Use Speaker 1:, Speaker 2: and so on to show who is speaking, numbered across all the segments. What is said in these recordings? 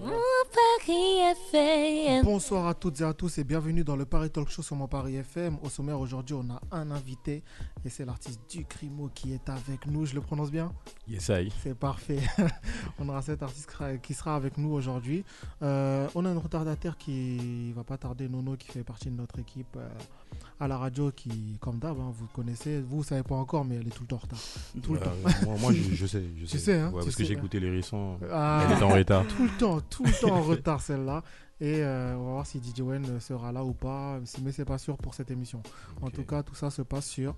Speaker 1: Mon Paris FM.
Speaker 2: Bonsoir à toutes et à tous et bienvenue dans le Paris Talk Show sur mon Paris FM. Au sommaire aujourd'hui, on a un invité et c'est l'artiste Ducrimo qui est avec nous. Je le prononce bien
Speaker 3: Yes, I.
Speaker 2: C'est parfait. on aura cet artiste cra- qui sera avec nous aujourd'hui. Euh, on a un retardataire qui va pas tarder, Nono, qui fait partie de notre équipe euh, à la radio, qui, comme d'hab, hein, vous connaissez. Vous, vous savez pas encore, mais elle est tout le temps en retard. Tout le
Speaker 3: Euh,
Speaker 2: temps.
Speaker 3: moi, moi, je, je sais. Je sais,
Speaker 2: sais, hein,
Speaker 3: Ouais,
Speaker 2: tu
Speaker 3: Parce que
Speaker 2: sais.
Speaker 3: j'ai écouté les récents.
Speaker 2: Ah.
Speaker 3: Elle était en retard.
Speaker 2: tout le temps, tout le temps en retard celle-là. Et euh, on va voir si DJ Wen sera là ou pas, si- mais c'est pas sûr pour cette émission. En
Speaker 3: Ok.
Speaker 2: tout cas, tout ça se passe sur.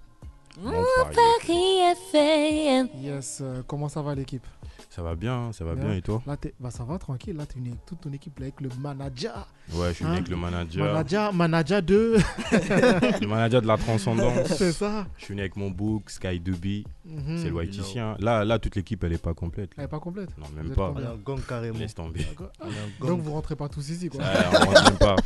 Speaker 3: Bon, pareil.
Speaker 1: Paris FM.
Speaker 2: Yes, euh, comment ça va l'équipe
Speaker 3: Ça va bien, hein, ça va bien
Speaker 2: Bien.
Speaker 3: et toi
Speaker 2: Là, t'es- bah, ça va tranquille, là, t'es une... toute ton équipe là, avec le manager.
Speaker 3: Ouais, je suis
Speaker 2: Hein
Speaker 3: venu avec le manager.
Speaker 2: Manager, manager 2,
Speaker 3: Le manager de la transcendance.
Speaker 2: c'est ça
Speaker 3: Je suis venu avec mon book, Sky 2B.
Speaker 2: Mhm.
Speaker 3: C'est le Haïtien. Là, là, toute l'équipe, elle est pas complète.
Speaker 2: Elle
Speaker 3: là.
Speaker 2: est pas complète.
Speaker 3: Non,
Speaker 2: Vous
Speaker 3: même
Speaker 2: êtes
Speaker 3: pas.
Speaker 2: combien
Speaker 4: On est en gang carrément.
Speaker 3: Laisse tomber.
Speaker 4: On est en gang.
Speaker 2: Donc vous rentrez pas tous ici quoi.
Speaker 3: Ah, on rentre même pas.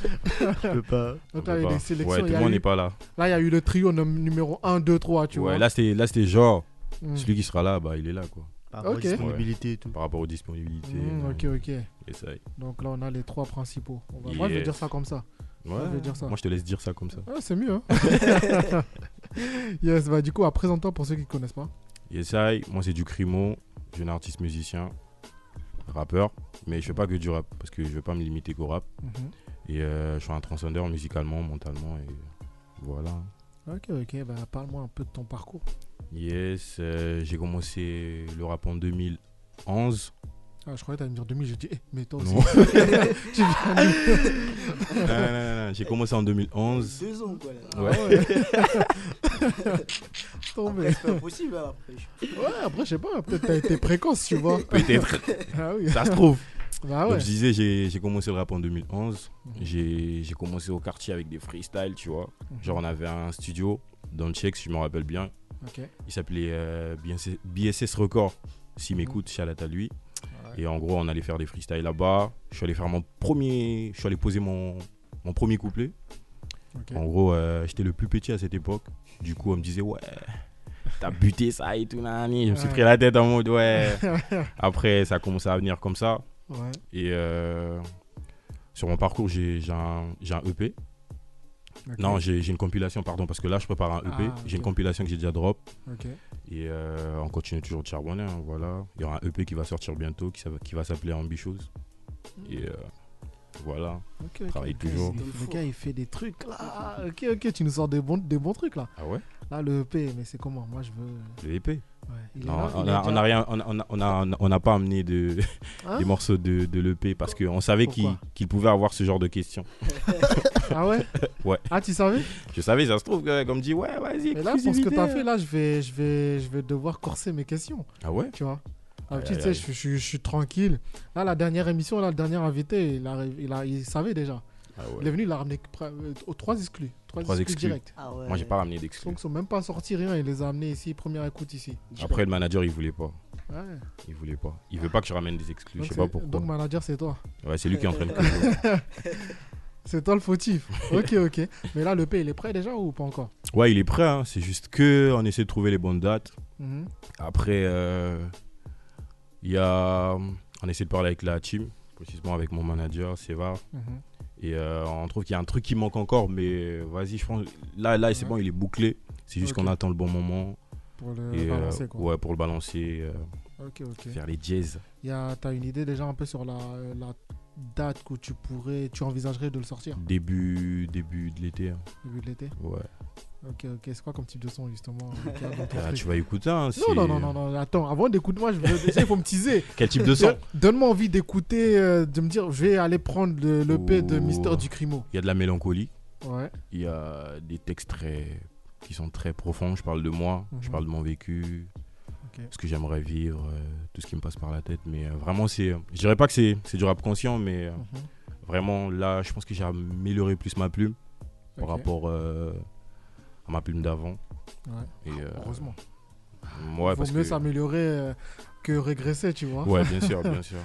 Speaker 4: je peux pas.
Speaker 3: on
Speaker 2: Donc là, il y
Speaker 3: peut
Speaker 2: a
Speaker 3: pas.
Speaker 2: des sélections.
Speaker 3: Ouais, tout
Speaker 2: il y
Speaker 3: le
Speaker 2: a
Speaker 3: monde
Speaker 2: eu-
Speaker 3: n'est pas là.
Speaker 2: Là, il y a eu le trio num- numéro 1, 2, 3, tu vois.
Speaker 3: Ouais, là, c'était là, c'était genre.
Speaker 2: Mm.
Speaker 3: Celui qui sera là, bah, il est là, quoi.
Speaker 4: Par rapport
Speaker 2: Ok.
Speaker 4: à disponibilité et tout.
Speaker 3: Par rapport aux disponibilités. euh,
Speaker 2: Mm, ok, ok.
Speaker 3: Et ça. y-
Speaker 2: Donc là, on a les trois principaux. On va... Moi, je vais
Speaker 3: Yes.
Speaker 2: dire ça comme ça.
Speaker 3: Ouais.
Speaker 2: je vais dire ça.
Speaker 3: Moi, je te laisse dire ça comme ça.
Speaker 2: Ah, c'est mieux. hein. yes, bah du coup, à présent pour ceux qui ne connaissent pas.
Speaker 3: Yes, I. Moi, c'est du Crimo. Je suis un artiste musicien, rappeur. Mais je fais pas que du rap parce que je veux pas me limiter qu'au rap.
Speaker 2: Mhm.
Speaker 3: Et euh, je suis un transcendeur musicalement, mentalement. Et voilà.
Speaker 2: Ok, ok, bah parle-moi un peu de ton parcours.
Speaker 3: Yes, euh, j'ai commencé le rap en 2011.
Speaker 2: Ah, je croyais que t'allais me dire 2000, j'ai dit, eh, mais
Speaker 5: Oh,
Speaker 2: toi aussi.
Speaker 3: Non.
Speaker 2: tu viens de-
Speaker 3: Non, non, non, non, J'ai commencé en 2011.
Speaker 5: Deux ans quoi là.
Speaker 3: Ouais.
Speaker 2: tomber.
Speaker 5: Après, c'est pas possible hein, après. Je-
Speaker 2: Ouais, après, je sais pas, peut-être t'as été précoce, tu vois.
Speaker 3: Peut-être,
Speaker 2: Ah oui.
Speaker 3: ça se trouve.
Speaker 5: Ah
Speaker 2: Bah ouais.
Speaker 3: Comme je disais, j'ai j'ai commencé le rap en 2011.
Speaker 5: Mhm.
Speaker 3: J'ai j'ai commencé au quartier avec des freestyles, tu vois. Genre, on avait un studio dans le Check, si je me rappelle bien.
Speaker 2: Ok.
Speaker 3: Il s'appelait euh, BSS, BSS Record. S'il
Speaker 2: Mhm.
Speaker 3: m'écoute, shout-out à lui. Et en gros, on allait faire des freestyles là-bas. Je suis allé faire mon premier. Je suis allé poser mon, mon premier couplet.
Speaker 2: Ok.
Speaker 3: En gros, euh, j'étais le plus petit à cette époque. Du coup, on me disait, ouais, t'as buté ça et tout, nani. Je me suis
Speaker 2: Ouais.
Speaker 3: pris la tête en mode, ouais. Après, ça a commencé à venir comme ça.
Speaker 2: Ouais.
Speaker 3: Et euh, sur mon parcours, j'ai j'ai un, j'ai un E EP.
Speaker 2: ok.
Speaker 3: Non, j'ai j'ai une compilation, pardon, parce que là, je prépare un EP.
Speaker 2: Ah,
Speaker 3: J'ai une
Speaker 2: ok.
Speaker 3: compilation que j'ai déjà drop.
Speaker 2: Ok.
Speaker 3: Et euh, on continue toujours de charbonner, hein, voilà. Il y aura un EP qui va sortir bientôt, qui, s'appelle- qui va s'appeler Ambitious.
Speaker 2: Hmm.
Speaker 3: Et euh, voilà.
Speaker 2: Ok, ok.
Speaker 3: Travaille
Speaker 2: Le gars,
Speaker 3: toujours.
Speaker 2: il- Le gars, il fait des trucs là. Ok, ok, tu nous sors des bons, des bons trucs là.
Speaker 3: Ah ouais
Speaker 2: Là, le EP, mais c'est comment Moi, je veux.
Speaker 3: Le EP
Speaker 2: Ouais. Il est
Speaker 3: Non,
Speaker 2: là,
Speaker 3: on
Speaker 2: il est
Speaker 3: a- on
Speaker 2: déjà-
Speaker 3: a rien- on a- on a- on a- on n'a pas amené de,
Speaker 2: Hein
Speaker 3: des morceaux de, de l'EP parce qu'on savait qu'il
Speaker 2: Pourquoi
Speaker 3: qu'il pouvait avoir ce genre de questions.
Speaker 2: Ah ouais
Speaker 3: Ouais.
Speaker 2: Ah, tu savais
Speaker 3: Je savais, ça se trouve, que- comme dit, ouais, vas-y,
Speaker 2: Mais là, pour ce que
Speaker 3: exclusivité.
Speaker 2: tu as fait, là, je vais, je, vais, je vais devoir corser mes questions,
Speaker 3: Ah ouais
Speaker 2: tu vois. Ah,
Speaker 3: Aïe,
Speaker 2: tu
Speaker 3: aïe,
Speaker 2: sais,
Speaker 3: aïe.
Speaker 2: je, je- je suis tranquille. Là, la dernière émission, là, le dernier invité, il, a, il, a- il savait déjà.
Speaker 3: Ah ouais.
Speaker 2: Il est venu, il a ramené que pre- euh, aux trois exclus. Trois,
Speaker 3: Trois
Speaker 2: exclus,
Speaker 3: exclus.
Speaker 2: directs.
Speaker 5: Ah ouais.
Speaker 3: Moi, j'ai pas ramené d'exclus.
Speaker 2: Donc, ils sont même pas sortis rien. Il les a amenés ici, première écoute ici.
Speaker 3: Après, le manager, il voulait pas.
Speaker 2: Ouais.
Speaker 3: Il voulait pas. Il veut pas que je ramène des exclus.
Speaker 2: Donc,
Speaker 3: je sais
Speaker 2: c'est-
Speaker 3: pas pourquoi.
Speaker 2: Donc, manager, c'est toi.
Speaker 3: Ouais, c'est lui qui entraîne.
Speaker 2: C'est toi le fautif. ok, ok. Mais là, le P, il est prêt déjà ou pas encore
Speaker 3: ouais, il est prêt. hein. C'est juste que on essaie de trouver les bonnes dates.
Speaker 2: Mhm.
Speaker 3: Après, euh, il y a, on essaie de parler avec la team, précisément avec mon manager, Seva.
Speaker 2: Mhm.
Speaker 3: Et euh, on trouve qu'il y a un truc qui manque encore, mais vas-y, je pense. Là, là, c'est
Speaker 2: Ouais.
Speaker 3: bon, il est bouclé. C'est juste
Speaker 2: Ok.
Speaker 3: qu'on attend le bon moment
Speaker 2: Pour le
Speaker 3: et, euh,
Speaker 2: balancer, quoi.
Speaker 3: ouais, pour le balancer, euh,
Speaker 2: Ok, ok.
Speaker 3: faire les jazz.
Speaker 2: Y a- T'as une idée déjà un peu sur la, la date que tu pourrais, tu envisagerais de le sortir
Speaker 3: Début, début de l'été. hein.
Speaker 2: début de l'été
Speaker 3: Ouais.
Speaker 2: Ok, ok, c'est quoi comme type de son justement euh, qu'il y a dans ton
Speaker 3: Ah,
Speaker 2: truc
Speaker 3: tu vas écouter. hein, c'est-
Speaker 2: non, non, non, non, non, attends, avant d'écouter, moi, je veux, tu sais, il faut me teaser.
Speaker 3: Quel type de son
Speaker 2: Donne-moi envie d'écouter, euh, de me dire, je vais aller prendre le, le P de
Speaker 3: Ouh.
Speaker 2: Mister Ducrimo.
Speaker 3: Il y a de la mélancolie.
Speaker 2: Ouais.
Speaker 3: Il y a des textes très, qui sont très profonds. Je parle de moi, je
Speaker 2: Mhm.
Speaker 3: parle de mon vécu,
Speaker 2: Ok.
Speaker 3: ce que j'aimerais vivre, euh, tout ce qui me passe par la tête. Mais euh, vraiment, c'est, je dirais pas que c'est, c'est du rap conscient, mais euh,
Speaker 2: Mhm.
Speaker 3: vraiment là, je pense que j'ai amélioré plus ma plume par
Speaker 2: Ok.
Speaker 3: rapport euh, à ma plume d'avant.
Speaker 2: Ouais.
Speaker 3: Et, euh,
Speaker 2: Heureusement.
Speaker 3: ouais, parce
Speaker 2: Ah, Vaut mieux
Speaker 3: que-
Speaker 2: s'améliorer euh, que régresser, tu vois.
Speaker 3: Ouais, bien sûr, bien sûr.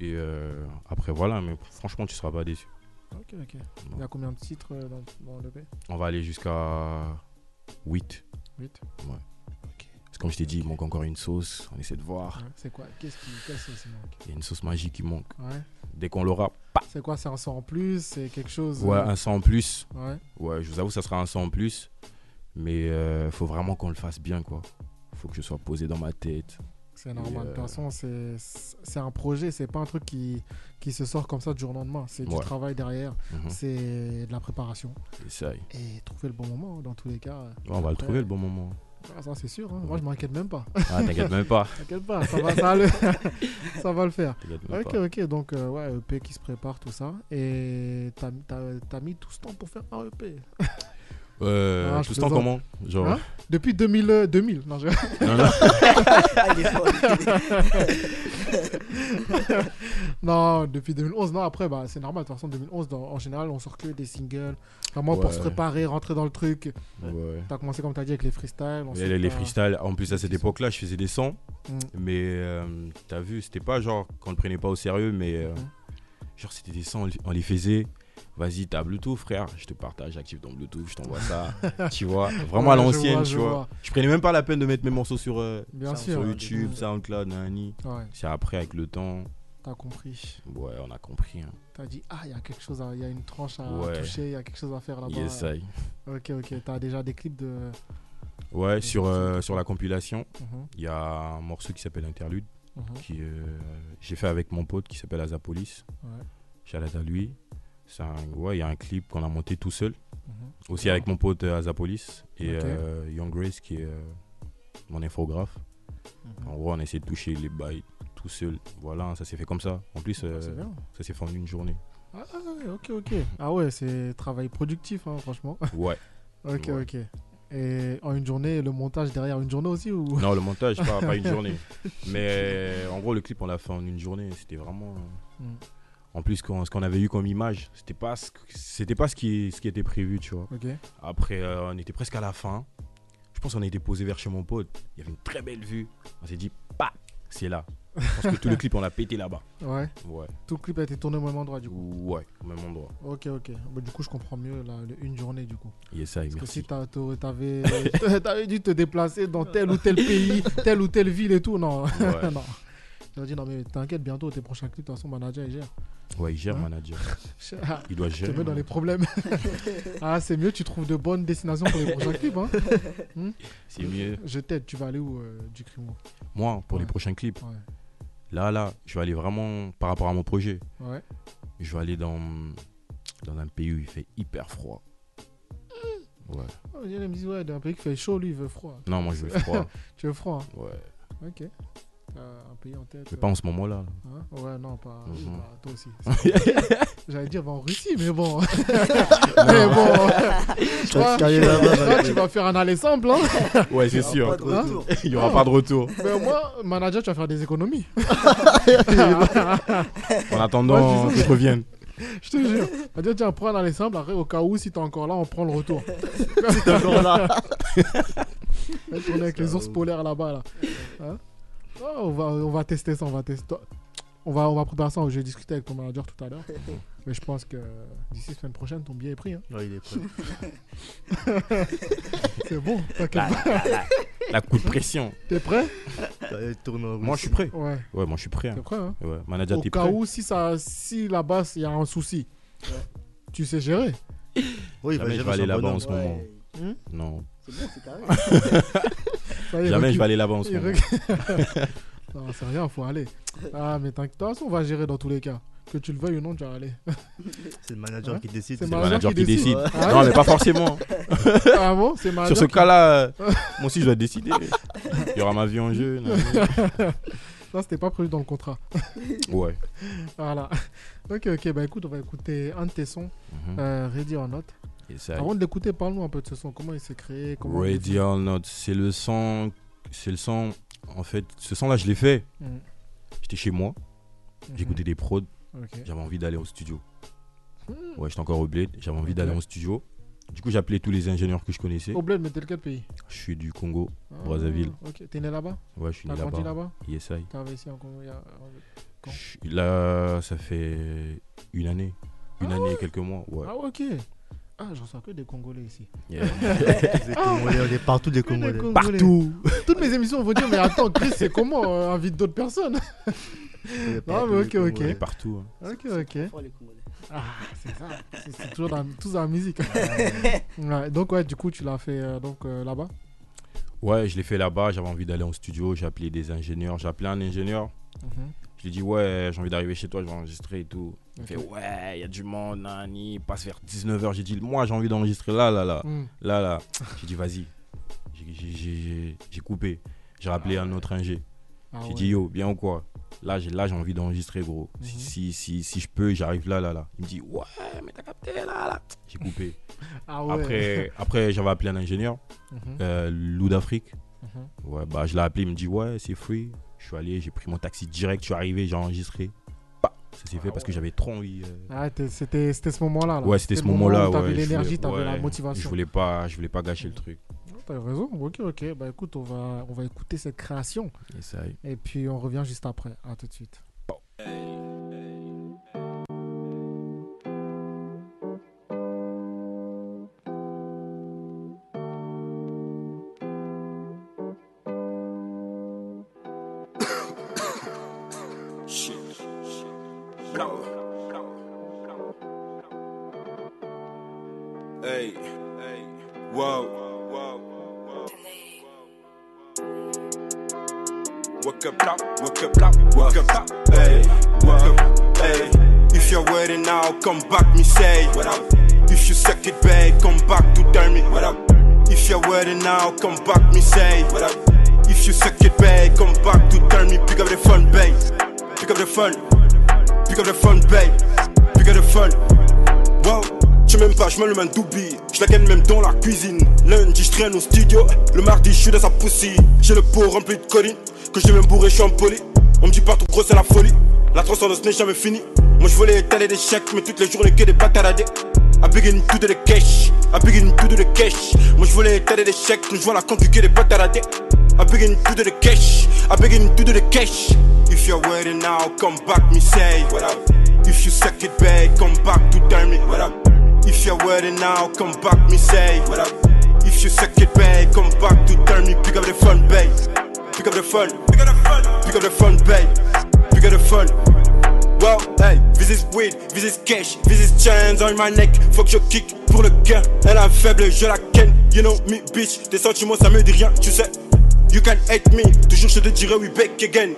Speaker 3: Et euh, après, voilà, mais franchement, tu seras pas déçu.
Speaker 2: Ok, ok. Il y a combien de titres euh, dans, dans l'EP
Speaker 3: On va aller jusqu'à 8.
Speaker 2: 8
Speaker 3: Ouais. Parce que comme je t'ai dit, il manque encore une sauce. On essaie de voir.
Speaker 2: C'est quoi Qu'est-ce qui quelle sauce il manque
Speaker 3: Il y a une sauce magique qui manque.
Speaker 2: Ouais.
Speaker 3: Dès qu'on l'aura,
Speaker 2: C'est quoi C'est un son en plus C'est quelque chose
Speaker 3: ouais,
Speaker 2: euh,
Speaker 3: un sang en plus.
Speaker 2: ouais.
Speaker 3: Ouais, je vous avoue, ça sera un sang en plus. Mais euh, faut vraiment qu'on le fasse bien, quoi. Faut que je sois posé dans ma tête.
Speaker 2: C'est normal. De
Speaker 3: euh,
Speaker 2: toute façon, c'est- c'est un projet. C'est pas un truc qui, qui se sort comme ça du jour au lendemain. C'est du
Speaker 3: Ouais.
Speaker 2: travail derrière.
Speaker 3: Mhm.
Speaker 2: C'est de la préparation.
Speaker 3: Essaye.
Speaker 2: Et trouver le bon moment, dans tous les cas. euh,
Speaker 3: Ouais, on va le
Speaker 2: après,
Speaker 3: trouver, le bon moment.
Speaker 2: Ah, ça, c'est sûr. hein. Moi, je m'inquiète même pas.
Speaker 3: Ah, t'inquiète même pas.
Speaker 2: T'inquiète pas. Ça va, ça va le... ça va le faire.
Speaker 3: T'inquiète même
Speaker 2: Ok,
Speaker 3: pas.
Speaker 2: ok, donc euh, ouais, EP qui se prépare, tout ça. Et t'as t'as- t'as mis tout ce temps pour faire un E EP.
Speaker 3: Euh,
Speaker 2: Ah, je
Speaker 3: tout ce temps, comment
Speaker 2: plaisante.
Speaker 3: Genre.
Speaker 2: Hein Depuis 2000. euh, 2000 non, je-
Speaker 3: Non, non.
Speaker 5: Ah, il est fort.
Speaker 2: non, depuis 2011. Non, après, bah, c'est normal. De toute façon, 2011, dans- en général, on sort que des singles. Vraiment pour
Speaker 3: Ouais.
Speaker 2: se préparer, rentrer dans le truc.
Speaker 3: Ouais.
Speaker 2: T'as commencé, comme t'as dit, avec les freestyles.
Speaker 3: Et
Speaker 2: ensuite,
Speaker 3: les, les
Speaker 2: t'as-
Speaker 3: freestyles, en plus à cette époque-là, je faisais des sons,
Speaker 2: Mm.
Speaker 3: mais euh, t'as vu, c'était pas genre qu'on le prenait pas au sérieux, mais euh,
Speaker 2: Mhm.
Speaker 3: genre c'était des sons, on les- on les faisait. Vas-y, t'as Bluetooth, frère, je te partage, active ton Bluetooth, je t'envoie ça, tu vois, vraiment à
Speaker 2: Ouais, je
Speaker 3: l'ancienne,
Speaker 2: vois,
Speaker 3: tu
Speaker 2: je
Speaker 3: vois.
Speaker 2: vois.
Speaker 3: Je prenais même pas la peine de mettre mes morceaux sur, euh,
Speaker 4: Ça,
Speaker 2: Bien
Speaker 4: on
Speaker 2: sûr.
Speaker 3: sur
Speaker 4: Ouais,
Speaker 3: YouTube,
Speaker 2: des-
Speaker 3: SoundCloud, nani.
Speaker 2: Ouais,
Speaker 3: C'est après, avec le temps,
Speaker 2: t'as compris.
Speaker 3: ouais, on a compris. Hein.
Speaker 2: T'as dit, ah, il y a quelque chose, à- il y a une tranche à
Speaker 3: Ouais.
Speaker 2: toucher, il y a quelque chose à faire là-bas.
Speaker 3: Yes, I.
Speaker 2: Ok, ok. T'as déjà des clips de.
Speaker 3: Ouais, sur, euh, sur la compilation,
Speaker 2: Mhm,
Speaker 3: il y a un morceau qui s'appelle Interlude.
Speaker 2: mhm.
Speaker 3: qui euh, j'ai fait avec mon pote qui s'appelle Azapolis.
Speaker 2: Ouais.
Speaker 3: Shout-out à lui. C'est un ouais, il y a un clip qu'on a monté tout seul,
Speaker 2: Mhm.
Speaker 3: aussi avec mon pote euh, Azapolis et
Speaker 2: Ok.
Speaker 3: euh, Young Grace qui est euh, mon infographe.
Speaker 2: Mhm.
Speaker 3: En gros, on a essayé de toucher les bails tout seul. Voilà, ça s'est fait comme ça. En plus, euh,
Speaker 2: Ah, C'est bien.
Speaker 3: ça s'est fait en une journée.
Speaker 2: Ah, ah, ouais, ok, ok. Ah ouais, c'est travail productif, hein, franchement.
Speaker 3: Ouais.
Speaker 2: Ok,
Speaker 3: Ouais.
Speaker 2: ok. Et en une journée, le montage derrière une journée aussi ou
Speaker 3: non, le montage, pas, pas une journée. Mais euh, en gros, le clip, on l'a fait en une journée. C'était vraiment. euh,
Speaker 2: Mm.
Speaker 3: En plus, qu'on- ce qu'on avait eu comme image, c'était pas ce, que- c'était pas ce qui, ce qui était prévu, tu vois.
Speaker 2: Ok.
Speaker 3: Après, euh, on était presque à la fin. Je pense qu'on a été posé vers chez mon pote. Il y avait une très belle vue. On s'est dit, bah, c'est là. Je pense que tout le clip, on l'a pété là-bas.
Speaker 2: Ouais.
Speaker 3: Ouais.
Speaker 2: Tout le clip a été tourné au même endroit du coup.
Speaker 3: Ouais, au même endroit.
Speaker 2: Ok, ok. Bah, du coup, je comprends mieux là, le- une journée du coup.
Speaker 3: Yes, I,
Speaker 2: Parce que si
Speaker 3: merci.
Speaker 2: t'as- t'aurais- t'avais t'avais dû te déplacer dans tel ou tel pays, telle ou telle ville et tout, non.
Speaker 3: Ouais.
Speaker 2: non. J'aurais dit non mais t'inquiète, bientôt tes prochains clips, de toute façon, manager il gère.
Speaker 3: Ouais, il gère,
Speaker 2: Hein
Speaker 3: manager.
Speaker 2: Ah,
Speaker 3: Il doit
Speaker 2: Je te
Speaker 3: gérer. hein.
Speaker 2: mets dans
Speaker 3: man.
Speaker 2: les problèmes. ah, c'est mieux, tu trouves de bonnes destinations pour les prochains clips. Hein.
Speaker 3: C'est mieux.
Speaker 2: Je t'aide, tu vas aller où euh, du crimo
Speaker 3: Moi, pour les
Speaker 2: Ouais.
Speaker 3: prochains clips,
Speaker 2: Ouais.
Speaker 3: là, là, je vais aller vraiment par rapport à mon projet.
Speaker 2: Ouais.
Speaker 3: Je vais aller dans, dans un pays où il fait hyper froid. Ouais.
Speaker 2: Oh, il me dit, ouais, d'un pays qui fait chaud, lui, il veut froid.
Speaker 3: Non, moi, je veux froid.
Speaker 2: Tu veux froid, hein
Speaker 3: Ouais.
Speaker 2: Ok. T'as un pays en tête.
Speaker 3: Mais
Speaker 2: euh,
Speaker 3: pas en ce moment-là.
Speaker 2: hein ouais, non, pas.
Speaker 3: Mhm.
Speaker 2: oui, bah, toi aussi. J'allais dire, va en Russie, mais bon. mais bon. toi,
Speaker 4: Calé là-bas,
Speaker 2: toi,
Speaker 4: va-
Speaker 2: tu vas faire un aller simple, hein.
Speaker 3: Ouais,
Speaker 5: Il
Speaker 3: c'est
Speaker 5: y
Speaker 3: sûr.
Speaker 5: aura Pas de retour.
Speaker 3: Il n'y aura pas de retour.
Speaker 2: Mais au moins, manager, tu vas faire des économies.
Speaker 3: En attendant
Speaker 2: Ouais, je
Speaker 3: que je revienne.
Speaker 2: Je te jure. On va dire, tiens, prends un aller simple. Après, au cas où, si t'es encore là, on prend le retour.
Speaker 4: C'est encore là.
Speaker 2: On va tourner avec les ours polaires là-bas, là. Hein Oh, on, va, on va tester ça, on va tester. On va, on va préparer ça. J'ai discuté avec ton manager tout à l'heure. Mais je pense que d'ici semaine prochaine, ton billet est pris. hein.
Speaker 4: Non, il est prêt.
Speaker 2: C'est bon, t'inquiète
Speaker 3: la, la- la- la coup de pression.
Speaker 2: T'es prêt
Speaker 4: Il tourne en
Speaker 3: Moi, je suis prêt.
Speaker 2: Ouais,
Speaker 3: Ouais, moi, je suis prêt. hein.
Speaker 2: t'es prêt. Hein
Speaker 3: Ouais, manager,
Speaker 2: Au
Speaker 3: t'es
Speaker 2: cas
Speaker 3: prêt.
Speaker 2: où, si, ça, si là-bas, il y a un souci, tu sais gérer.
Speaker 4: Oui, il va
Speaker 3: Jamais je
Speaker 4: gérer
Speaker 3: vais aller
Speaker 4: son
Speaker 3: là-bas en
Speaker 4: bonhomme.
Speaker 3: ce moment.
Speaker 5: Ouais.
Speaker 3: Non,
Speaker 5: C'est bon, c'est carré.
Speaker 2: Ça y est,
Speaker 3: jamais je
Speaker 2: recule.
Speaker 3: vais aller là-bas en ce
Speaker 2: Il
Speaker 3: moment.
Speaker 2: recule. non, c'est rien, faut aller. Ah, mais t'inquiète, de toute façon, on va gérer dans tous les cas. Que tu le veuilles ou non, tu vas aller.
Speaker 4: C'est le manager
Speaker 2: Hein
Speaker 4: qui décide.
Speaker 2: C'est
Speaker 3: C'est le
Speaker 2: manager
Speaker 3: manager
Speaker 2: qui
Speaker 3: qui décide.
Speaker 4: décide.
Speaker 2: Ouais.
Speaker 3: Non, mais pas forcément.
Speaker 2: Ah bon C'est
Speaker 3: Sur
Speaker 2: manager
Speaker 3: ce
Speaker 2: qui-
Speaker 3: cas-là, euh, moi aussi, je dois décider. Il y aura ma vie en jeu. non, non.
Speaker 2: Ça, c'était pas prévu dans le contrat.
Speaker 3: Ouais.
Speaker 2: Voilà. Ok, ok, bah écoute, on va écouter un de tes sons,
Speaker 3: Mhm.
Speaker 2: euh, Ready or Not.
Speaker 3: Et ça,
Speaker 2: Avant de l'écouter, parle-nous un peu de ce son. Comment il s'est créé comment il est venu.
Speaker 3: Radial Note, c'est le son, c'est le son. En fait, ce son-là, je l'ai fait.
Speaker 2: Mhm.
Speaker 3: J'étais chez moi, j'écoutais des prods,
Speaker 2: mm. Ok.
Speaker 3: j'avais envie d'aller au studio. Ouais, j'étais encore au bled, j'avais envie d'aller au studio. Du coup, j'appelais tous les ingénieurs que je connaissais.
Speaker 2: Au bled, mais t'es de quel pays
Speaker 3: Je suis du Congo,
Speaker 2: Ah,
Speaker 3: Brazzaville.
Speaker 2: Ok, t'es né là-bas
Speaker 3: ouais, je suis né
Speaker 2: T'as grandi
Speaker 3: là-bas.
Speaker 2: là-bas
Speaker 3: Yes, I.
Speaker 2: T'es investi en Congo il y a- Quand
Speaker 3: Je- Là, ça fait une année. Une année et quelques mois. Ouais.
Speaker 2: Ah, ok. Ah, je reçois que des Congolais ici.
Speaker 3: Yeah.
Speaker 4: Les Congolais, on est partout des
Speaker 2: Que des
Speaker 4: Congolais.
Speaker 2: Congolais. Toutes mes émissions vont dire, mais attends, Chris, c'est comment euh, Invite d'autres personnes
Speaker 4: On est
Speaker 2: Non,
Speaker 4: partout
Speaker 2: mais
Speaker 4: des
Speaker 2: ok,
Speaker 3: On est
Speaker 2: ok.
Speaker 3: partout. hein.
Speaker 2: Ok, ok.
Speaker 5: Oh, les Congolais.
Speaker 2: Ah, c'est ça. C'est- C'est toujours dans, tous dans la musique. hein. Ouais, donc, ouais, du coup, tu l'as fait euh, donc euh, là-bas.
Speaker 3: Ouais, je l'ai fait là-bas, j'avais envie d'aller en studio, j'ai appelé des ingénieurs, j'ai appelé un ingénieur.
Speaker 2: Mhm.
Speaker 3: Je lui ai dit, ouais, j'ai envie d'arriver chez toi, je vais enregistrer et tout. Il
Speaker 2: Ok.
Speaker 3: fait, ouais, il y a du monde, nani, passe vers 19h. J'ai dit, moi, j'ai envie d'enregistrer là, là, là,
Speaker 2: Mm.
Speaker 3: là, là. J'ai dit, vas-y. J'ai- j'ai- J'ai j'ai coupé. J'ai rappelé un autre ingé.
Speaker 2: Ah
Speaker 3: J'ai
Speaker 2: ouais.
Speaker 3: dit, yo, bien ou quoi Là, j'ai là, j'ai envie d'enregistrer, gros. Si-
Speaker 2: Mhm.
Speaker 3: si, si, si je peux, j'arrive là, là, là. Il me dit, ouais, mais t'as capté, là, là. J'ai coupé.
Speaker 2: Ah ouais.
Speaker 3: Après, après j'avais appelé un ingénieur,
Speaker 2: Mhm,
Speaker 3: euh, Loup d'Afrique.
Speaker 2: mhm.
Speaker 3: Ouais, bah je l'ai appelé, il me dit ouais, c'est free. Je suis allé, j'ai pris mon taxi direct, je suis arrivé, j'ai enregistré. Bah, ça s'est fait parce que j'avais trop envie. euh.
Speaker 2: Ah, t'es- c'était c'était ce moment-là. là.
Speaker 3: Ouais, c'était ce
Speaker 2: le moment
Speaker 3: moment-là.
Speaker 2: où T'avais
Speaker 3: ouais, je
Speaker 2: l'énergie,
Speaker 3: voulais-
Speaker 2: t'avais la
Speaker 3: ouais, Je
Speaker 2: motivation.
Speaker 3: voulais pas, je voulais pas gâcher le truc.
Speaker 2: Ah, T'as raison. Ok, ok. Bah écoute, on va, on va écouter cette création
Speaker 3: Et ça, y est.
Speaker 2: et puis on revient juste après. À tout de suite.
Speaker 6: Hey, hey, wow, wow, wow. Wake up, up, wake up, up, wake up, up, hey, wake up, hey. If you're waiting now, come back, me say what up. If you suck it, babe, come back to tell me what up. If you're waiting now, come back, me say what up. If you suck it, babe, come back to tell me. Pick up the phone, babe. Pick up the phone. Pick up the phone, babe. Pick up the phone. Wow, tu m'aimes pas, je me le mets doobie. Je la gagne même dans la cuisine. Lundi, je traîne au studio. Le mardi, je suis dans sa poussie. J'ai le pot rempli de collines. Que je même bourré, je suis impoli. On me dit pas tout gros, c'est la folie. La transcendance n'est jamais finie. Moi, je voulais étaler des chèques, mais toutes les journées que des bataradés. I begin to do the cash. I begin to do the cash. Moi, je voulais étaler des chèques, mais je vois la conduite que des bataradés. I begin to do the cash. I begin to do the cash. If you're waiting now, come back, me say what up. If you suck it, babe, come back to tell me what up. If you're waiting now, come back, me say what up. If you suck it, babe, come back to tell me. Pick up the phone, babe. Pick up the phone. Pick up the phone. Pick up the phone, babe. Pick up the phone. Wow, hey, this is weed, this is cash, this is chains on my neck. Faut que je kick pour le gain. Elle a faible, je la ken. You know me, bitch. Des sentiments, ça me dit rien, tu sais. You can hate me, toujours je te dirai we back again.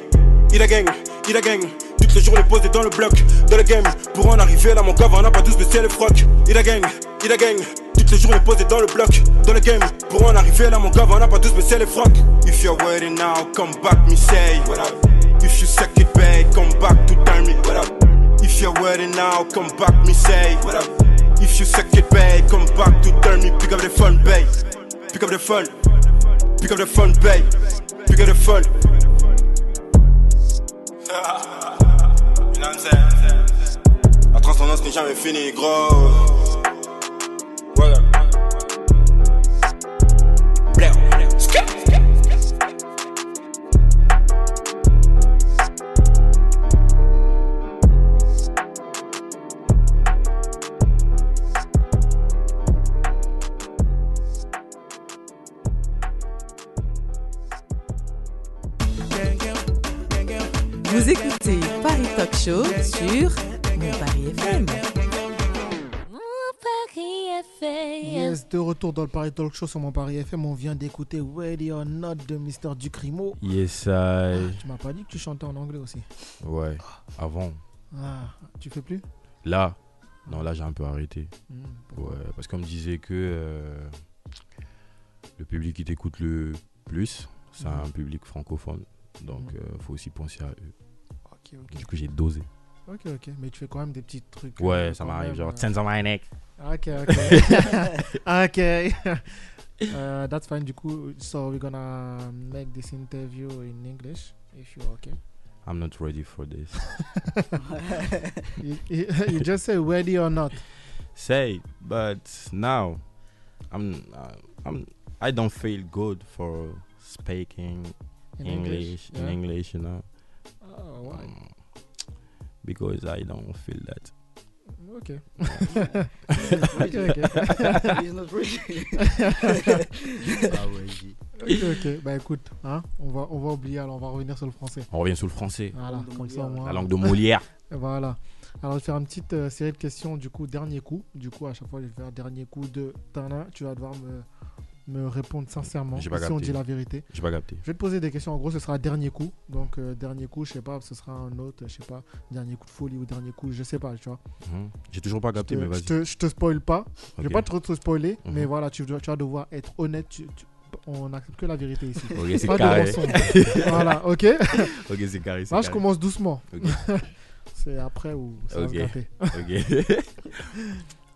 Speaker 6: Il a gang, il a gang. Toutes les jours les posés dans le bloc, dans le game. Pour en arriver là, mon gars, on a pas tous le ciel et froc. Il a gang, il a gang. Toutes les jours les posés dans le bloc, dans le game. Pour en arriver là, mon gars, on a pas tous le ciel et froc. If you're waiting now, come back, me say what up. If you suck it, babe, come back to tell me what up. If you're waiting now, come back, me say what up. If you suck it, babe, come back to tell me. Pick up the phone, babe. Pick up the phone. Pick up the phone, babe. Pick up the phone. You know what I'm saying? La transcendance n'est jamais finie, gros. Voilà. Bléau, bléau. Skip, skip.
Speaker 7: Vous écoutez Paris Talk Show sur Mon Paris FM.
Speaker 1: Paris FM.
Speaker 2: Yes, de retour dans le Paris Talk Show sur mon Paris FM. On vient d'écouter Ready or Not de Mister Ducrimo.
Speaker 3: Yes, I.
Speaker 2: Tu m'as pas dit que tu chantais en anglais aussi.
Speaker 3: Ouais, avant.
Speaker 2: Ah, tu fais plus
Speaker 3: Là, non, là, j'ai un peu arrêté.
Speaker 2: Hmm, pourquoi
Speaker 3: Ouais, parce qu'on me disait que euh, le public qui t'écoute le plus, c'est
Speaker 2: Mhm.
Speaker 3: un public francophone. Donc,
Speaker 2: Mhm.
Speaker 3: euh, faut aussi penser à eux.
Speaker 2: Ok, ok.
Speaker 3: Du coup, j'ai dosé.
Speaker 2: Ok, ok. Mais tu fais quand même des petits trucs. euh,
Speaker 3: Ouais, ça
Speaker 2: quand
Speaker 3: m'arrive.
Speaker 2: même,
Speaker 3: Genre,
Speaker 2: euh,
Speaker 3: Tens on my neck.
Speaker 2: Ok, ok. okay. Uh, that's fine. Du coup, so we're gonna make this interview in English if you're okay.
Speaker 3: I'm not ready for this.
Speaker 2: You, you, you just say ready or not.
Speaker 3: Say, but now, I'm, uh, I'm, I don't feel good for speaking
Speaker 2: In
Speaker 3: English, in
Speaker 2: yeah?
Speaker 3: English, you know,
Speaker 2: Oh, why?
Speaker 3: um, because I don't feel that.
Speaker 2: Okay.
Speaker 5: Okay,
Speaker 2: okay.
Speaker 5: He's not ready.
Speaker 4: Ah ouais, j'ai-
Speaker 2: Ok, ok. Bah écoute, hein, on, va, on va oublier, alors on va revenir sur le français.
Speaker 3: On revient sur le français,
Speaker 2: Voilà,
Speaker 5: langue de
Speaker 2: comme ça au
Speaker 5: Molière.
Speaker 2: moins.
Speaker 3: la langue de Molière.
Speaker 2: Voilà. Alors, je vais faire une petite euh, série de questions, du coup, dernier coup. Du coup, à chaque fois, je vais faire dernier coup de Tana. Tu vas devoir me, me répondre sincèrement.
Speaker 3: J'ai pas
Speaker 2: si on
Speaker 3: capté.
Speaker 2: dit la vérité.
Speaker 3: J'ai pas capté.
Speaker 2: Je vais te poser des questions. En gros, ce sera dernier coup. Donc, euh, dernier coup, je sais pas, ce sera un autre, je sais pas, dernier coup de folie ou dernier coup, je sais pas, tu vois.
Speaker 3: Mhm. J'ai toujours pas capté,
Speaker 2: Je
Speaker 3: mais
Speaker 2: te- je
Speaker 3: vas-y.
Speaker 2: te, je te spoil pas. Je vais
Speaker 3: Ok.
Speaker 2: pas trop te spoiler,
Speaker 3: Mhm.
Speaker 2: mais voilà, tu, dois- tu vas devoir être honnête. Tu- tu- on n'accepte que la vérité ici.
Speaker 3: Ok, c'est
Speaker 2: Pas de
Speaker 3: carré.
Speaker 2: rançon. voilà, ok.
Speaker 3: Ok, c'est carré. c'est
Speaker 2: Là, je
Speaker 3: carré.
Speaker 2: commence doucement.
Speaker 3: Ok.
Speaker 2: C'est après ou ça va se
Speaker 3: Ok.
Speaker 2: gâter.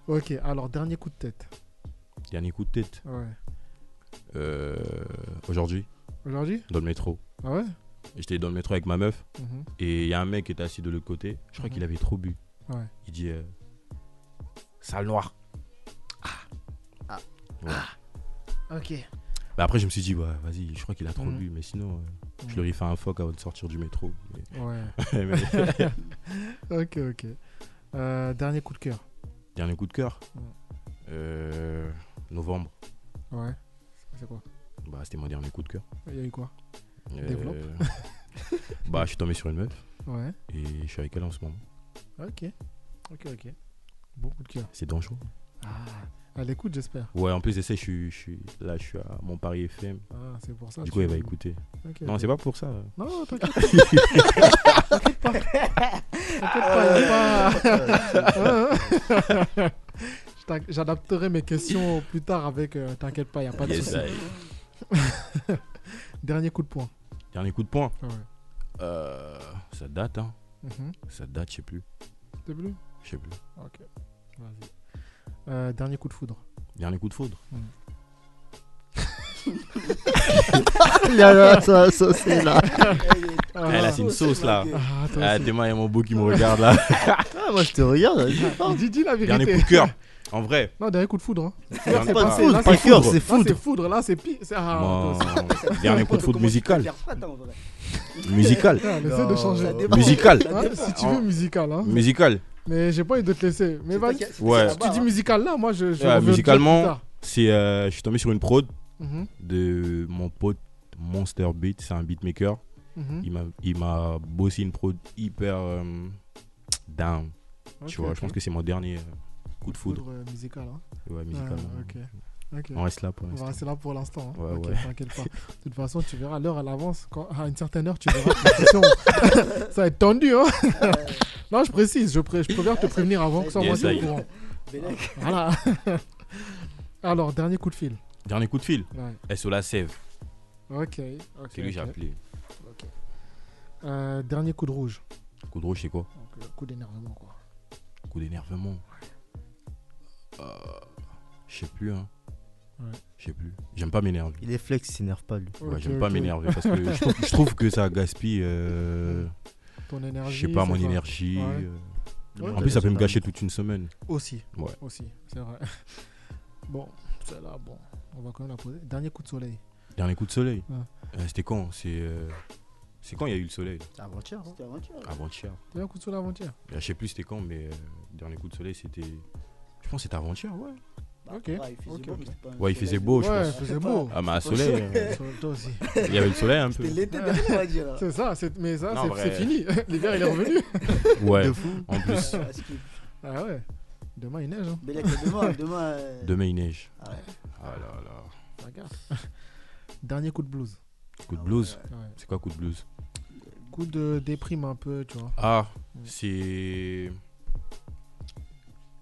Speaker 3: Ok.
Speaker 2: Ok, alors dernier coup de tête.
Speaker 3: Dernier coup de tête.
Speaker 2: Ouais.
Speaker 3: Euh, Aujourd'hui,
Speaker 2: Aujourd'hui
Speaker 3: dans le métro.
Speaker 2: Ah ouais
Speaker 3: J'étais dans le métro avec ma meuf.
Speaker 2: Mhm.
Speaker 3: Et il y a un mec qui était assis de l'autre côté. Je crois
Speaker 2: Mhm.
Speaker 3: qu'il avait trop bu.
Speaker 2: Ouais.
Speaker 3: Il dit euh, Sale noir. Ah.
Speaker 2: Ok.
Speaker 3: Bah après, je me suis dit Ouais, Vas-y, je crois qu'il a trop
Speaker 2: Mhm.
Speaker 3: bu. Mais sinon, euh, je
Speaker 2: Mhm.
Speaker 3: lui aurais fait un phoque avant de sortir du métro. Mais-
Speaker 2: Ouais.
Speaker 3: mais-
Speaker 2: ok, ok. Euh, dernier coup de cœur.
Speaker 3: Dernier coup de cœur.
Speaker 2: Mhm.
Speaker 3: Euh, novembre.
Speaker 2: Ouais. C'est quoi
Speaker 3: Bah, c'était mon dernier coup de cœur.
Speaker 2: Il y a eu quoi
Speaker 3: Euh,
Speaker 2: Développe.
Speaker 3: bah, je suis tombé sur une meuf.
Speaker 2: Ouais.
Speaker 3: Et je suis avec elle en ce moment.
Speaker 2: Ok. Ok, ok. Ah. Bon coup de cœur.
Speaker 3: C'est dangereux.
Speaker 2: À l'écoute, j'espère.
Speaker 3: Ouais, en plus, je sais, je suis, je suis- là, je suis à mon Paris FM.
Speaker 2: Ah, c'est pour ça.
Speaker 3: Du
Speaker 2: tu-
Speaker 3: coup, elle va écouter.
Speaker 2: Ok,
Speaker 3: Non,
Speaker 2: ok.
Speaker 3: c'est pas pour ça.
Speaker 2: Non, t'inquiète. T'inquiète pas. T'inquiète pas, y a pas. Je t'in- J'adapterai mes questions plus tard avec. euh, T'inquiète pas, y a pas de
Speaker 3: Yes,
Speaker 2: souci.
Speaker 3: I-
Speaker 2: Dernier coup de poing.
Speaker 3: Dernier coup de poing.
Speaker 2: Ouais.
Speaker 3: Euh, ça date, hein.
Speaker 2: Mhm.
Speaker 3: Ça date, je sais plus.
Speaker 2: T'es bleu
Speaker 3: Je sais plus.
Speaker 2: Vas-y. Euh, dernier coup de foudre.
Speaker 3: Dernier coup de foudre.
Speaker 4: Là, là, ça, ça, c'est là.
Speaker 3: Ah, là, c'est une sauce, là.
Speaker 2: Ah, toi
Speaker 3: Ah,
Speaker 2: aussi.
Speaker 3: demain, il y a mon beau qui me regarde, là.
Speaker 4: Ah, moi, je te regarde. je sais pas.
Speaker 2: Dis, dis la vérité.
Speaker 3: Dernier coup de cœur. En vrai.
Speaker 2: Non, dernier coup de foudre. hein.
Speaker 3: dernier-
Speaker 4: Pas de
Speaker 2: Ah, là,
Speaker 4: foudre, pas de
Speaker 2: c'est
Speaker 4: cœur,
Speaker 3: foudre. euh,
Speaker 4: c'est
Speaker 2: Là, c'est
Speaker 4: foudre.
Speaker 2: foudre. Là, c'est pire. C'est- Ah,
Speaker 3: Mon-
Speaker 2: toi aussi.
Speaker 3: Dernier coup de foudre musical. Musical.
Speaker 2: Ah, Essaie de
Speaker 4: Non,
Speaker 2: changer.
Speaker 4: ça
Speaker 2: Ouais,
Speaker 3: Musical.
Speaker 2: si tu veux
Speaker 3: En-
Speaker 2: musical, hein.
Speaker 3: Musical.
Speaker 2: mais j'ai pas envie de te laisser. Mais vas-y, si
Speaker 3: Ouais.
Speaker 2: tu dis musical là, moi je. je reviens dessus
Speaker 3: Ah, hein. musicalement.
Speaker 2: plus tard.
Speaker 3: C'est, euh, je suis tombé sur une prod
Speaker 2: Mhm,
Speaker 3: de mon pote Monster Beat. C'est un beatmaker.
Speaker 2: mhm.
Speaker 3: Il m'a- Il m'a bossé une prod hyper euh, down. Tu
Speaker 2: Ok,
Speaker 3: vois,
Speaker 2: ok.
Speaker 3: je pense que c'est mon dernier euh, coup de foudre.
Speaker 2: euh, musical. Hein.
Speaker 3: Ouais, musical.
Speaker 2: Ah, ok. Ok.
Speaker 3: On reste là pour
Speaker 2: On va
Speaker 3: l'instant.
Speaker 2: rester là pour l'instant. hein.
Speaker 3: Ouais,
Speaker 2: Ok,
Speaker 3: ouais.
Speaker 2: T'inquiète pas. De toute façon, tu verras l'heure à l'avance. Quand- À une certaine heure, tu verras. que la session- ça va être tendu. Hein non, je précise. Je, pré- je préfère te prévenir avant que ça
Speaker 3: Yes,
Speaker 2: soit au
Speaker 3: I-
Speaker 2: courant. Voilà. Alors, dernier coup de fil.
Speaker 3: Dernier coup de fil.
Speaker 2: Ouais.
Speaker 3: SO La Sève.
Speaker 2: Ok. ok,
Speaker 3: C'est lui que j'ai
Speaker 2: ok.
Speaker 3: appelé.
Speaker 2: Euh, dernier coup de rouge.
Speaker 3: Coup de rouge, c'est quoi
Speaker 2: Donc, euh, coup d'énervement, quoi.
Speaker 3: Coup d'énervement. Euh, je sais plus, hein.
Speaker 2: Ouais.
Speaker 3: Je sais plus. J'aime pas m'énerver.
Speaker 4: Il est flex, il s'énerve pas, lui.
Speaker 3: Ouais,
Speaker 2: Ok,
Speaker 3: j'aime pas
Speaker 2: ok.
Speaker 3: m'énerver parce que je trouve, je trouve que ça gaspille, euh,
Speaker 2: Ton énergie.
Speaker 3: je sais pas,
Speaker 2: c'est
Speaker 3: mon énergie.
Speaker 2: Ouais.
Speaker 3: euh.
Speaker 2: Ouais,
Speaker 3: en plus, ça peut me gâcher toute une semaine.
Speaker 2: Aussi.
Speaker 3: Ouais.
Speaker 2: Aussi, c'est vrai. Bon, celle-là, bon, on va quand même la poser. Dernier coup de soleil.
Speaker 3: Dernier coup de soleil.
Speaker 2: Ouais.
Speaker 3: Euh, C'était quand C'est euh, c'est quand il y a eu le soleil
Speaker 4: Aventure. hein.
Speaker 3: Avant-hier.
Speaker 2: Dernier coup de soleil avant-hier.
Speaker 3: Euh, Je sais plus c'était quand, mais euh, dernier coup de soleil, c'était. Je pense que c'était avant-hier, ouais.
Speaker 2: Ok. Ok, ok.
Speaker 3: Ouais, il faisait Ah, beau, je
Speaker 2: ouais,
Speaker 3: pense.
Speaker 2: c'est beau.
Speaker 3: Ah, mais à soleil, euh,
Speaker 2: So- Toi aussi.
Speaker 3: il y avait le soleil un peu.
Speaker 5: C'était l'été dernier, on va dire.
Speaker 2: C'est ça, c'est- mais ça,
Speaker 3: Non,
Speaker 2: c'est
Speaker 3: vrai.
Speaker 2: c'est fini. L'hiver, il est revenu.
Speaker 3: Ouais,
Speaker 4: De fou.
Speaker 3: en plus.
Speaker 5: Ah, skip.
Speaker 2: Ah ouais. Demain, il neige. Hein.
Speaker 5: Bélec, demain, demain. euh,
Speaker 3: Demain, il neige.
Speaker 5: Ah ouais.
Speaker 3: Ah là là.
Speaker 2: Regarde. Dernier coup de blues.
Speaker 3: Coup de blues.
Speaker 2: Ah Ouais.
Speaker 3: C'est quoi coup de blues
Speaker 2: Coup de déprime un peu, tu vois.
Speaker 3: Ah,
Speaker 2: Mm.
Speaker 3: c'est.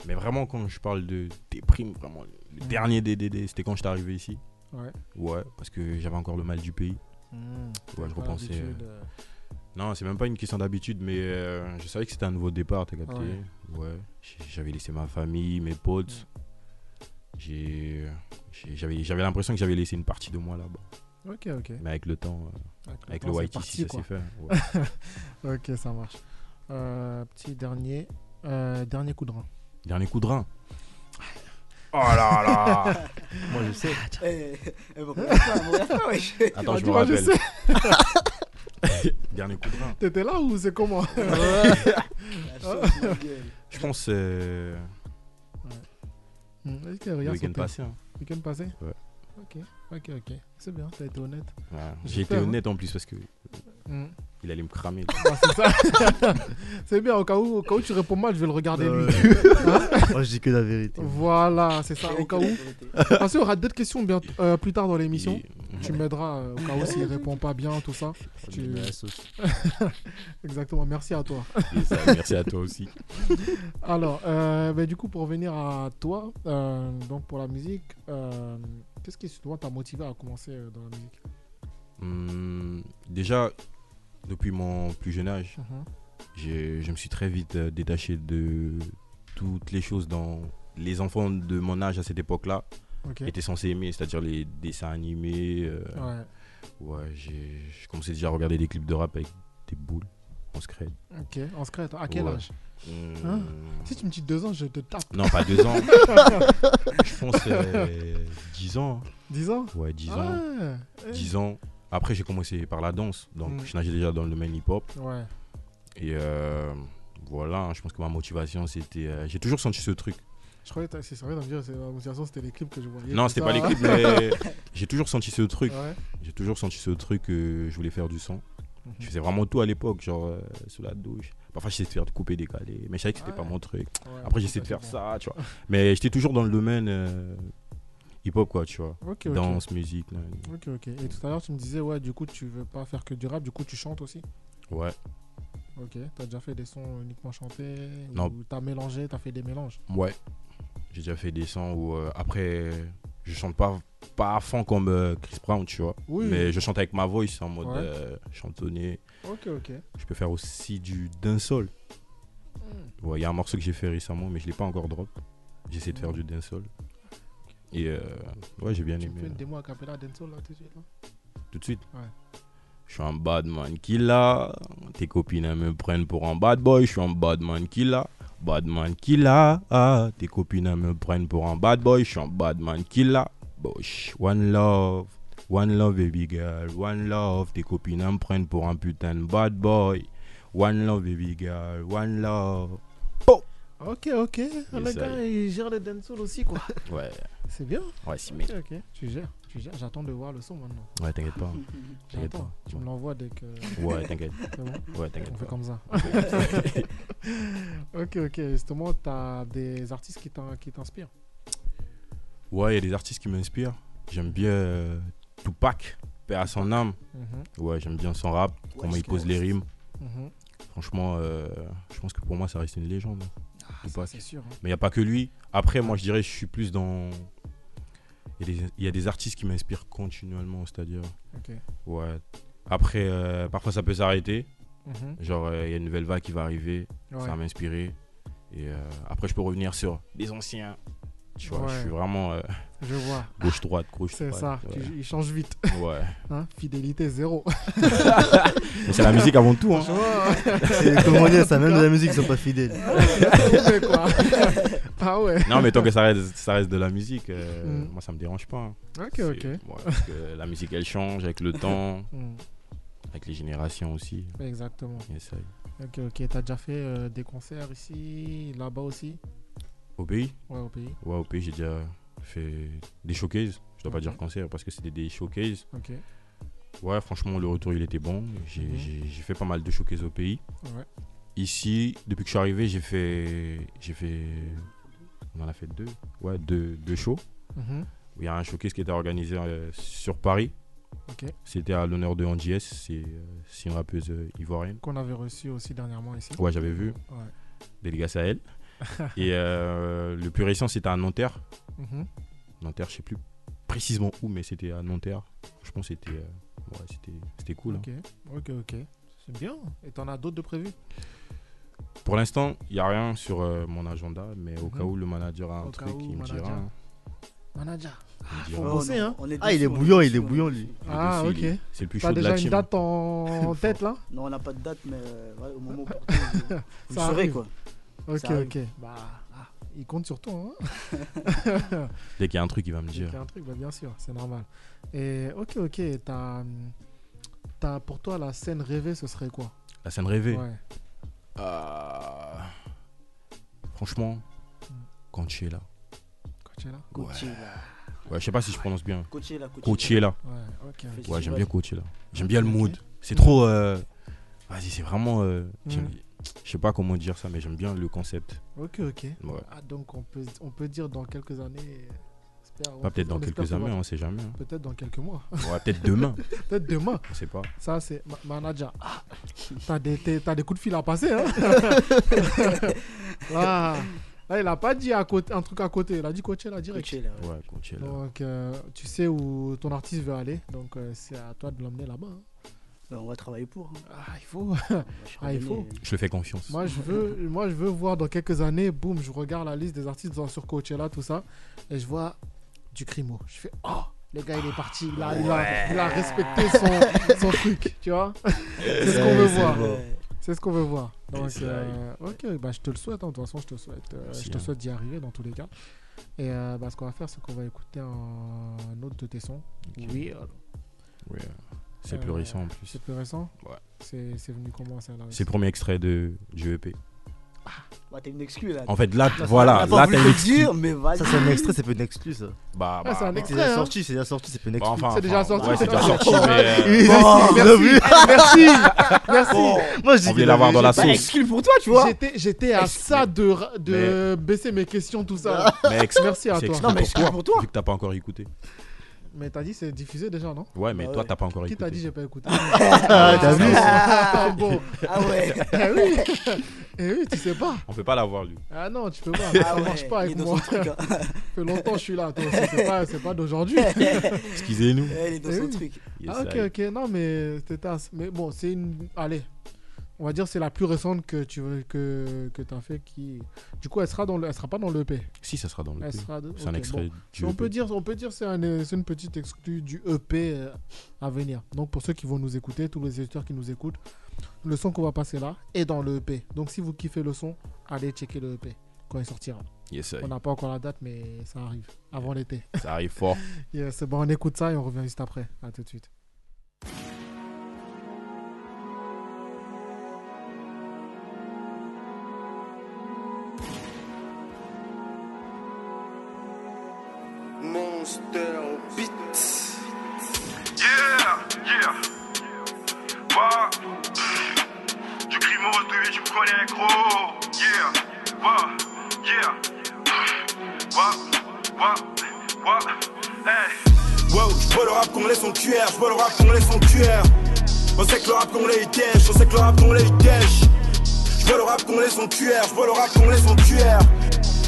Speaker 3: Mais vraiment, quand je parle de déprime, vraiment, le
Speaker 2: Mm.
Speaker 3: dernier DDD, c'était quand j'étais arrivé ici.
Speaker 2: Ouais.
Speaker 3: Ouais, parce que j'avais encore le mal du pays. Ouais, je
Speaker 2: Pas
Speaker 3: repensais,
Speaker 2: Hmm. l'habitude, euh,
Speaker 3: Non, c'est même pas une question d'habitude, mais euh, je savais que c'était un nouveau départ, t'as capté
Speaker 2: Ah ouais.
Speaker 3: Ouais. J- J'avais laissé ma famille, mes potes. j'ai, j'ai- j'avais, j'avais l'impression que j'avais laissé une partie de moi là-bas.
Speaker 2: Ok, ok.
Speaker 3: Mais avec le temps, euh, avec le
Speaker 2: temps, c'est
Speaker 3: white
Speaker 2: parti,
Speaker 3: ici, ça
Speaker 2: quoi.
Speaker 3: s'est fait. Ouais.
Speaker 2: Ok, ça marche. Euh, petit dernier. Euh, dernier coup de rein.
Speaker 3: Dernier coup de rein. Oh là là
Speaker 8: Moi, je sais.
Speaker 5: Eh, eh, me regarde pas, me regarde pas, wesh.
Speaker 3: Attends, je me
Speaker 2: Dis-moi, je
Speaker 3: rappelle. Dernier coup de rein.
Speaker 2: T'étais là ou c'est comment
Speaker 5: La sauce, ma gueule.
Speaker 3: Je pense euh,
Speaker 2: Est-ce que
Speaker 3: le
Speaker 2: Hmm, regarde
Speaker 3: week-end
Speaker 2: sauter
Speaker 3: passé. hein.
Speaker 2: Week-end passé
Speaker 3: Ouais.
Speaker 2: Ok, ok, ok. C'est bien, t'as été honnête.
Speaker 3: Ouais.
Speaker 2: J'ai
Speaker 3: J'ai été
Speaker 2: peur, hein.
Speaker 3: honnête en plus parce que
Speaker 2: Hmm.
Speaker 3: il allait me cramer.
Speaker 2: Ah, c'est ça. c'est bien, au cas, où, au cas où tu réponds mal, je vais le regarder
Speaker 8: Euh,
Speaker 2: lui.
Speaker 8: Moi, je dis que la vérité.
Speaker 2: Voilà, c'est ça, au cas où. Parce qu'il y aura d'autres questions bien, euh, plus tard dans l'émission.
Speaker 3: Il-
Speaker 2: Tu m'aideras euh, au cas où s'il répond pas bien, tout ça. Tu-
Speaker 8: Mais la sauce.
Speaker 2: Exactement, merci à toi.
Speaker 3: Et ça, Merci à toi aussi.
Speaker 2: Alors, euh, ben, du coup, pour revenir à toi, euh, donc pour la musique, euh, qu'est-ce qui toi, t'a motivé à commencer euh, dans la musique
Speaker 3: Hum, déjà, depuis mon plus jeune âge,
Speaker 2: Mhm.
Speaker 3: j'ai- je me suis très vite euh, détaché de toutes les choses dont les enfants de mon âge à cette époque-là
Speaker 2: Ok.
Speaker 3: étaient censés aimer, c'est-à-dire les dessins animés. euh,
Speaker 2: Ouais,
Speaker 3: ouais, j'ai je commençais déjà à regarder des clips de rap avec des boules en secret.
Speaker 2: ok. On se crée, toi, à quel
Speaker 3: Ouais.
Speaker 2: âge
Speaker 3: Hum,
Speaker 2: Hein Si tu me dis deux ans, je te tape.
Speaker 3: Non, pas deux ans. je pense euh, dix ans.
Speaker 2: Dix ans
Speaker 3: Ouais, dix ans.
Speaker 2: Ah, eh.
Speaker 3: Dix ans. Après, j'ai commencé par la danse, donc
Speaker 2: Mm.
Speaker 3: je nageais déjà dans le domaine hip-hop.
Speaker 2: Ouais,
Speaker 3: Et euh, voilà, hein, je pense que ma motivation, c'était. euh, j'ai toujours senti ce truc.
Speaker 2: je croyais que t'as- c'est vrai de me dire, c'est- la motivation c'était les clips que je voyais.
Speaker 3: non,
Speaker 2: tout
Speaker 3: c'était
Speaker 2: ça.
Speaker 3: pas l'équipe, mais j'ai toujours senti ce truc.
Speaker 2: hein. Ouais.
Speaker 3: J'ai toujours senti ce truc que je voulais faire du son.
Speaker 2: Mhm.
Speaker 3: Je faisais vraiment tout à l'époque, genre euh, sous la douche. Parfois, j'essayais de faire du couper décalé, mais je savais que c'était
Speaker 2: Ah
Speaker 3: pas
Speaker 2: ouais.
Speaker 3: mon truc.
Speaker 2: Ouais,
Speaker 3: Après, j'essayais de
Speaker 2: c'est
Speaker 3: faire
Speaker 2: bon.
Speaker 3: ça, tu vois. Mais j'étais toujours dans le domaine euh, hip-hop, quoi, tu vois.
Speaker 2: Ok, ok.
Speaker 3: Danse, musique. nan, nan.
Speaker 2: Ok, ok. Et tout à l'heure, tu me disais, ouais, du coup, tu veux pas faire que du rap, du coup, tu chantes aussi.
Speaker 3: Ouais.
Speaker 2: Ok, t'as déjà fait des sons uniquement chantés
Speaker 3: Non.
Speaker 2: Ou t'as mélangé, t'as fait des mélanges
Speaker 3: Ouais. J'ai déjà fait des sons où euh, après je chante pas pas à fond comme euh, Chris Brown, tu vois.
Speaker 2: Oui.
Speaker 3: Mais je chante avec ma voice en mode
Speaker 2: Ouais.
Speaker 3: euh, chantonné.
Speaker 2: Ok, ok.
Speaker 3: Je peux faire aussi du dancehall. Ouais, Il y a un morceau que j'ai fait récemment mais je l'ai pas encore drop. J'essaie de faire
Speaker 2: Mm.
Speaker 3: du dancehall. Et euh, ouais, j'ai bien
Speaker 2: Tu me
Speaker 3: aimé.
Speaker 2: fais une
Speaker 3: là.
Speaker 2: démo a cappella dancehall là tout de suite là
Speaker 3: Tout de suite.
Speaker 2: Ouais.
Speaker 3: Je suis un bad man killer. Tes copines elles me prennent pour un bad boy. Je suis un bad man killer. Bad man killer. Ah, tes copines elles me prennent pour un bad boy. Je suis un bad man killer. Bosh. One love. One love baby girl. One love. Tes copines elles me prennent pour un putain de bad boy. One love baby girl. One love.
Speaker 2: Ok, ok. le
Speaker 3: ça
Speaker 2: gars, il gère les dancehall aussi quoi.
Speaker 3: Ouais.
Speaker 2: C'est bien.
Speaker 3: Ouais, si mais.
Speaker 2: Ok, ok. Tu gères, tu gères. J'attends de voir le son maintenant.
Speaker 3: Ouais, t'inquiète pas. T'inquiète
Speaker 2: J'attends.
Speaker 3: pas.
Speaker 2: Tu me l'envoies dès que.
Speaker 3: Ouais, t'inquiète.
Speaker 2: C'est bon On
Speaker 3: Ouais, t'inquiète
Speaker 2: fait
Speaker 3: pas.
Speaker 2: comme ça. ok, ok. Justement, t'as des artistes qui t'in- qui t'inspirent.
Speaker 3: Ouais, il y a des artistes qui m'inspirent. J'aime bien euh, Tupac, paix à son âme.
Speaker 2: Mhm,
Speaker 3: Ouais, j'aime bien son rap, comment il pose les rimes.
Speaker 2: mhm.
Speaker 3: Franchement, euh, je pense que pour moi, ça reste une légende.
Speaker 2: Ah, ça,
Speaker 3: Tupac.
Speaker 2: c'est sûr. hein.
Speaker 3: Mais il n'y a pas que lui. Après, moi, je dirais, je suis plus dans. Il y, a des- il y a des artistes qui m'inspirent continuellement, c'est-à-dire.
Speaker 2: Ok.
Speaker 3: Ouais. Après, euh, parfois, ça peut s'arrêter.
Speaker 2: Mhm.
Speaker 3: Genre, euh, il y a une nouvelle vague qui va arriver.
Speaker 2: Ouais.
Speaker 3: Ça va m'inspirer. Et euh, après, je peux revenir sur des anciens. Tu vois, je
Speaker 2: Ouais.
Speaker 3: suis vraiment euh,
Speaker 2: Je vois.
Speaker 3: gauche-droite, gauche
Speaker 2: C'est ça,
Speaker 3: Ouais.
Speaker 2: tu- il change vite.
Speaker 3: Ouais.
Speaker 2: hein. Fidélité zéro.
Speaker 3: Mais c'est la musique avant tout. Hein.
Speaker 8: C'est- Comment dire ça Même de la musique, ils sont pas fidèles.
Speaker 2: Ouais, quoi. ah ouais.
Speaker 3: Non, mais tant que ça reste, ça reste de la musique, euh,
Speaker 2: Mm.
Speaker 3: moi, ça me dérange pas. hein.
Speaker 2: Ok,
Speaker 3: C'est-
Speaker 2: ok.
Speaker 3: ouais, parce que la musique elle change avec le temps,
Speaker 2: Hmm,
Speaker 3: avec les générations aussi.
Speaker 2: Exactement.
Speaker 3: Et ça,
Speaker 2: Ok, ok. T'as déjà fait euh, des concerts ici, là-bas aussi
Speaker 3: Au pays
Speaker 2: Ouais, au pays.
Speaker 3: Ouais, au pays, j'ai déjà fait des showcases. Je dois pas
Speaker 2: Mhm.
Speaker 3: dire concert parce que c'était des showcases.
Speaker 2: Ok.
Speaker 3: Ouais, franchement, le retour il était bon. J'ai
Speaker 2: Mhm.
Speaker 3: j'ai- j'ai fait pas mal de showcases au pays.
Speaker 2: Ouais.
Speaker 3: Ici, depuis que je suis arrivé, j'ai fait. J'ai fait. On en a fait deux. Ouais, deux, deux shows.
Speaker 2: Mhm.
Speaker 3: Il y a un showcase qui était organisé euh, sur Paris.
Speaker 2: Ok.
Speaker 3: C'était à l'honneur de Angie S. C'est euh, c'est une rappeuse euh, ivoirienne.
Speaker 2: Qu'on avait reçu aussi dernièrement ici.
Speaker 3: Ouais, j'avais vu.
Speaker 2: Ouais.
Speaker 3: Dédicace à elle. Et euh, le plus récent, c'était à Nanterre.
Speaker 2: Mhm.
Speaker 3: Nanterre, je sais plus précisément où, mais c'était à Nanterre. Je pense que c'était euh, ouais, c'était- c'était cool. hein.
Speaker 2: Ok, ok, ok. C'est bien. Et t'en as d'autres de prévus
Speaker 3: Pour l'instant, il n'y a rien sur euh, mon agenda, mais au
Speaker 2: Mhm.
Speaker 3: cas où le manager a un
Speaker 2: Au cas
Speaker 3: truc,
Speaker 2: où,
Speaker 3: il me
Speaker 2: manager.
Speaker 3: dira. hein.
Speaker 2: Manager.
Speaker 3: Ah,
Speaker 2: faut bosser, hein.
Speaker 8: Ah, il est bouillant, il est bouillant, lui.
Speaker 2: Ah, ok.
Speaker 3: C'est le plus
Speaker 2: T'as
Speaker 3: chaud de
Speaker 2: déjà
Speaker 3: la
Speaker 2: une
Speaker 3: team.
Speaker 2: date en en tête là
Speaker 5: Non, on n'a pas de date, mais euh, ouais, au moment opportun, vous- vous le
Speaker 2: Ça
Speaker 5: saurez
Speaker 2: arrive.
Speaker 5: quoi.
Speaker 2: Ok,
Speaker 5: Ça arrive.
Speaker 2: ok. Bah, ah, il compte sur toi. Hein
Speaker 3: Dès qu'il y a un truc, il va me
Speaker 2: Dès qu'il
Speaker 3: dire.
Speaker 2: y a un truc, bah, bien sûr, c'est normal. Et ok, ok. T'as, hum, t'as- pour toi, la scène rêvée, ce serait quoi
Speaker 3: La scène rêvée.
Speaker 2: Ouais.
Speaker 3: Ah. Franchement, quand tu es là.
Speaker 2: Coachella
Speaker 5: Coachella.
Speaker 3: Ouais, je sais pas si je prononce bien.
Speaker 5: Coachella, Coachella.
Speaker 3: Coachella.
Speaker 2: Ouais, ok. ok.
Speaker 3: Ouais,
Speaker 5: Festival.
Speaker 3: j'aime bien Coachella. J'aime bien le
Speaker 2: Ok.
Speaker 3: mood. C'est trop. euh, Vas-y, c'est vraiment. euh, j'aime-
Speaker 2: Mm.
Speaker 3: Je sais pas comment dire ça, mais j'aime bien le concept.
Speaker 2: Ok, ok.
Speaker 3: Ouais.
Speaker 2: Ah, donc on peut, on peut dire dans quelques années. euh, j'espère- on-
Speaker 3: Pas peut-être dans
Speaker 2: on espère
Speaker 3: quelques années,
Speaker 2: pouvoir-
Speaker 3: on sait jamais. hein.
Speaker 2: Peut-être dans quelques mois.
Speaker 3: Ouais, peut-être demain,
Speaker 2: Peut-être demain.
Speaker 3: on sait pas.
Speaker 2: Ça, c'est ma- manager. Ah, t'as des, t'es- t'as des coups de fil à passer. Hein là, là, il a pas dit à côté, un truc à côté. Il a dit Coachella direct.
Speaker 5: Coachella, ouais.
Speaker 3: Ouais, Coachella.
Speaker 2: Donc, euh, tu sais où ton artiste veut aller. Donc, euh, c'est à toi de l'emmener là-bas. hein.
Speaker 5: Ben, on va travailler pour. hein.
Speaker 2: Ah, il faut.
Speaker 5: Moi, je suis
Speaker 2: Ah, il
Speaker 5: ordonné.
Speaker 3: Je le fais confiance.
Speaker 2: moi, je veux, moi, je veux voir dans quelques années. Boum, je regarde la liste des artistes dans- sur Coachella, tout ça. Et je vois du crimo. Je fais Oh, le gars, il est parti. Il a, il a- il a respecté son, son truc. Tu vois C'est ce qu'on veut voir.
Speaker 5: Ouais.
Speaker 2: C'est ce qu'on veut voir. Donc,
Speaker 3: c'est
Speaker 2: euh, ok, bah, je te le souhaite. hein. De toute façon, je te souhaite, euh,
Speaker 3: Merci,
Speaker 2: je te
Speaker 3: hein.
Speaker 2: souhaite d'y arriver dans tous les cas. Et euh, bah, ce qu'on va faire, c'est qu'on va écouter un autre de tes sons.
Speaker 3: Ok.
Speaker 2: Oui,
Speaker 3: Ouais. C'est
Speaker 2: Euh,
Speaker 3: plus récent en plus.
Speaker 2: c'est plus récent.
Speaker 3: Ouais.
Speaker 2: C'est c'est venu comment ça là
Speaker 3: C'est le premier extrait de du EP.
Speaker 5: Bah, t'es une exclue là.
Speaker 3: En fait, là,
Speaker 5: Là,
Speaker 3: voilà,
Speaker 5: on n'a
Speaker 3: là,
Speaker 5: pas
Speaker 3: t'as
Speaker 5: voulu
Speaker 3: une
Speaker 5: te
Speaker 3: exclu.
Speaker 5: dire, mais vas-y.
Speaker 8: Ça, c'est un extrait, c'est pas une hein. exclue, ça.
Speaker 3: Bah,
Speaker 2: Ah,
Speaker 3: bah,
Speaker 2: c'est un
Speaker 3: bah.
Speaker 8: C'est
Speaker 2: extrait.
Speaker 8: déjà
Speaker 2: hein.
Speaker 8: sorti, c'est déjà sorti, c'est pas une
Speaker 3: Bah,
Speaker 8: exclue.
Speaker 3: enfin,
Speaker 2: C'est déjà
Speaker 3: enfin,
Speaker 2: sorti,
Speaker 3: ouais,
Speaker 2: c'est
Speaker 3: c'est déjà
Speaker 2: déjà
Speaker 3: sorti, mais euh,
Speaker 8: Oui, merci, bien vu.
Speaker 5: merci.
Speaker 8: merci, Moi, je
Speaker 3: on
Speaker 8: dis
Speaker 3: voulait l'avoir dans la
Speaker 5: Bah,
Speaker 3: sauce.
Speaker 5: exclue pour toi, tu vois.
Speaker 2: J'étais- J'étais à ça de, ra- de baisser mes questions, tout ça. là.
Speaker 3: Mais ex-
Speaker 2: Merci à
Speaker 3: c'est
Speaker 2: toi.
Speaker 3: extrait
Speaker 5: Non, mais
Speaker 3: pour toi,
Speaker 5: exclue pour toi.
Speaker 3: Vu que t'as pas encore écouté.
Speaker 2: Mais t'as dit c'est diffusé déjà, non
Speaker 3: Ouais, mais
Speaker 5: Bah
Speaker 3: toi,
Speaker 5: ouais.
Speaker 3: t'as pas encore
Speaker 2: Ah Qui
Speaker 3: écouté.
Speaker 2: t'a dit j'ai pas écouté
Speaker 8: Ah, t'as vu
Speaker 2: Ah, bon.
Speaker 5: Ah ouais.
Speaker 2: Eh oui. Eh oui, tu sais pas.
Speaker 3: On peut pas l'avoir, lui.
Speaker 2: Ah non, tu peux pas.
Speaker 5: Ah
Speaker 2: Ça
Speaker 5: ouais,
Speaker 2: marche pas
Speaker 5: il est
Speaker 2: avec
Speaker 5: dans
Speaker 2: moi.
Speaker 5: son truc, hein.
Speaker 2: Ça fait longtemps que je suis là, toi aussi, c'est pas, c'est pas d'aujourd'hui.
Speaker 3: Excusez-nous.
Speaker 5: Ouais, Il est dans
Speaker 2: Eh
Speaker 5: son
Speaker 2: oui.
Speaker 5: truc.
Speaker 3: Yes,
Speaker 2: ah ok,
Speaker 3: I-
Speaker 2: ok, non mais c'était as- Mais bon, c'est une... Allez, on va dire c'est la plus récente que tu veux que, que t'as fait qui... Du coup, elle sera, dans le... elle sera pas dans l'EP.
Speaker 3: Si, ça sera dans le
Speaker 2: Elle
Speaker 3: clip.
Speaker 2: sera... de-
Speaker 3: C'est un
Speaker 2: Ah, ok,
Speaker 3: extrait
Speaker 2: bon.
Speaker 3: du E
Speaker 2: On
Speaker 3: EP.
Speaker 2: peut dire, on peut dire c'est un- c'est une petite exclue du EP euh, à venir. Donc pour ceux qui vont nous écouter, tous les éditeurs qui nous écoutent, le son qu'on va passer là est dans le EP. Donc si vous kiffez le son, allez checker le EP quand il sortira.
Speaker 3: Yes, I-
Speaker 2: On n'a pas encore la date, mais ça arrive avant l'été.
Speaker 3: ça arrive fort.
Speaker 2: Yes, bon, on écoute ça et on revient juste après. À tout de suite.
Speaker 6: Monster Beat. Yeah, yeah. Moi, du crime au relevé, tu me connais, gros. Yeah, moi, yeah. Moi, moi, moi, hey. Wow, j'bois le rap congolais son cuir, j'bois le rap congolais son cuir. On sait que le rap congolais il dèche, on sait que le rap congolais il dèche. J'vois le rap congolais son cuir, j'vois le rap congolais son cuir.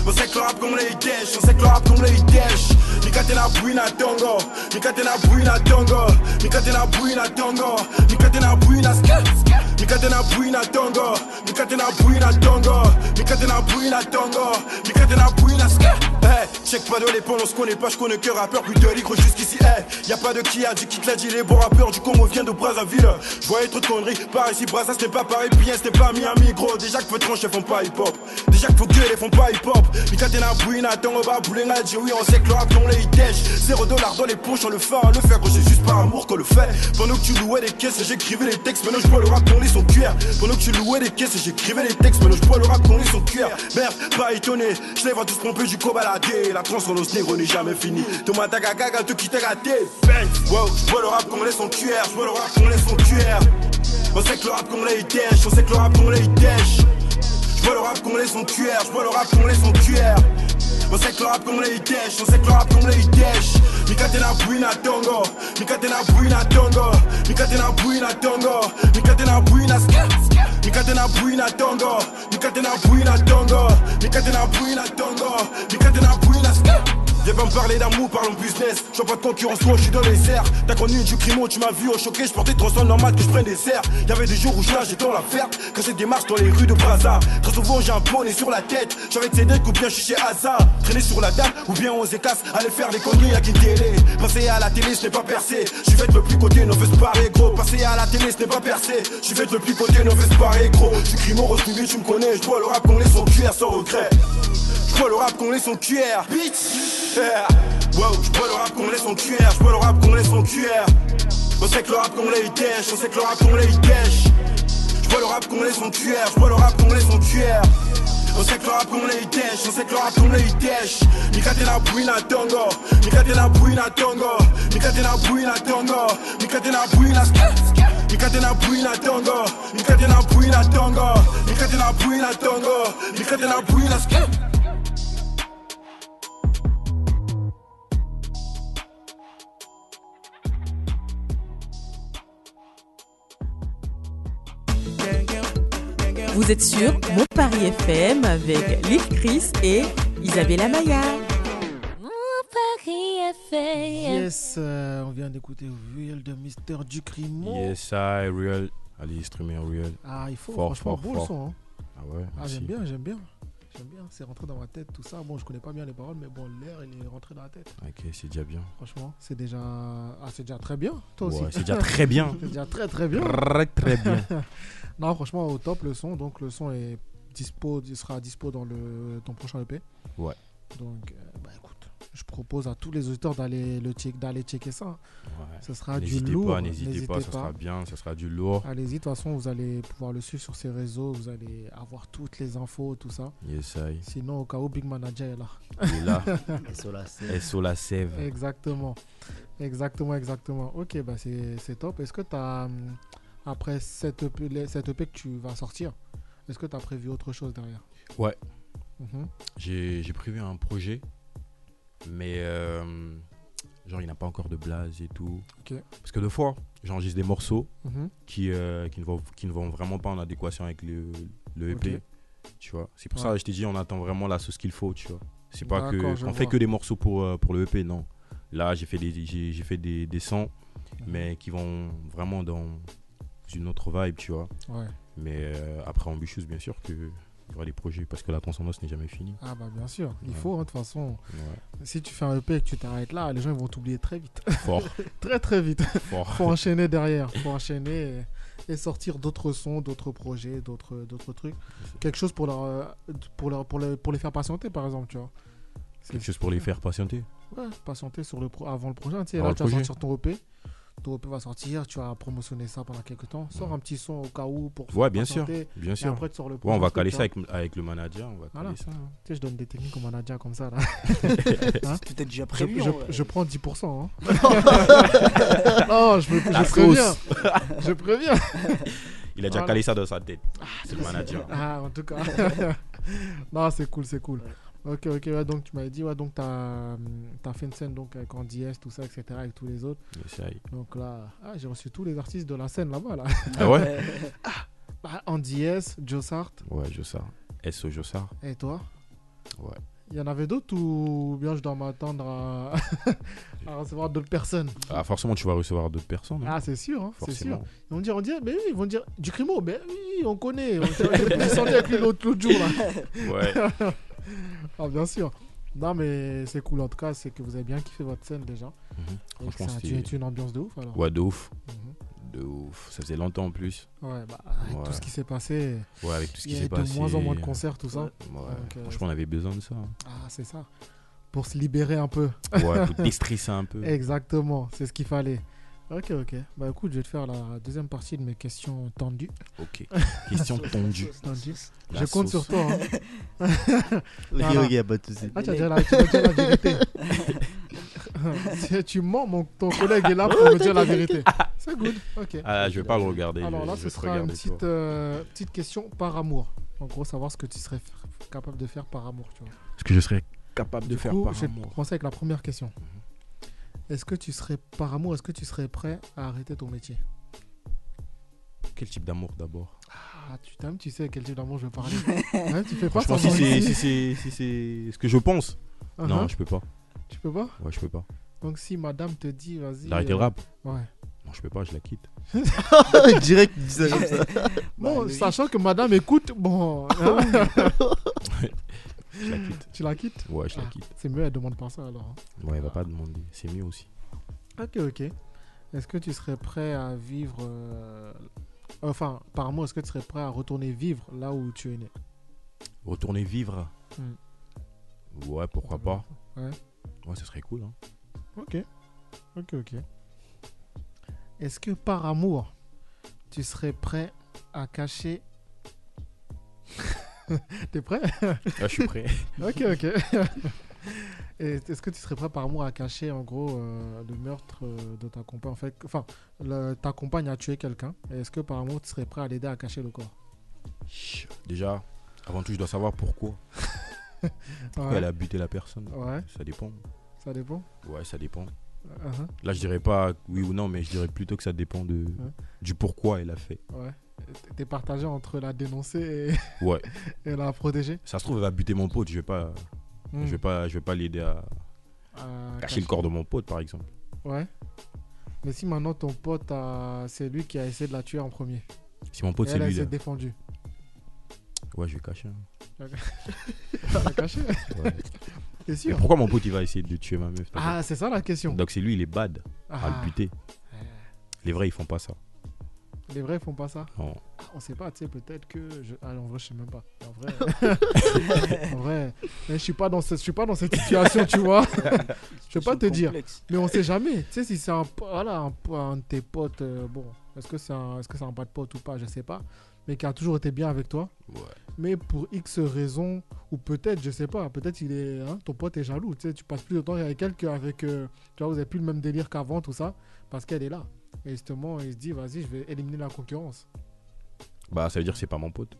Speaker 6: On sait que le rap congolais il dèche, on sait que le rap congolais il dèche. Nikate na buina dongo, nikate na buina dongo, nikate na buina dongo, nikate na buina skat. Nikate na buina dongo, nikate na buina dongo, nikate na buina dongo, nikate na buina skat. Hey, check pas de l'épaule, on se connaît pas, je connais que rappeur, plus de ligre jusqu'ici. Hey, y a pas de qui a du qui l'a dit, les bons rappeurs du Congo viennent de Brazzaville. Je voyais trop de conneries, par ici, Brazzaville, c'était pas Paris, bien, c'était pas Miami, gros. Déjà que faut trancher, font pas hip hop. Déjà que faut gueuler, font pas hip hop. Mikate na Bouina, Tango ba Boulenga, dit oui, on sait que le rap, on les dèche. Zéro dollar dans les poches, on le fait, on le fait, gros, c'est juste par amour qu'on le fait. Pendant que tu louais les caisses, j'écrivais les textes, maintenant je bois le rap, on lit son cuir. Pendant que tu louais les caisses, j'écrivais les textes, maintenant je bois le rap, on lit son cuir. Merde, pas étonné, je les vois tous tromper du cobaladé. La transcendance négro n'est jamais finie. Thomas Tagagaga, te quitte raté. Bang, wow, je le rap, on lit son cuir, je le rap, on lit son cuir. On sait que le rap, on les dèche, on sait que le rap, on les dèche. J'vois le rap qu'on laisse son cuir, j'vois le rap qu'on laisse son cuir. On sait que le rap qu'on les dèche, on sait que le rap qu'on les dèche. Mikate na buina tongo, mikate na buina tongo, mikate na buina tongo, mikate na buina skat. Mikate na buina tongo, mikate na buina tongo, mikate na buina tongo, mikate na buina skat. Y'a pas me parler d'amour, parlons business. Je vois pas de concurrence, moi je suis dans les airs. T'as connu du crimo, tu m'as vu au choqué. Je portais 300 normal que je prenne des serres. Y'avait des jours où je nageais dans la verte. Quand j'ai des marches dans les rues de Brazza. Très souvent j'ai un bonnet sur la tête. J'avais des dettes ou bien je suis chez Hazard. Traîner sur la dame ou bien on s'écasse. Aller faire des conneries à qui télé. Passer à la télé, je n'ai pas percé. Je suis fait le plus côté, non fais pareil gros. Passer à la télé, ce n'est pas percé. Je suis fait le plus côté, non fais pareil gros. Je suis crimo, restouvé, tu me connais. Je dois le rap qu'on laisse son cuir sans regret. Je le rap qu'on laisse son cuillère, bitch. Yeah. Wow, je le rap qu'on laisse son cuillère, je le rap qu'on laisse son cuillère. On sait que le rap qu'on les cache, on sait que le rap qu'on les cache. Je le rap qu'on laisse son cuillère, je le rap qu'on laisse son cuillère. On sait que le rap qu'on les cache, on sait que le rap qu'on les cache. Mikate la buina tongo, mikate la buina tongo, mikate la buina tongo, mikate la buina Mikate la buina tongo, mikate la buina tongo, mikate la buina tongo, mikate la buina
Speaker 7: Vous êtes sur Mon Paris FM avec Lil Chris et Isabella Maya.
Speaker 2: Yes, euh, on vient d'écouter Real de Mister Ducrimo.
Speaker 3: Yes, I, Real. Allez, streamer Real.
Speaker 2: Ah, il faut,
Speaker 3: Fort,
Speaker 2: franchement,
Speaker 3: fort,
Speaker 2: beau
Speaker 3: fort.
Speaker 2: le son. hein.
Speaker 3: Ah ouais,
Speaker 2: Ah,
Speaker 3: merci.
Speaker 2: j'aime bien, j'aime bien. J'aime bien, c'est rentré dans ma tête tout ça. Bon, je connais pas bien les paroles, mais bon, l'air, il est rentré dans la tête.
Speaker 3: Ok, c'est déjà bien.
Speaker 2: Franchement, c'est déjà. Ah, c'est déjà très bien, toi
Speaker 3: Ouais,
Speaker 2: aussi.
Speaker 3: c'est déjà très bien.
Speaker 2: c'est déjà très très bien.
Speaker 3: Très, très bien.
Speaker 2: non, franchement, au top le son. Donc, le son est dispo, il sera dispo dans le, ton prochain EP.
Speaker 3: Ouais.
Speaker 2: Donc, euh, bah écoute, je propose à tous les auditeurs d'aller le check, d'aller checker ça. hein. Ce sera du
Speaker 3: N'hésitez
Speaker 2: lourd.
Speaker 3: pas, n'hésitez pas, ça sera bien, ça sera du lourd.
Speaker 2: Allez-y, de toute façon, vous allez pouvoir le suivre sur ses réseaux, vous allez avoir toutes les infos, tout ça.
Speaker 3: Yes, I.
Speaker 2: Sinon, au cas où, Big Manager est là.
Speaker 3: Il est là.
Speaker 8: SO la sève.
Speaker 3: SO la sève.
Speaker 2: Exactement. Exactement, exactement. Ok, bah c'est c'est top. Est-ce que tu as, après cette EP, les- cette EP que tu vas sortir, est-ce que tu as prévu autre chose derrière
Speaker 3: Ouais.
Speaker 2: Mhm.
Speaker 3: J'ai j'ai prévu un projet, mais euh, genre il n'a pas encore de blaze et tout.
Speaker 2: Ok.
Speaker 3: Parce que des fois, j'enregistre des morceaux
Speaker 2: Mhm.
Speaker 3: qui, euh, qui, ne vont, qui ne vont vraiment pas en adéquation avec le, le EP.
Speaker 2: Ok.
Speaker 3: Tu vois. C'est pour
Speaker 2: Ouais.
Speaker 3: ça que je t'ai dit, on attend vraiment la sauce qu'il faut, tu vois. C'est pas que
Speaker 2: D'accord, je
Speaker 3: on fait
Speaker 2: vois.
Speaker 3: que des morceaux pour, euh, pour le EP, non. Là, j'ai fait des, j'ai j'ai fait des, des sons, mais qui vont vraiment dans une autre vibe, tu vois.
Speaker 2: Ouais.
Speaker 3: Mais euh, après Ambitious, bien sûr que il y aura des projets parce que la transcendance n'est jamais finie.
Speaker 2: Ah bah bien sûr, il
Speaker 3: Ouais.
Speaker 2: faut hein, de toute façon.
Speaker 3: Ouais.
Speaker 2: Si tu fais un EP et que tu t'arrêtes là, les gens ils vont t'oublier très vite.
Speaker 3: Fort.
Speaker 2: très très vite.
Speaker 3: Fort.
Speaker 2: faut enchaîner derrière, faut enchaîner et, et sortir d'autres sons, d'autres projets, d'autres d'autres trucs. Quelque chose pour leur, euh, pour leur pour les, pour les faire patienter par exemple, tu vois.
Speaker 3: Quelque chose pour les faire patienter.
Speaker 2: Ouais, patienter sur le pro- avant le prochain. Tu sais,
Speaker 3: Avant
Speaker 2: là,
Speaker 3: le
Speaker 2: tu vas
Speaker 3: projet.
Speaker 2: sortir ton EP. Ton EP va sortir, tu vas promotionner ça pendant quelques temps. Sors un petit son au cas où pour.
Speaker 3: Ouais,
Speaker 2: faire
Speaker 3: bien sûr.
Speaker 2: patienter.
Speaker 3: Bien
Speaker 2: Et
Speaker 3: sûr.
Speaker 2: après, tu sors le
Speaker 3: Ouais,
Speaker 2: prochain
Speaker 3: on va
Speaker 2: truc,
Speaker 3: caler
Speaker 2: tu
Speaker 3: ça
Speaker 2: vois.
Speaker 3: avec, avec le manager. On va
Speaker 2: Voilà.
Speaker 3: caler ça. hein.
Speaker 2: Tu sais, je donne des techniques comme on a déjà comme ça. Là. Hein
Speaker 5: Tout est déjà
Speaker 2: je,
Speaker 5: prévu.
Speaker 2: je-
Speaker 5: en vrai.
Speaker 2: je prends 10%. hein. non, je, me- je préviens. Je préviens.
Speaker 3: Il a déjà
Speaker 2: Voilà.
Speaker 3: calé ça dans sa tête. C'est le manager.
Speaker 2: Ah, en tout cas. non, c'est cool, c'est cool. Ok, ok, ouais, donc tu m'avais dit, ouais, donc t'as as fait une scène donc, avec Andy S, tout ça, etc., avec tous les autres.
Speaker 3: Yes, aïe.
Speaker 2: Donc là, ah, j'ai reçu tous les artistes de la scène là-bas, là.
Speaker 3: Ah ouais
Speaker 2: Bah, Andy S, Jossart,
Speaker 3: Ouais, Jossard. SO Jossard.
Speaker 2: et toi
Speaker 3: Ouais.
Speaker 2: Il y en avait d'autres ou bien je dois m'attendre à, à recevoir d'autres personnes
Speaker 3: Ah, forcément, tu vas recevoir d'autres personnes. hein.
Speaker 2: Ah, c'est sûr, hein, c'est sûr.
Speaker 3: Forcément.
Speaker 2: Ils vont dire, on dirait, mais oui, ils vont dire, du crimo, mais oui, on connaît. On s'est descendu avec lui l'autre l'autre jour, là.
Speaker 3: Ouais.
Speaker 2: Ah, bien sûr. Non, mais c'est cool en tout cas, c'est que vous avez bien kiffé votre scène déjà.
Speaker 3: Mhm.
Speaker 2: Et que
Speaker 3: Franchement,
Speaker 2: ça a dû
Speaker 3: c'était-
Speaker 2: être une ambiance de ouf alors.
Speaker 3: Ouais, de ouf.
Speaker 2: Mhm.
Speaker 3: De ouf. Ça faisait longtemps en plus.
Speaker 2: Ouais, bah, avec tout
Speaker 3: Ouais.
Speaker 2: ce qui s'est passé,
Speaker 3: Ouais, avec tout ce
Speaker 2: il
Speaker 3: qui
Speaker 2: y a
Speaker 3: s'est
Speaker 2: de
Speaker 3: passé.
Speaker 2: moins en moins de concerts, tout ça.
Speaker 3: Ouais.
Speaker 2: Donc, euh,
Speaker 3: Franchement, on avait besoin de ça. hein.
Speaker 2: Ah, c'est ça. Pour se libérer un peu.
Speaker 3: Ouais, pour déstresser un peu.
Speaker 2: Exactement, c'est ce qu'il fallait. Ok, ok. Bah écoute, je vais te faire la deuxième partie de mes questions tendues.
Speaker 3: Ok. Question tendue.
Speaker 2: Tendues.
Speaker 3: La
Speaker 2: je compte
Speaker 3: sauce.
Speaker 2: sur toi. hein.
Speaker 8: Ok,
Speaker 2: Voilà.
Speaker 8: ok, pas de soucis.
Speaker 2: Ah, tu as déjà la, tu m'as déjà la vérité. Si tu mens, mon, ton collègue est là
Speaker 3: Oh,
Speaker 2: pour me dire la vérité. C'est good. Ok.
Speaker 3: Ah, je vais pas le regarder. je
Speaker 2: Alors
Speaker 3: vais-
Speaker 2: là,
Speaker 3: je
Speaker 2: ce
Speaker 3: vais te
Speaker 2: sera une
Speaker 3: regarder,
Speaker 2: petite,
Speaker 3: toi.
Speaker 2: euh, petite question par amour. En gros, savoir ce que tu serais f- capable de faire par amour. Tu vois.
Speaker 3: Ce que je serais capable de
Speaker 2: Du
Speaker 3: faire
Speaker 2: coup,
Speaker 3: par
Speaker 2: je vais
Speaker 3: amour. Mhm.
Speaker 2: commencer avec la première question. Est-ce que tu serais par amour, est-ce que tu serais prêt à arrêter ton métier
Speaker 3: Quel type d'amour d'abord
Speaker 2: Ah, tu t'aimes, tu sais quel type d'amour je veux parler. Ouais, tu fais pas
Speaker 3: Franchement,
Speaker 2: ça. Uh-huh.
Speaker 3: si c'est si c'est- si c'est ce que je pense, non, je peux pas.
Speaker 2: tu peux pas
Speaker 3: Ouais, je peux pas.
Speaker 2: Donc si madame te dit, vas-y.
Speaker 3: D'arrêter le
Speaker 2: euh,
Speaker 3: rap
Speaker 2: Ouais.
Speaker 3: Non, je peux pas, je la quitte.
Speaker 4: Direct, il disait comme ça.
Speaker 2: Bon, sachant que madame écoute, bon. hein,
Speaker 3: Je la quitte.
Speaker 2: Tu la quittes
Speaker 3: Ouais, je la
Speaker 2: Ah,
Speaker 3: quitte.
Speaker 2: C'est mieux, elle demande pas ça alors. hein.
Speaker 3: Ouais, elle va pas demander. C'est mieux aussi.
Speaker 2: Ok, ok. Est-ce que tu serais prêt à vivre. euh, Enfin, par moi, est-ce que tu serais prêt à retourner vivre là où tu es né
Speaker 3: Retourner vivre.
Speaker 2: Hmm.
Speaker 3: Ouais, pourquoi pas.
Speaker 2: Ouais.
Speaker 3: Ouais, ce serait cool. Hein.
Speaker 2: Ok. Ok, ok. Est-ce que par amour, tu serais prêt à cacher. T'es prêt
Speaker 3: Ah, je suis prêt.
Speaker 2: ok, ok. Et Est-ce que tu serais prêt par amour à cacher en gros euh, le meurtre euh, de ta compagne en fait, Enfin, le- ta compagne a tué quelqu'un. Et Est-ce que par amour tu serais prêt à l'aider à cacher le corps
Speaker 3: Déjà, avant tout, je dois savoir pourquoi. pourquoi
Speaker 2: Ouais.
Speaker 3: elle a buté la personne.
Speaker 2: Ouais.
Speaker 3: Ça dépend.
Speaker 2: Ça dépend
Speaker 3: Ouais, ça dépend.
Speaker 2: Uh-huh.
Speaker 3: Là, je dirais pas oui ou non, mais je dirais plutôt que ça dépend de,
Speaker 2: Ouais.
Speaker 3: du pourquoi elle a fait.
Speaker 2: Ouais. T'es partagé entre la dénoncer et,
Speaker 3: Ouais.
Speaker 2: et la protéger
Speaker 3: Ça se trouve, elle va buter mon pote. Je vais pas,
Speaker 2: Hmm.
Speaker 3: je vais pas, je vais pas l'aider à
Speaker 2: À
Speaker 3: cacher le corps de mon pote, par exemple.
Speaker 2: Ouais. Mais si maintenant ton pote, a- c'est lui qui a essayé de la tuer en premier.
Speaker 3: Si mon pote,
Speaker 2: Et
Speaker 3: Oh,
Speaker 2: elle,
Speaker 3: c'est lui.
Speaker 2: Elle s'est
Speaker 3: là.
Speaker 2: défendue.
Speaker 3: Ouais, je vais cacher. hein.
Speaker 2: Elle a caché.
Speaker 3: Ouais.
Speaker 2: T'es
Speaker 3: Mais
Speaker 2: sûr
Speaker 3: pourquoi mon pote il va essayer de tuer ma meuf t'as
Speaker 2: Ah, c'est ça la
Speaker 3: fait
Speaker 2: question.
Speaker 3: Donc c'est lui, il est bad à
Speaker 2: Ah.
Speaker 3: le buter. Les vrais, ils font pas ça.
Speaker 2: Les vrais font pas ça
Speaker 3: Non.
Speaker 2: Ah, On sait pas, tu sais, peut-être que. Je... Ah, en vrai, je sais même pas. En vrai, en vrai mais je suis pas dans ce- je suis pas dans cette situation, tu vois. je peux pas te dire.
Speaker 5: complexe.
Speaker 2: Mais on sait jamais. Tu sais, si c'est un, voilà, un, un de tes potes, euh, bon, est-ce que c'est un, est-ce que c'est un bas de pote ou pas, je sais pas. Mais qui a toujours été bien avec toi.
Speaker 3: Ouais.
Speaker 2: Mais pour X raisons, ou peut-être, je sais pas, peut-être il est, hein, ton pote est jaloux. Tu sais, tu passes plus de temps avec elle qu'avec. euh, tu vois, vous avez plus le même délire qu'avant, tout ça, parce qu'elle est là. Et justement, il se dit, vas-y, je vais éliminer la concurrence.
Speaker 3: Bah, ça veut dire que c'est pas mon pote.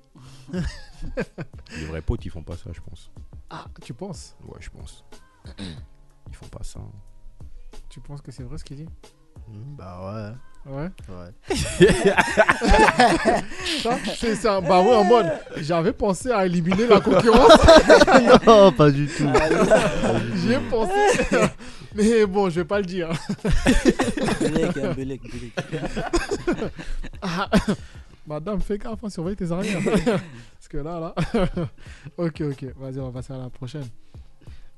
Speaker 3: les vrais potes, ils font pas ça, je pense.
Speaker 2: Ah, tu penses
Speaker 3: Ouais, je pense. Ils font pas ça. hein.
Speaker 2: Tu penses que c'est vrai ce qu'il dit
Speaker 8: Bah
Speaker 2: Ouais.
Speaker 8: ouais. Ouais.
Speaker 2: Ça, c'est, c'est un bah ouais, en mode, j'avais pensé à éliminer la concurrence.
Speaker 8: Ah, Oh,
Speaker 4: Non, pas du tout.
Speaker 2: J'y ai pensé. Mais bon, je vais pas le dire.
Speaker 5: Bélec, hein, Bélec, Bélec.
Speaker 2: Ah, Madame, fais gaffe, hein, surveille tes arrières. Parce que là, là. ok, ok, vas-y, on va passer à la prochaine.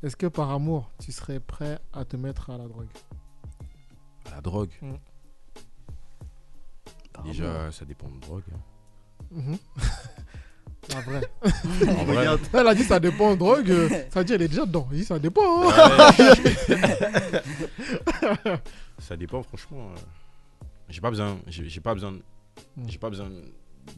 Speaker 2: Est-ce que par amour, tu serais prêt à te mettre à la drogue
Speaker 3: À la drogue.
Speaker 2: Mm.
Speaker 5: Par
Speaker 3: Déjà,
Speaker 5: amour.
Speaker 3: ça dépend de drogue. hein.
Speaker 2: Mhm. La vraie.
Speaker 3: En vrai,
Speaker 2: Elle a dit ça dépend de drogue. euh, Ça veut dire elle est déjà dedans. Elle dit ça dépend. hein.
Speaker 3: ça dépend, franchement. euh, J'ai pas besoin. J'ai j'ai pas besoin. de-
Speaker 2: Mm.
Speaker 3: J'ai pas besoin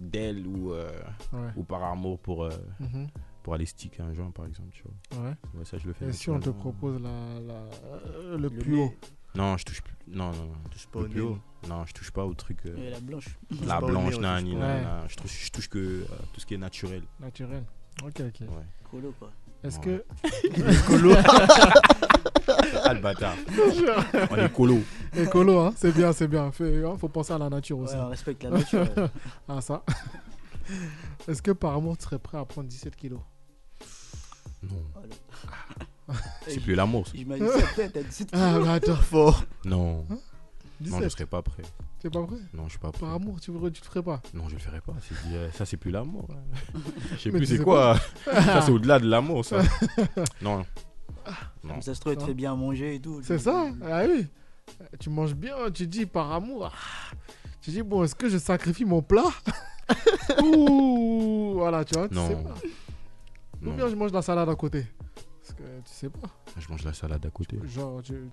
Speaker 3: d'elle ou, euh,
Speaker 2: Ouais.
Speaker 3: ou par amour pour, euh,
Speaker 2: Mhm,
Speaker 3: pour aller stick à un joint, par exemple. Tu vois.
Speaker 2: ouais.
Speaker 3: Ouais, ça, je le fais.
Speaker 2: Et si on te
Speaker 3: naturellement.
Speaker 2: propose la, la- euh, le,
Speaker 8: Le
Speaker 2: plus haut
Speaker 3: Non, je touche plus. Non, non, non.
Speaker 8: Touche pas
Speaker 3: Le
Speaker 8: au
Speaker 3: plus
Speaker 8: nez.
Speaker 3: haut. Non, je touche pas au truc. euh,
Speaker 5: Et la blanche.
Speaker 8: touche
Speaker 3: la
Speaker 8: pas au nez,
Speaker 3: blanche,
Speaker 8: on
Speaker 3: nani,
Speaker 8: touche
Speaker 2: pas au nez.
Speaker 3: nana. Je touche, je touche que euh, tout ce qui est naturel.
Speaker 2: naturel Ok, ok.
Speaker 3: Ouais.
Speaker 5: Colo, quoi.
Speaker 2: Est-ce
Speaker 3: Ouais.
Speaker 2: que.
Speaker 3: Ah, le bâtard. On est colo.
Speaker 2: Écolo, hein, c'est bien, c'est bien. Fait- hein, faut penser à la nature aussi.
Speaker 5: Ouais, on respecte la nature. ouais.
Speaker 2: Ah ça. Est-ce que par amour tu serais prêt à prendre 17 kilos
Speaker 3: Non.
Speaker 5: Oh, le-
Speaker 3: C'est plus l'amour. ça.
Speaker 5: J'imagine ça, peut-être, à 17 kilos.
Speaker 2: Ah bah attends,
Speaker 8: Fort.
Speaker 3: Non.
Speaker 2: Hein,
Speaker 3: Non, je
Speaker 2: 17
Speaker 3: serais pas prêt.
Speaker 2: C'est pas vrai
Speaker 3: Non, je suis pas prêt.
Speaker 2: Par amour tu, tu le ferais pas
Speaker 3: Non, je le ferai pas. C'est dit, euh, ça, c'est plus l'amour. hein. Je sais
Speaker 2: Mais tu
Speaker 3: plus c'est
Speaker 2: sais
Speaker 3: quoi. ça, c'est au-delà de l'amour, ça. non. Non.
Speaker 5: Comme ça se trouve, elle te fait bien manger et tout.
Speaker 2: C'est ça Ah oui Tu manges bien, tu dis par amour. ah. Tu dis bon est-ce que je sacrifie mon plat Ouh Voilà tu vois, tu sais
Speaker 3: Non.
Speaker 2: pas. Ou bien
Speaker 3: non.
Speaker 2: je mange la salade à côté. Parce que tu sais pas.
Speaker 3: Je mange la salade à côté.
Speaker 2: Genre tu-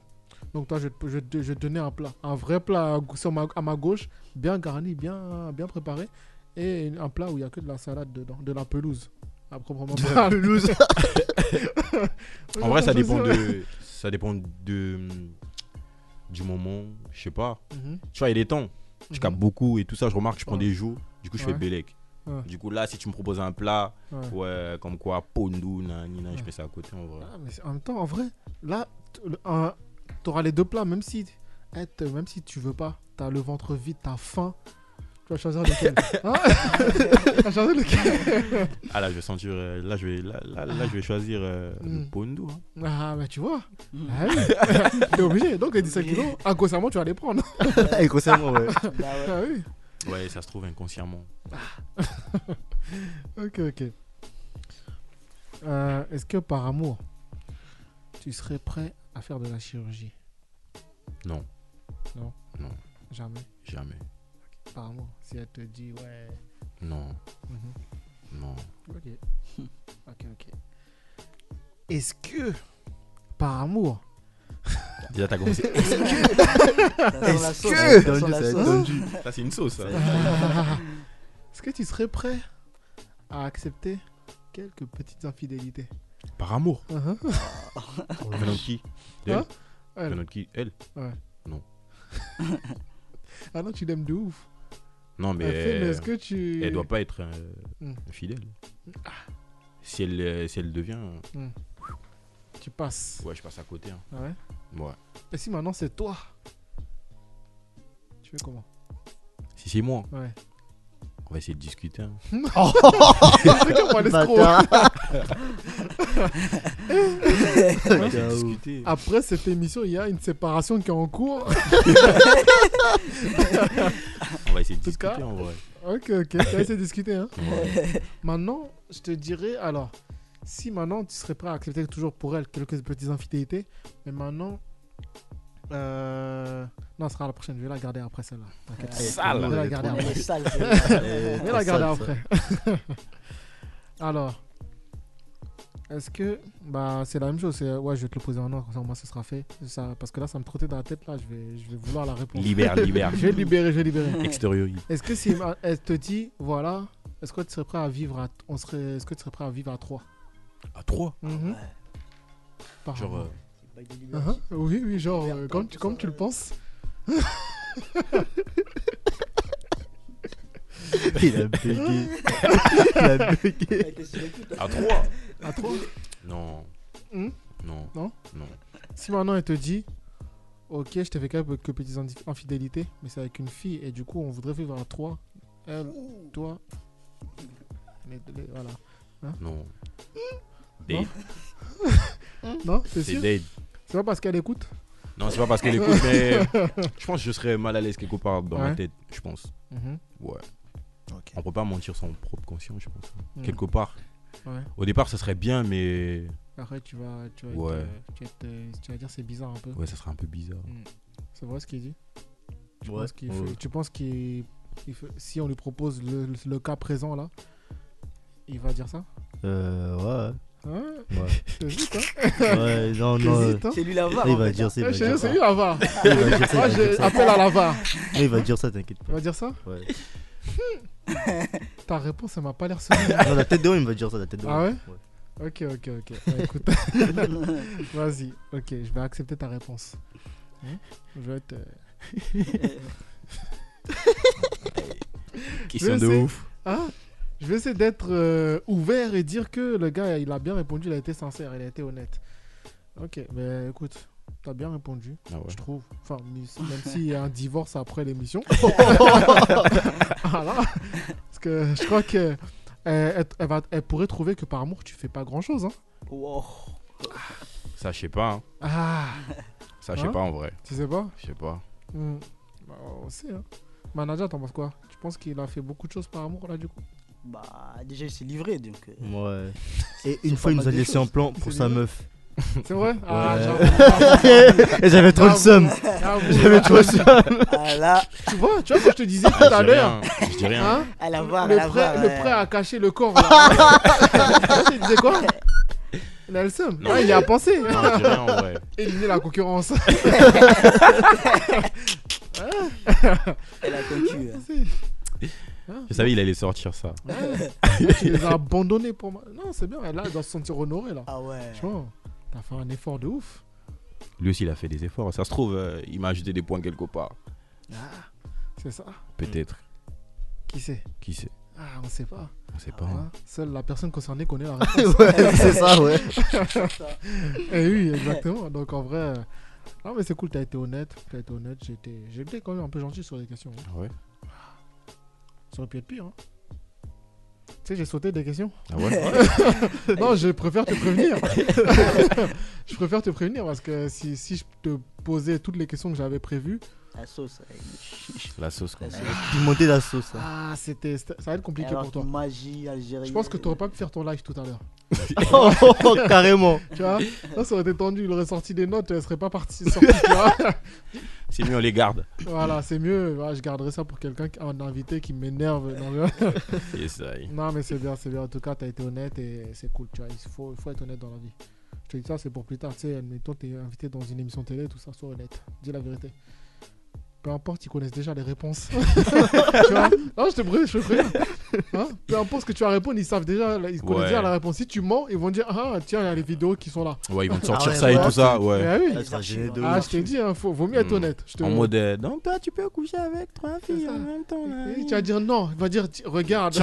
Speaker 2: Donc toi je, te- je, te- je vais te donner un plat. Un vrai plat à, gau- sur ma- à ma gauche, bien garni, bien, bien préparé. Et un plat où il n'y a que de la salade dedans, de la pelouse. À proprement parler.
Speaker 4: Pelouse.
Speaker 3: En vrai, ça dépend de. Ça dépend de. mm, Du moment. Je sais pas.
Speaker 2: Mhm.
Speaker 3: Tu vois, il est temps. Je capte beaucoup et tout ça. Je remarque, je prends
Speaker 2: Ouais.
Speaker 3: des jours. Du coup, je
Speaker 2: Ouais.
Speaker 3: fais Bélec.
Speaker 2: Ouais.
Speaker 3: Du coup, là, si tu me proposes un plat,
Speaker 2: Ouais.
Speaker 3: ouais, comme quoi, pondou, nani, nani, je
Speaker 2: Ouais.
Speaker 3: mets ça à côté en vrai.
Speaker 2: Ah, mais c'est- en même temps, en vrai, là, t- le- un- t'auras les deux plats, même si, eh, t- même si tu veux pas, t'as le ventre vide, t'as faim. Tu vas choisir lequel hein Tu vas choisir lequel
Speaker 3: Ah là, je vais sentir. euh, Là, je vais, là, là, là, je vais choisir euh, le
Speaker 2: Mm.
Speaker 3: Pondo. hein.
Speaker 2: Ah, bah tu vois. Ah oui. T'es obligé. Donc les 17 kilos, inconsciemment, tu vas les prendre.
Speaker 3: Inconsciemment, ouais.
Speaker 2: Ah oui.
Speaker 3: Ouais, ça se trouve inconsciemment.
Speaker 2: Ah Ok, ok. Euh, Est-ce que par amour, tu serais prêt à faire de la chirurgie
Speaker 3: Non.
Speaker 2: Non.
Speaker 3: Non.
Speaker 2: Jamais.
Speaker 3: Jamais.
Speaker 2: Par amour. Si elle te dit, ouais.
Speaker 3: Non.
Speaker 2: Mhm.
Speaker 3: Non.
Speaker 2: Ok. ok, ok. Est-ce que, par amour,
Speaker 3: Déjà, t'as commencé.
Speaker 2: Est-ce que- Est-ce que-
Speaker 3: Ça, c'est une sauce. ça.
Speaker 2: Ah. Est-ce que tu serais prêt à accepter quelques petites infidélités
Speaker 3: Par amour.
Speaker 2: Uh-huh.
Speaker 3: Venant de qui D'elle
Speaker 2: Hein Oh, Elle.
Speaker 3: Venant de qui Elle
Speaker 2: Ouais.
Speaker 3: Non.
Speaker 2: Ah non, tu l'aimes de ouf.
Speaker 3: Non, mais.
Speaker 2: Ah, Fais, mais est-ce
Speaker 3: euh,
Speaker 2: que tu.
Speaker 3: Elle doit pas être euh,
Speaker 2: Hmm.
Speaker 3: fidèle.
Speaker 2: Ah.
Speaker 3: Si elle, euh, si elle devient. euh,
Speaker 2: Hmm. Tu passes.
Speaker 3: Ouais, je passe à côté. hein.
Speaker 2: Ah ouais
Speaker 3: Ouais.
Speaker 2: Et si maintenant c'est toi Tu fais comment
Speaker 3: Si c'est moi.
Speaker 2: Ouais.
Speaker 3: On va essayer de discuter. hein.
Speaker 2: Oh C'est comme un escroc.
Speaker 3: On va essayer de discuter.
Speaker 2: Après cette émission, il y a une séparation qui est en cours.
Speaker 3: On va essayer de
Speaker 2: En tout
Speaker 3: discuter
Speaker 2: cas,
Speaker 3: en vrai.
Speaker 2: Ok, ok, tu vas essayer de discuter. Hein.
Speaker 3: Ouais.
Speaker 2: Maintenant, je te dirais, alors, si maintenant tu serais prêt à accepter toujours pour elle quelques petites infidélités, mais maintenant. euh, Non, ce sera la prochaine, je vais la garder après celle-là. T'inquiète.
Speaker 5: Elle est sale.
Speaker 2: Je vais la garder
Speaker 5: Elle
Speaker 2: après.
Speaker 5: est sale,
Speaker 2: Je vais la
Speaker 5: Elle
Speaker 2: garder
Speaker 5: est sale,
Speaker 2: après. Alors, est-ce que. Bah, c'est la même chose. c'est- Ouais, je vais te le poser en ordre, comme ça, au moins, ce sera fait. Ça- Parce que là, ça me trottait dans la tête, là, je vais, je vais vouloir la réponse.
Speaker 3: Libère, libère.
Speaker 2: je vais libérer, je vais libérer.
Speaker 3: Extériorise.
Speaker 2: Est-ce que si ma- elle te dit, voilà, est-ce que tu serais prêt à vivre à. On serait... Est-ce que tu serais prêt à vivre à Mhm. 3
Speaker 3: À 3
Speaker 2: Par
Speaker 3: Genre,
Speaker 2: amour.
Speaker 3: euh,
Speaker 2: Hein Oui, oui, genre, euh, comme, tu, comme tu le penses.
Speaker 4: Il a bugué. Il a bugué.
Speaker 3: À 3
Speaker 2: euh, À trois
Speaker 3: Non.
Speaker 2: Hmm
Speaker 3: Non.
Speaker 2: Non
Speaker 3: Non.
Speaker 2: Si maintenant elle te dit, ok, je t'ai fait quelques que petites indi- infidélités, mais c'est avec une fille, et du coup, on voudrait vivre à trois, elle, toi, les- les- voilà. Hein
Speaker 3: Non.
Speaker 2: Non
Speaker 3: Date.
Speaker 2: Non, Hmm? c'est
Speaker 3: C'est
Speaker 2: sûr.
Speaker 3: dead.
Speaker 2: C'est pas parce qu'elle écoute
Speaker 3: Non, c'est pas parce qu'elle écoute, mais je pense que je serais mal à l'aise quelque part dans ma
Speaker 2: Ouais.
Speaker 3: tête, je pense.
Speaker 2: Mhm.
Speaker 3: Ouais. On peut pas mentir son propre conscience, je pense.
Speaker 2: Mm.
Speaker 3: Quelque part.
Speaker 2: Ouais.
Speaker 3: Au départ, ça serait bien, mais.
Speaker 2: Après, tu vas, tu vas, être,
Speaker 3: Ouais.
Speaker 2: euh, tu vas être, euh, tu vas dire c'est bizarre un peu.
Speaker 3: Ouais, ça serait un peu bizarre.
Speaker 2: Mm. C'est vrai ce qu'il dit Tu
Speaker 4: Ouais.
Speaker 2: penses qu'il
Speaker 3: Ouais.
Speaker 2: fait- tu penses qu'il il fait- si on lui propose le, le cas présent là, il va dire ça
Speaker 4: Euh,
Speaker 2: Hein
Speaker 4: ouais. Ouais.
Speaker 2: T'hésites, hein
Speaker 4: Ouais, non, non. euh,
Speaker 2: T'hésites, hein
Speaker 5: C'est lui la VAR,
Speaker 4: Il
Speaker 5: en
Speaker 4: va
Speaker 5: fait,
Speaker 4: dire
Speaker 5: hein.
Speaker 4: ça. il
Speaker 2: Eh,
Speaker 4: va
Speaker 2: chez
Speaker 4: dire
Speaker 2: eux,
Speaker 4: ça.
Speaker 2: c'est lui la VAR.
Speaker 4: Il va dire ça,
Speaker 2: Moi,
Speaker 4: il va dire
Speaker 2: j'ai-
Speaker 4: ça.
Speaker 2: appelle à la VAR.
Speaker 4: Mais il va dire ça, t'inquiète
Speaker 2: Il
Speaker 4: pas.
Speaker 2: va dire ça
Speaker 4: Ouais.
Speaker 2: Ta réponse, elle m'a pas l'air solide.
Speaker 4: Non, la tête de haut, il me va dire ça, la tête de haut.
Speaker 2: Ah ouais
Speaker 4: Ouais.
Speaker 2: Ok, ok, ok. Bah, écoute, vas-y. Ok, je vais accepter ta réponse. Hein Je vais être. euh,
Speaker 3: Question
Speaker 2: Je
Speaker 3: de
Speaker 2: sais.
Speaker 3: ouf.
Speaker 2: hein je vais essayer d'être euh, ouvert et dire que le gars, il a bien répondu, il a été sincère, il a été honnête. Ok, mais écoute, t'as bien répondu,
Speaker 3: Ah ouais.
Speaker 2: je trouve. Enfin, même si- même s'il y a un divorce après l'émission. voilà. Parce que je crois que. euh, Elle, elle va- elle pourrait trouver que par amour tu fais pas grand chose. Hein.
Speaker 5: Wow.
Speaker 3: Ça, je sais pas. hein.
Speaker 2: Ah,
Speaker 3: Ça, je sais
Speaker 2: Hein
Speaker 3: pas en vrai.
Speaker 2: tu sais pas
Speaker 3: Je sais pas.
Speaker 2: Hmm. Bah, on sait, hein. Manager, t'en penses quoi Tu penses qu'il a fait beaucoup de choses par amour, là, du coup
Speaker 5: Bah, déjà, il s'est livré, donc. euh,
Speaker 4: Ouais. Et une
Speaker 5: pas
Speaker 4: fois, il nous a
Speaker 5: mal de
Speaker 4: laissé
Speaker 5: choses.
Speaker 4: en plan pour
Speaker 2: C'est
Speaker 4: sa
Speaker 2: bien.
Speaker 4: meuf.
Speaker 2: C'est vrai Ah,
Speaker 4: Ouais.
Speaker 2: j'avoue.
Speaker 4: Et j'avais trop le
Speaker 2: Bravo.
Speaker 4: seum.
Speaker 2: J'avoue.
Speaker 4: J'avais trop le seum.
Speaker 5: Ah là,
Speaker 2: Tu vois, tu vois, quand je te disais tout
Speaker 3: Je dis
Speaker 2: à l'heure,
Speaker 3: rien. Je dis rien.
Speaker 2: hein,
Speaker 5: à la
Speaker 2: le,
Speaker 5: VAR, à la
Speaker 2: prêt,
Speaker 5: VAR.
Speaker 2: le
Speaker 5: euh,
Speaker 2: prêt à cacher le corps, là. tu disais quoi Il a le seum.
Speaker 3: Non,
Speaker 2: Ah, il y a pensé.
Speaker 3: Non, je dis rien en vrai.
Speaker 2: Éliminer la concurrence.
Speaker 5: Elle a concu. euh.
Speaker 3: Je savais il allait sortir ça.
Speaker 2: tu les as abandonnés pour moi. Non, c'est bien, là, elle doit se sentir honorée, là.
Speaker 5: Ah ouais.
Speaker 2: Tu vois, t'as fait un effort de ouf.
Speaker 3: Lui aussi, il a fait des efforts. Ça se trouve, euh, il m'a ajouté des points quelque part.
Speaker 2: C'est ça Ah,
Speaker 3: Peut-être.
Speaker 2: Qui sait
Speaker 3: Qui sait
Speaker 2: Ah, on sait pas.
Speaker 3: On sait pas.
Speaker 2: Hein, Seule la personne concernée connaît la réponse.
Speaker 4: Ouais, c'est ça, ouais.
Speaker 2: Eh oui, exactement. Donc en vrai, euh, non mais c'est cool, t'as été honnête, t'as été honnête. J'étais, j'ai été quand même un peu gentil sur les questions. hein.
Speaker 3: Ah ouais
Speaker 2: Ça aurait pu être pire. hein. Tu sais, j'ai sauté des questions.
Speaker 3: Ah ouais
Speaker 2: Non, je préfère te prévenir. je préfère te prévenir parce que si, si je te posais toutes les questions que j'avais prévues.
Speaker 5: La sauce.
Speaker 3: La sauce, quoi.
Speaker 4: Monter la sauce. hein.
Speaker 2: Ah, c'était, c'était- ça va être compliqué
Speaker 5: Alors,
Speaker 2: pour toi.
Speaker 5: Magie algérienne.
Speaker 2: Je pense que tu aurais pas pu faire ton live tout à l'heure.
Speaker 4: Oh, oh, oh, carrément.
Speaker 2: Tu vois Là, ça aurait été tendu. Il aurait sorti des notes, elle serait pas partie. sortie, tu vois
Speaker 3: C'est mieux, on les garde.
Speaker 2: voilà, c'est mieux. Voilà, je garderai ça pour quelqu'un, qui- un invité qui m'énerve. Non, mais-
Speaker 3: Yes, aïe.
Speaker 2: Non, mais c'est bien, c'est bien. En tout cas, tu as été honnête et c'est cool. Tu vois, il faut, il faut être honnête dans la vie. Je te dis ça, c'est pour plus tard. Tu sais, admettons, tu es invité dans une émission télé, tout ça, sois honnête. Dis la vérité. Peu importe, ils connaissent déjà les réponses. tu vois Non, je te brûle, je te préviens. Hein Peu importe ce que tu vas répondre, ils savent déjà, ils connaissent
Speaker 3: Ouais.
Speaker 2: déjà la réponse. Si tu mens, ils vont dire Ah, tiens, il y a les vidéos qui sont là.
Speaker 3: Ouais, ils vont te
Speaker 4: Ah
Speaker 3: sortir
Speaker 4: ouais,
Speaker 3: ça et
Speaker 4: ouais.
Speaker 3: tout ça, ouais.
Speaker 2: Mais oui.
Speaker 4: Ah, ça gênait de
Speaker 2: Ah,
Speaker 4: ouf.
Speaker 2: je t'ai dit, hein, faut, vaut mieux être
Speaker 3: Hmm.
Speaker 2: honnête. Je te...
Speaker 3: En mode, euh, non, toi, tu peux coucher avec trois filles
Speaker 2: ça.
Speaker 3: en même temps. là.
Speaker 2: Oui, Tu vas dire non, il va dire Ti- regarde.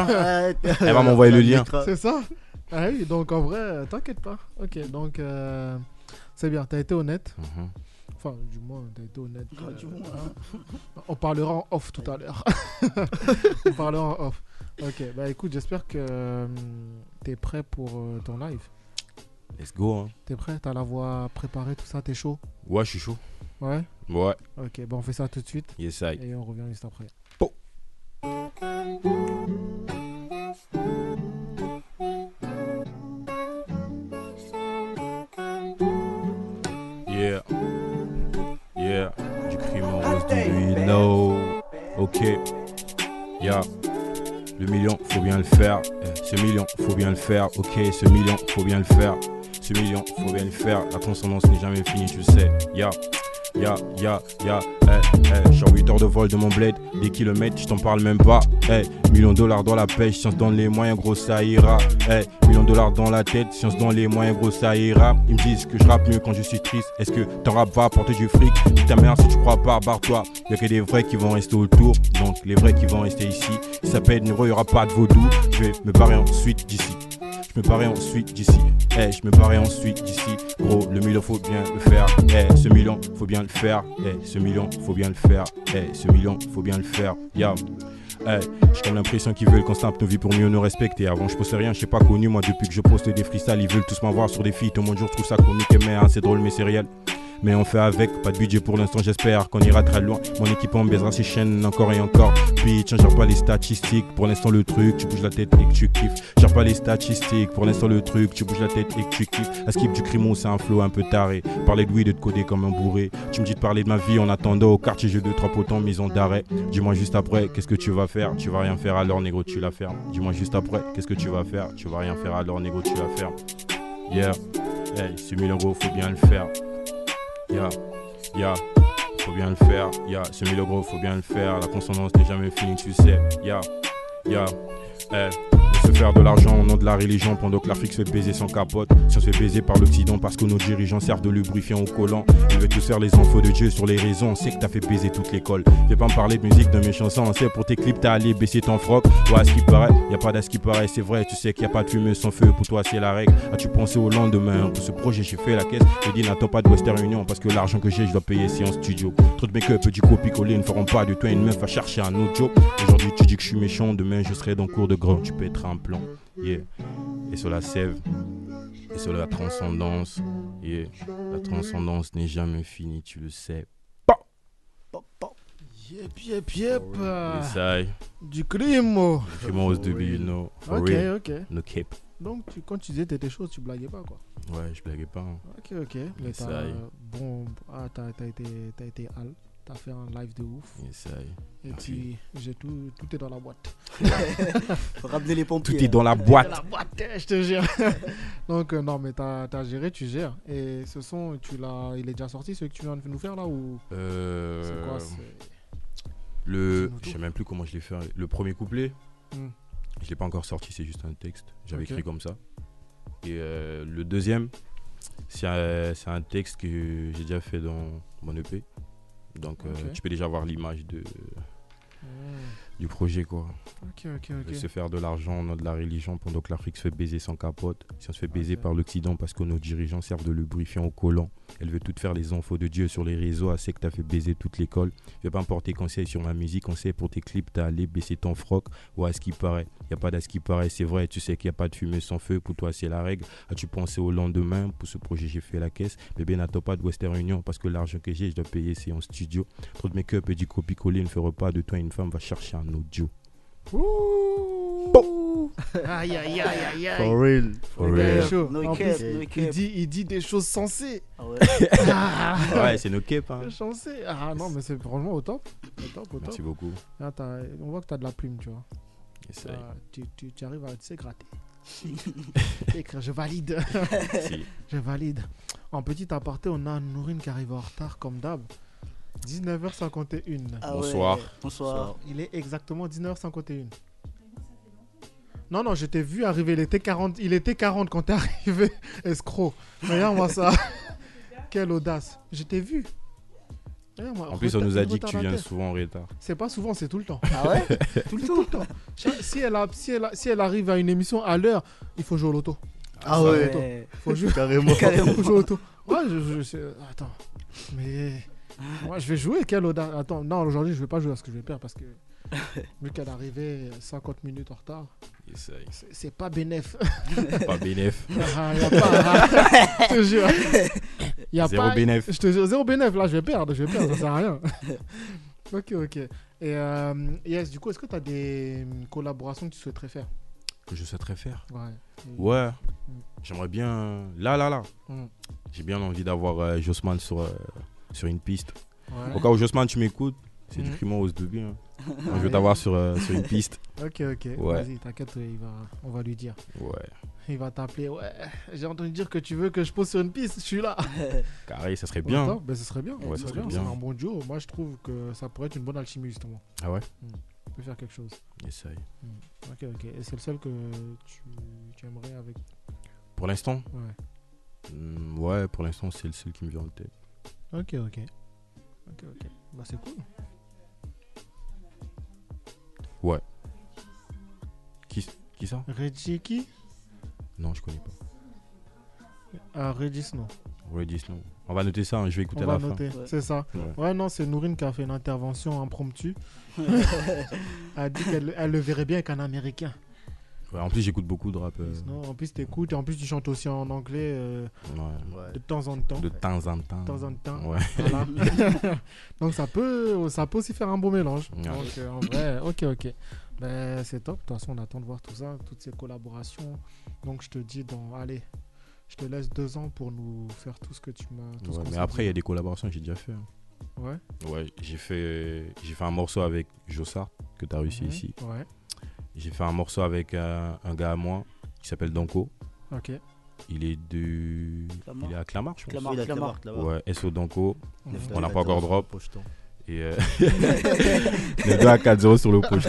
Speaker 4: Elle
Speaker 3: va m'envoyer le lien.
Speaker 2: C'est ça Ah oui, donc en vrai, euh, t'inquiète pas. Ok, donc euh, c'est bien, t'as été honnête.
Speaker 3: Mhm.
Speaker 2: Enfin, du moins, t'as été honnête. euh,
Speaker 5: Ouais, du moins,
Speaker 2: hein. On parlera en off tout à l'heure. On parlera en off. Ok, bah écoute, j'espère que euh, t'es prêt pour euh, ton live.
Speaker 3: Let's go, hein.
Speaker 2: T'es prêt T'as la voix préparée, tout ça, t'es chaud
Speaker 3: Ouais, je suis chaud.
Speaker 2: Ouais
Speaker 3: Ouais,
Speaker 2: Ok, bah on fait ça tout de suite
Speaker 3: yes, aïe.
Speaker 2: et on revient juste après.
Speaker 3: Yeah. Yeah. Du crime en rose, do you know? Ok. Yeah. Le million, faut bien le faire. Eh, Ce million, faut bien le faire. Ok, ce million, faut bien le faire. Ce million, faut bien le faire. La transcendance n'est jamais finie, tu le sais. Yeah. Ya, ya, ya, eh, eh, genre 8 heures de vol de mon bled, des kilomètres, je t'en parle même pas. Eh, millions de dollars dans la pêche, science dans les moyens, gros ça ira. Eh, millions de dollars dans la tête, science dans les moyens, gros ça ira. Ils me disent que je rappe mieux quand je suis triste. Est-ce que ton rap va apporter du fric Dis ta mère si tu crois pas, barre-toi. Y'a que des vrais qui vont rester autour, donc les vrais qui vont rester ici. Si ça pète, il y aura pas de vaudou. Je vais me barrer ensuite d'ici. Je me parais ensuite d'ici. Eh, je me parais ensuite d'ici. Gros, le million faut bien le faire. Eh, ce million faut bien le faire. Eh, ce million faut bien le faire. Eh, ce million faut bien le faire. Yeah. Eh, j'ai comme l'impression qu'ils veulent qu'on snap nos vies pour mieux nous respecter. Avant, je postais rien, je sais pas connu. Moi, depuis que je poste des freestyles, ils veulent tous m'avoir sur des filles. Tout le monde, je trouve ça comique et merde, c'est drôle, mais c'est réel. Mais on fait avec, pas de budget pour l'instant, j'espère qu'on ira très loin. Mon équipe en baisera ses chaînes encore et encore. Puis changera pas les statistiques, pour l'instant le truc, tu bouges la tête et que tu kiffes. Change pas les statistiques, pour l'instant le truc, tu bouges la tête et que tu kiffes. La skip du crimo, c'est un flow un peu taré. Parler de weed et de coder comme un bourré. Tu me dis de parler de ma vie en attendant au quartier, j'ai deux, trois potents mis en d'arrêt. Dis-moi juste après, qu'est-ce que tu vas faire Tu vas rien faire alors, négro, tu la fermes. Dis-moi juste après, qu'est-ce que tu vas faire Tu vas rien faire alors, négro, tu la fermes. Yeah, hey, ce million gros, faut bien le faire. Yeah, yeah, faut bien le faire. Yeah, ce mille gros, faut bien le faire. La consonance n'est jamais finie, tu sais. Yeah, yeah, eh. Se faire de l'argent au nom de la religion pendant que l'Afrique se fait baiser sans capote. Si on se fait baiser par l'Occident parce que nos dirigeants servent de lubrifiant aux collants. Ils veulent tous faire les infos de Dieu sur les raisons. On sait que t'as fait baiser toute l'école. Fais pas me parler de musique, de mes chansons. On sait pour tes clips, t'as allé baisser ton froc. Ouais, à ce qui paraît, y a pas d'à ce qui paraît, c'est vrai. Tu sais qu'il y a pas de fumée sans feu. Pour toi, c'est la règle. As-tu pensé au lendemain Pour ce projet, j'ai fait la caisse. Et dit, n'attends pas de Western Union parce que l'argent que j'ai, je dois payer ici en studio. Trop de make-up et du copier-coller ne feront pas de toi une meuf à chercher un autre job. Aujourd'hui, tu dis que je suis méchant. Demain, je serai dans le cours de grand. Tu peux être un plan. Yeah. Et sur la sève. Et sur la transcendance. Yeah. La
Speaker 2: Mhm.
Speaker 3: transcendance n'est jamais finie, tu le sais.
Speaker 5: Pop, pop.
Speaker 2: Yep, yep, yep.
Speaker 5: euh,
Speaker 3: Et ça, y est.
Speaker 2: Du crime.
Speaker 3: Comment ose de be, you know. For
Speaker 2: Ok,
Speaker 3: real.
Speaker 2: ok.
Speaker 3: No cape.
Speaker 2: Donc, tu- quand tu disais t'étais chaud, tu blaguais pas, quoi.
Speaker 3: Ouais, je blaguais pas. hein.
Speaker 2: Ok, ok. Mais
Speaker 3: Yes,
Speaker 2: t'as
Speaker 3: I.
Speaker 2: bon, ah, t'as, t'as été, t'as été hal, t'as fait un live de ouf.
Speaker 3: Et ça, y est.
Speaker 2: Et
Speaker 3: Merci.
Speaker 2: puis j'ai tout, tout est dans la boîte.
Speaker 5: Faut ramener les pompiers.
Speaker 3: Tout est
Speaker 5: hein.
Speaker 3: dans la
Speaker 2: Dans
Speaker 3: boîte.
Speaker 2: la boîte, eh, je te jure. Donc euh, non, mais t'as, t'as géré, tu gères. Et ce son, tu l'as, il est déjà sorti, celui que tu viens de nous faire là ou
Speaker 3: Euh,
Speaker 2: c'est quoi c'est...
Speaker 3: le.
Speaker 2: Dis-nous tout.
Speaker 3: Je sais même plus comment je l'ai fait. hein. Le premier couplet,
Speaker 2: Hmm.
Speaker 3: je l'ai pas encore sorti, c'est juste un texte. J'avais
Speaker 2: Ok.
Speaker 3: écrit comme ça. Et euh, le deuxième, c'est un, c'est un texte que j'ai déjà fait dans mon EP. E Donc euh,
Speaker 2: Ok.
Speaker 3: tu peux déjà voir l'image de,
Speaker 2: Mmh.
Speaker 3: du projet quoi.
Speaker 2: Ok, ok, ok.
Speaker 3: Se faire de l'argent au nom de la religion pendant que l'Afrique se fait baiser sans capote. Si on se fait baiser par l'Occident parce que nos dirigeants servent de lubrifiant aux collants. Elle veut tout faire les infos de Dieu sur les réseaux. Elle sait que t'as fait baiser toute l'école. Je vais pas me porter conseil sur ma musique. Conseil pour tes clips, t'as allé baisser ton froc. Ou à ce qui paraît. Y a pas d'à ce qui paraît, c'est vrai. Tu sais qu'il y a pas de fumée sans feu. Pour toi, c'est la règle. As-tu pensé au lendemain Pour ce projet, j'ai fait la caisse. Bébé, n'attends pas de Western Union parce que l'argent que j'ai, je dois payer, c'est en studio. Trop de make-up et du copie-coller ne fera pas de toi une femme. Va chercher un audio.
Speaker 2: Aïe, aïe, aïe, aïe, aïe.
Speaker 4: For real.
Speaker 3: For
Speaker 2: Le gars, il est
Speaker 3: real.
Speaker 2: chaud.
Speaker 5: No
Speaker 2: En
Speaker 5: cap,
Speaker 2: plus,
Speaker 5: no
Speaker 2: il,
Speaker 5: cap.
Speaker 2: dit, il dit des choses sensées.
Speaker 5: Ah ouais.
Speaker 2: Ah.
Speaker 3: Ouais, c'est nos capes, hein.
Speaker 2: Chancé. Ah non, mais c'est franchement au top. Au top, au top.
Speaker 3: Merci beaucoup.
Speaker 2: Là, t'as- on voit que tu as de la plume, tu vois.
Speaker 3: Yes,
Speaker 2: T'as- tu, tu, tu arrives à tu sais, gratter. Écrire, je valide.
Speaker 3: Si.
Speaker 2: je valide. En petit aparté, on a Nourine qui arrive en retard, comme d'hab. 19h51.
Speaker 5: Ah ouais.
Speaker 3: Bonsoir.
Speaker 5: Bonsoir.
Speaker 2: Il est exactement 19h51. Non, non, je t'ai vu arriver. Il était 40, il était 40 quand t'es arrivé, escroc. Regarde-moi ça. Quelle audace. Je t'ai vu. Regarde-moi,
Speaker 3: En plus, on nous a
Speaker 2: retard-
Speaker 3: dit que tu viens
Speaker 2: retardataire.
Speaker 3: souvent en retard.
Speaker 2: C'est pas souvent, c'est tout le temps.
Speaker 5: Ah ouais
Speaker 2: Tout le, temps. Chaque- Si elle, a- si, elle a- si elle arrive à une émission à l'heure, il faut jouer au loto.
Speaker 4: Ah ouais.
Speaker 5: Ouais.
Speaker 2: Faut jouer,
Speaker 4: Carrément.
Speaker 5: Carrément.
Speaker 2: faut jouer au loto. Ouais, je, je- je sais- Attends. Mais. Moi, je vais jouer. Quelle audace. Attends, non, aujourd'hui, je vais pas jouer parce que je vais perdre. Parce que. Vu qu'elle est arrivée 50 minutes en retard,
Speaker 3: Yes, I.
Speaker 2: c'est c'est pas bénéf.
Speaker 3: Pas bénéf.
Speaker 2: Ah, y a pas. je te jure. Y a
Speaker 3: Zéro
Speaker 2: pas-
Speaker 3: bénéf.
Speaker 2: je te jure, 0 bénéf, là, je vais perdre, je vais perdre, ça sert à rien. ok, ok. Et euh, Yes, du coup, est-ce que tu as des euh, collaborations que tu souhaiterais faire
Speaker 3: Que je souhaiterais faire.
Speaker 2: Ouais.
Speaker 3: Ouais. J'aimerais bien. Là, là, là.
Speaker 2: Mm.
Speaker 3: J'ai bien envie d'avoir euh, Josman sur, euh, sur une piste.
Speaker 2: Ouais.
Speaker 3: Au cas où Josman, tu m'écoutes, c'est
Speaker 2: Mm.
Speaker 3: du crime aux de bien.
Speaker 2: Hmm. Ah,
Speaker 3: Je veux
Speaker 2: oui.
Speaker 3: t'avoir sur, euh, sur une piste.
Speaker 2: Ok, ok.
Speaker 3: Ouais.
Speaker 2: Vas-y, t'inquiète, euh, il va... on va lui dire.
Speaker 3: Ouais.
Speaker 2: Il va t'appeler. Ouais, j'ai entendu dire que tu veux que je pose sur une piste, je suis là.
Speaker 3: Carré, ça serait
Speaker 2: Attends,
Speaker 3: bien.
Speaker 2: ben, ce serait bien.
Speaker 3: Ouais,
Speaker 2: ce serait
Speaker 3: ça serait
Speaker 2: bien.
Speaker 3: bien.
Speaker 2: C'est un bon duo. Moi, je trouve que ça pourrait être une bonne alchimie, justement.
Speaker 3: Ah ouais
Speaker 2: On peut faire quelque chose.
Speaker 3: Yes, I.
Speaker 2: Ok, ok. Et c'est le seul que tu, tu aimerais avec.
Speaker 3: Pour l'instant
Speaker 2: Ouais.
Speaker 3: Hmm, Ouais, pour l'instant, c'est le seul qui me vient en tête.
Speaker 2: Ok, ok. Ok, ok. Bah, c'est cool.
Speaker 3: Qui, qui ça
Speaker 2: Reggie qui
Speaker 3: Non, je connais pas.
Speaker 2: Ah, Regis, non.
Speaker 3: Ouais, dis non. On va noter ça, hein, je vais écouter
Speaker 2: On
Speaker 3: à la
Speaker 2: va
Speaker 3: fin.
Speaker 2: noter,
Speaker 5: Ouais.
Speaker 2: c'est ça.
Speaker 3: Ouais.
Speaker 2: Ouais, non, c'est Nourine qui a fait une intervention impromptue. elle a dit qu'elle elle le verrait bien avec un américain.
Speaker 3: Ouais, en plus, j'écoute beaucoup de rap. euh,
Speaker 2: Non, en plus, t'écoutes et en plus, tu chantes aussi en anglais euh,
Speaker 3: ouais.
Speaker 2: de temps en temps.
Speaker 3: De temps en temps.
Speaker 2: De temps en temps.
Speaker 3: Ouais.
Speaker 2: Voilà. Donc, ça peut, ça peut aussi faire un beau mélange.
Speaker 3: Ouais.
Speaker 2: Donc, euh, en vrai, ok, ok. Ben, c'est top. De toute façon, on attend de voir tout ça, toutes ces collaborations. Donc, je te dis, dans, allez, je te laisse deux ans pour nous faire tout ce que tu m'as. tout ce
Speaker 3: Ouais,
Speaker 2: qu'on
Speaker 3: mais
Speaker 2: s'est
Speaker 3: après, il y a
Speaker 2: dit.
Speaker 3: des collaborations que j'ai déjà fait. hein.
Speaker 2: Ouais.
Speaker 3: Ouais, j'ai fait, j'ai fait un morceau avec Jossard, que tu as réussi
Speaker 2: Mhm.
Speaker 3: ici.
Speaker 2: Ouais,
Speaker 3: J'ai fait un morceau avec euh, un gars à moi qui s'appelle Danko.
Speaker 2: ok.
Speaker 3: Il est de.
Speaker 5: Clamart.
Speaker 3: Il est à Clamart, je pense.
Speaker 5: Clamart,
Speaker 8: Oui, la
Speaker 5: Clamart.
Speaker 8: Clamart, là-bas.
Speaker 3: Ouais, SO Danko.
Speaker 2: Mhm.
Speaker 3: On n'a pas encore drop.
Speaker 8: Pocheton.
Speaker 3: Et euh, le gars à 4-0 sur le poche.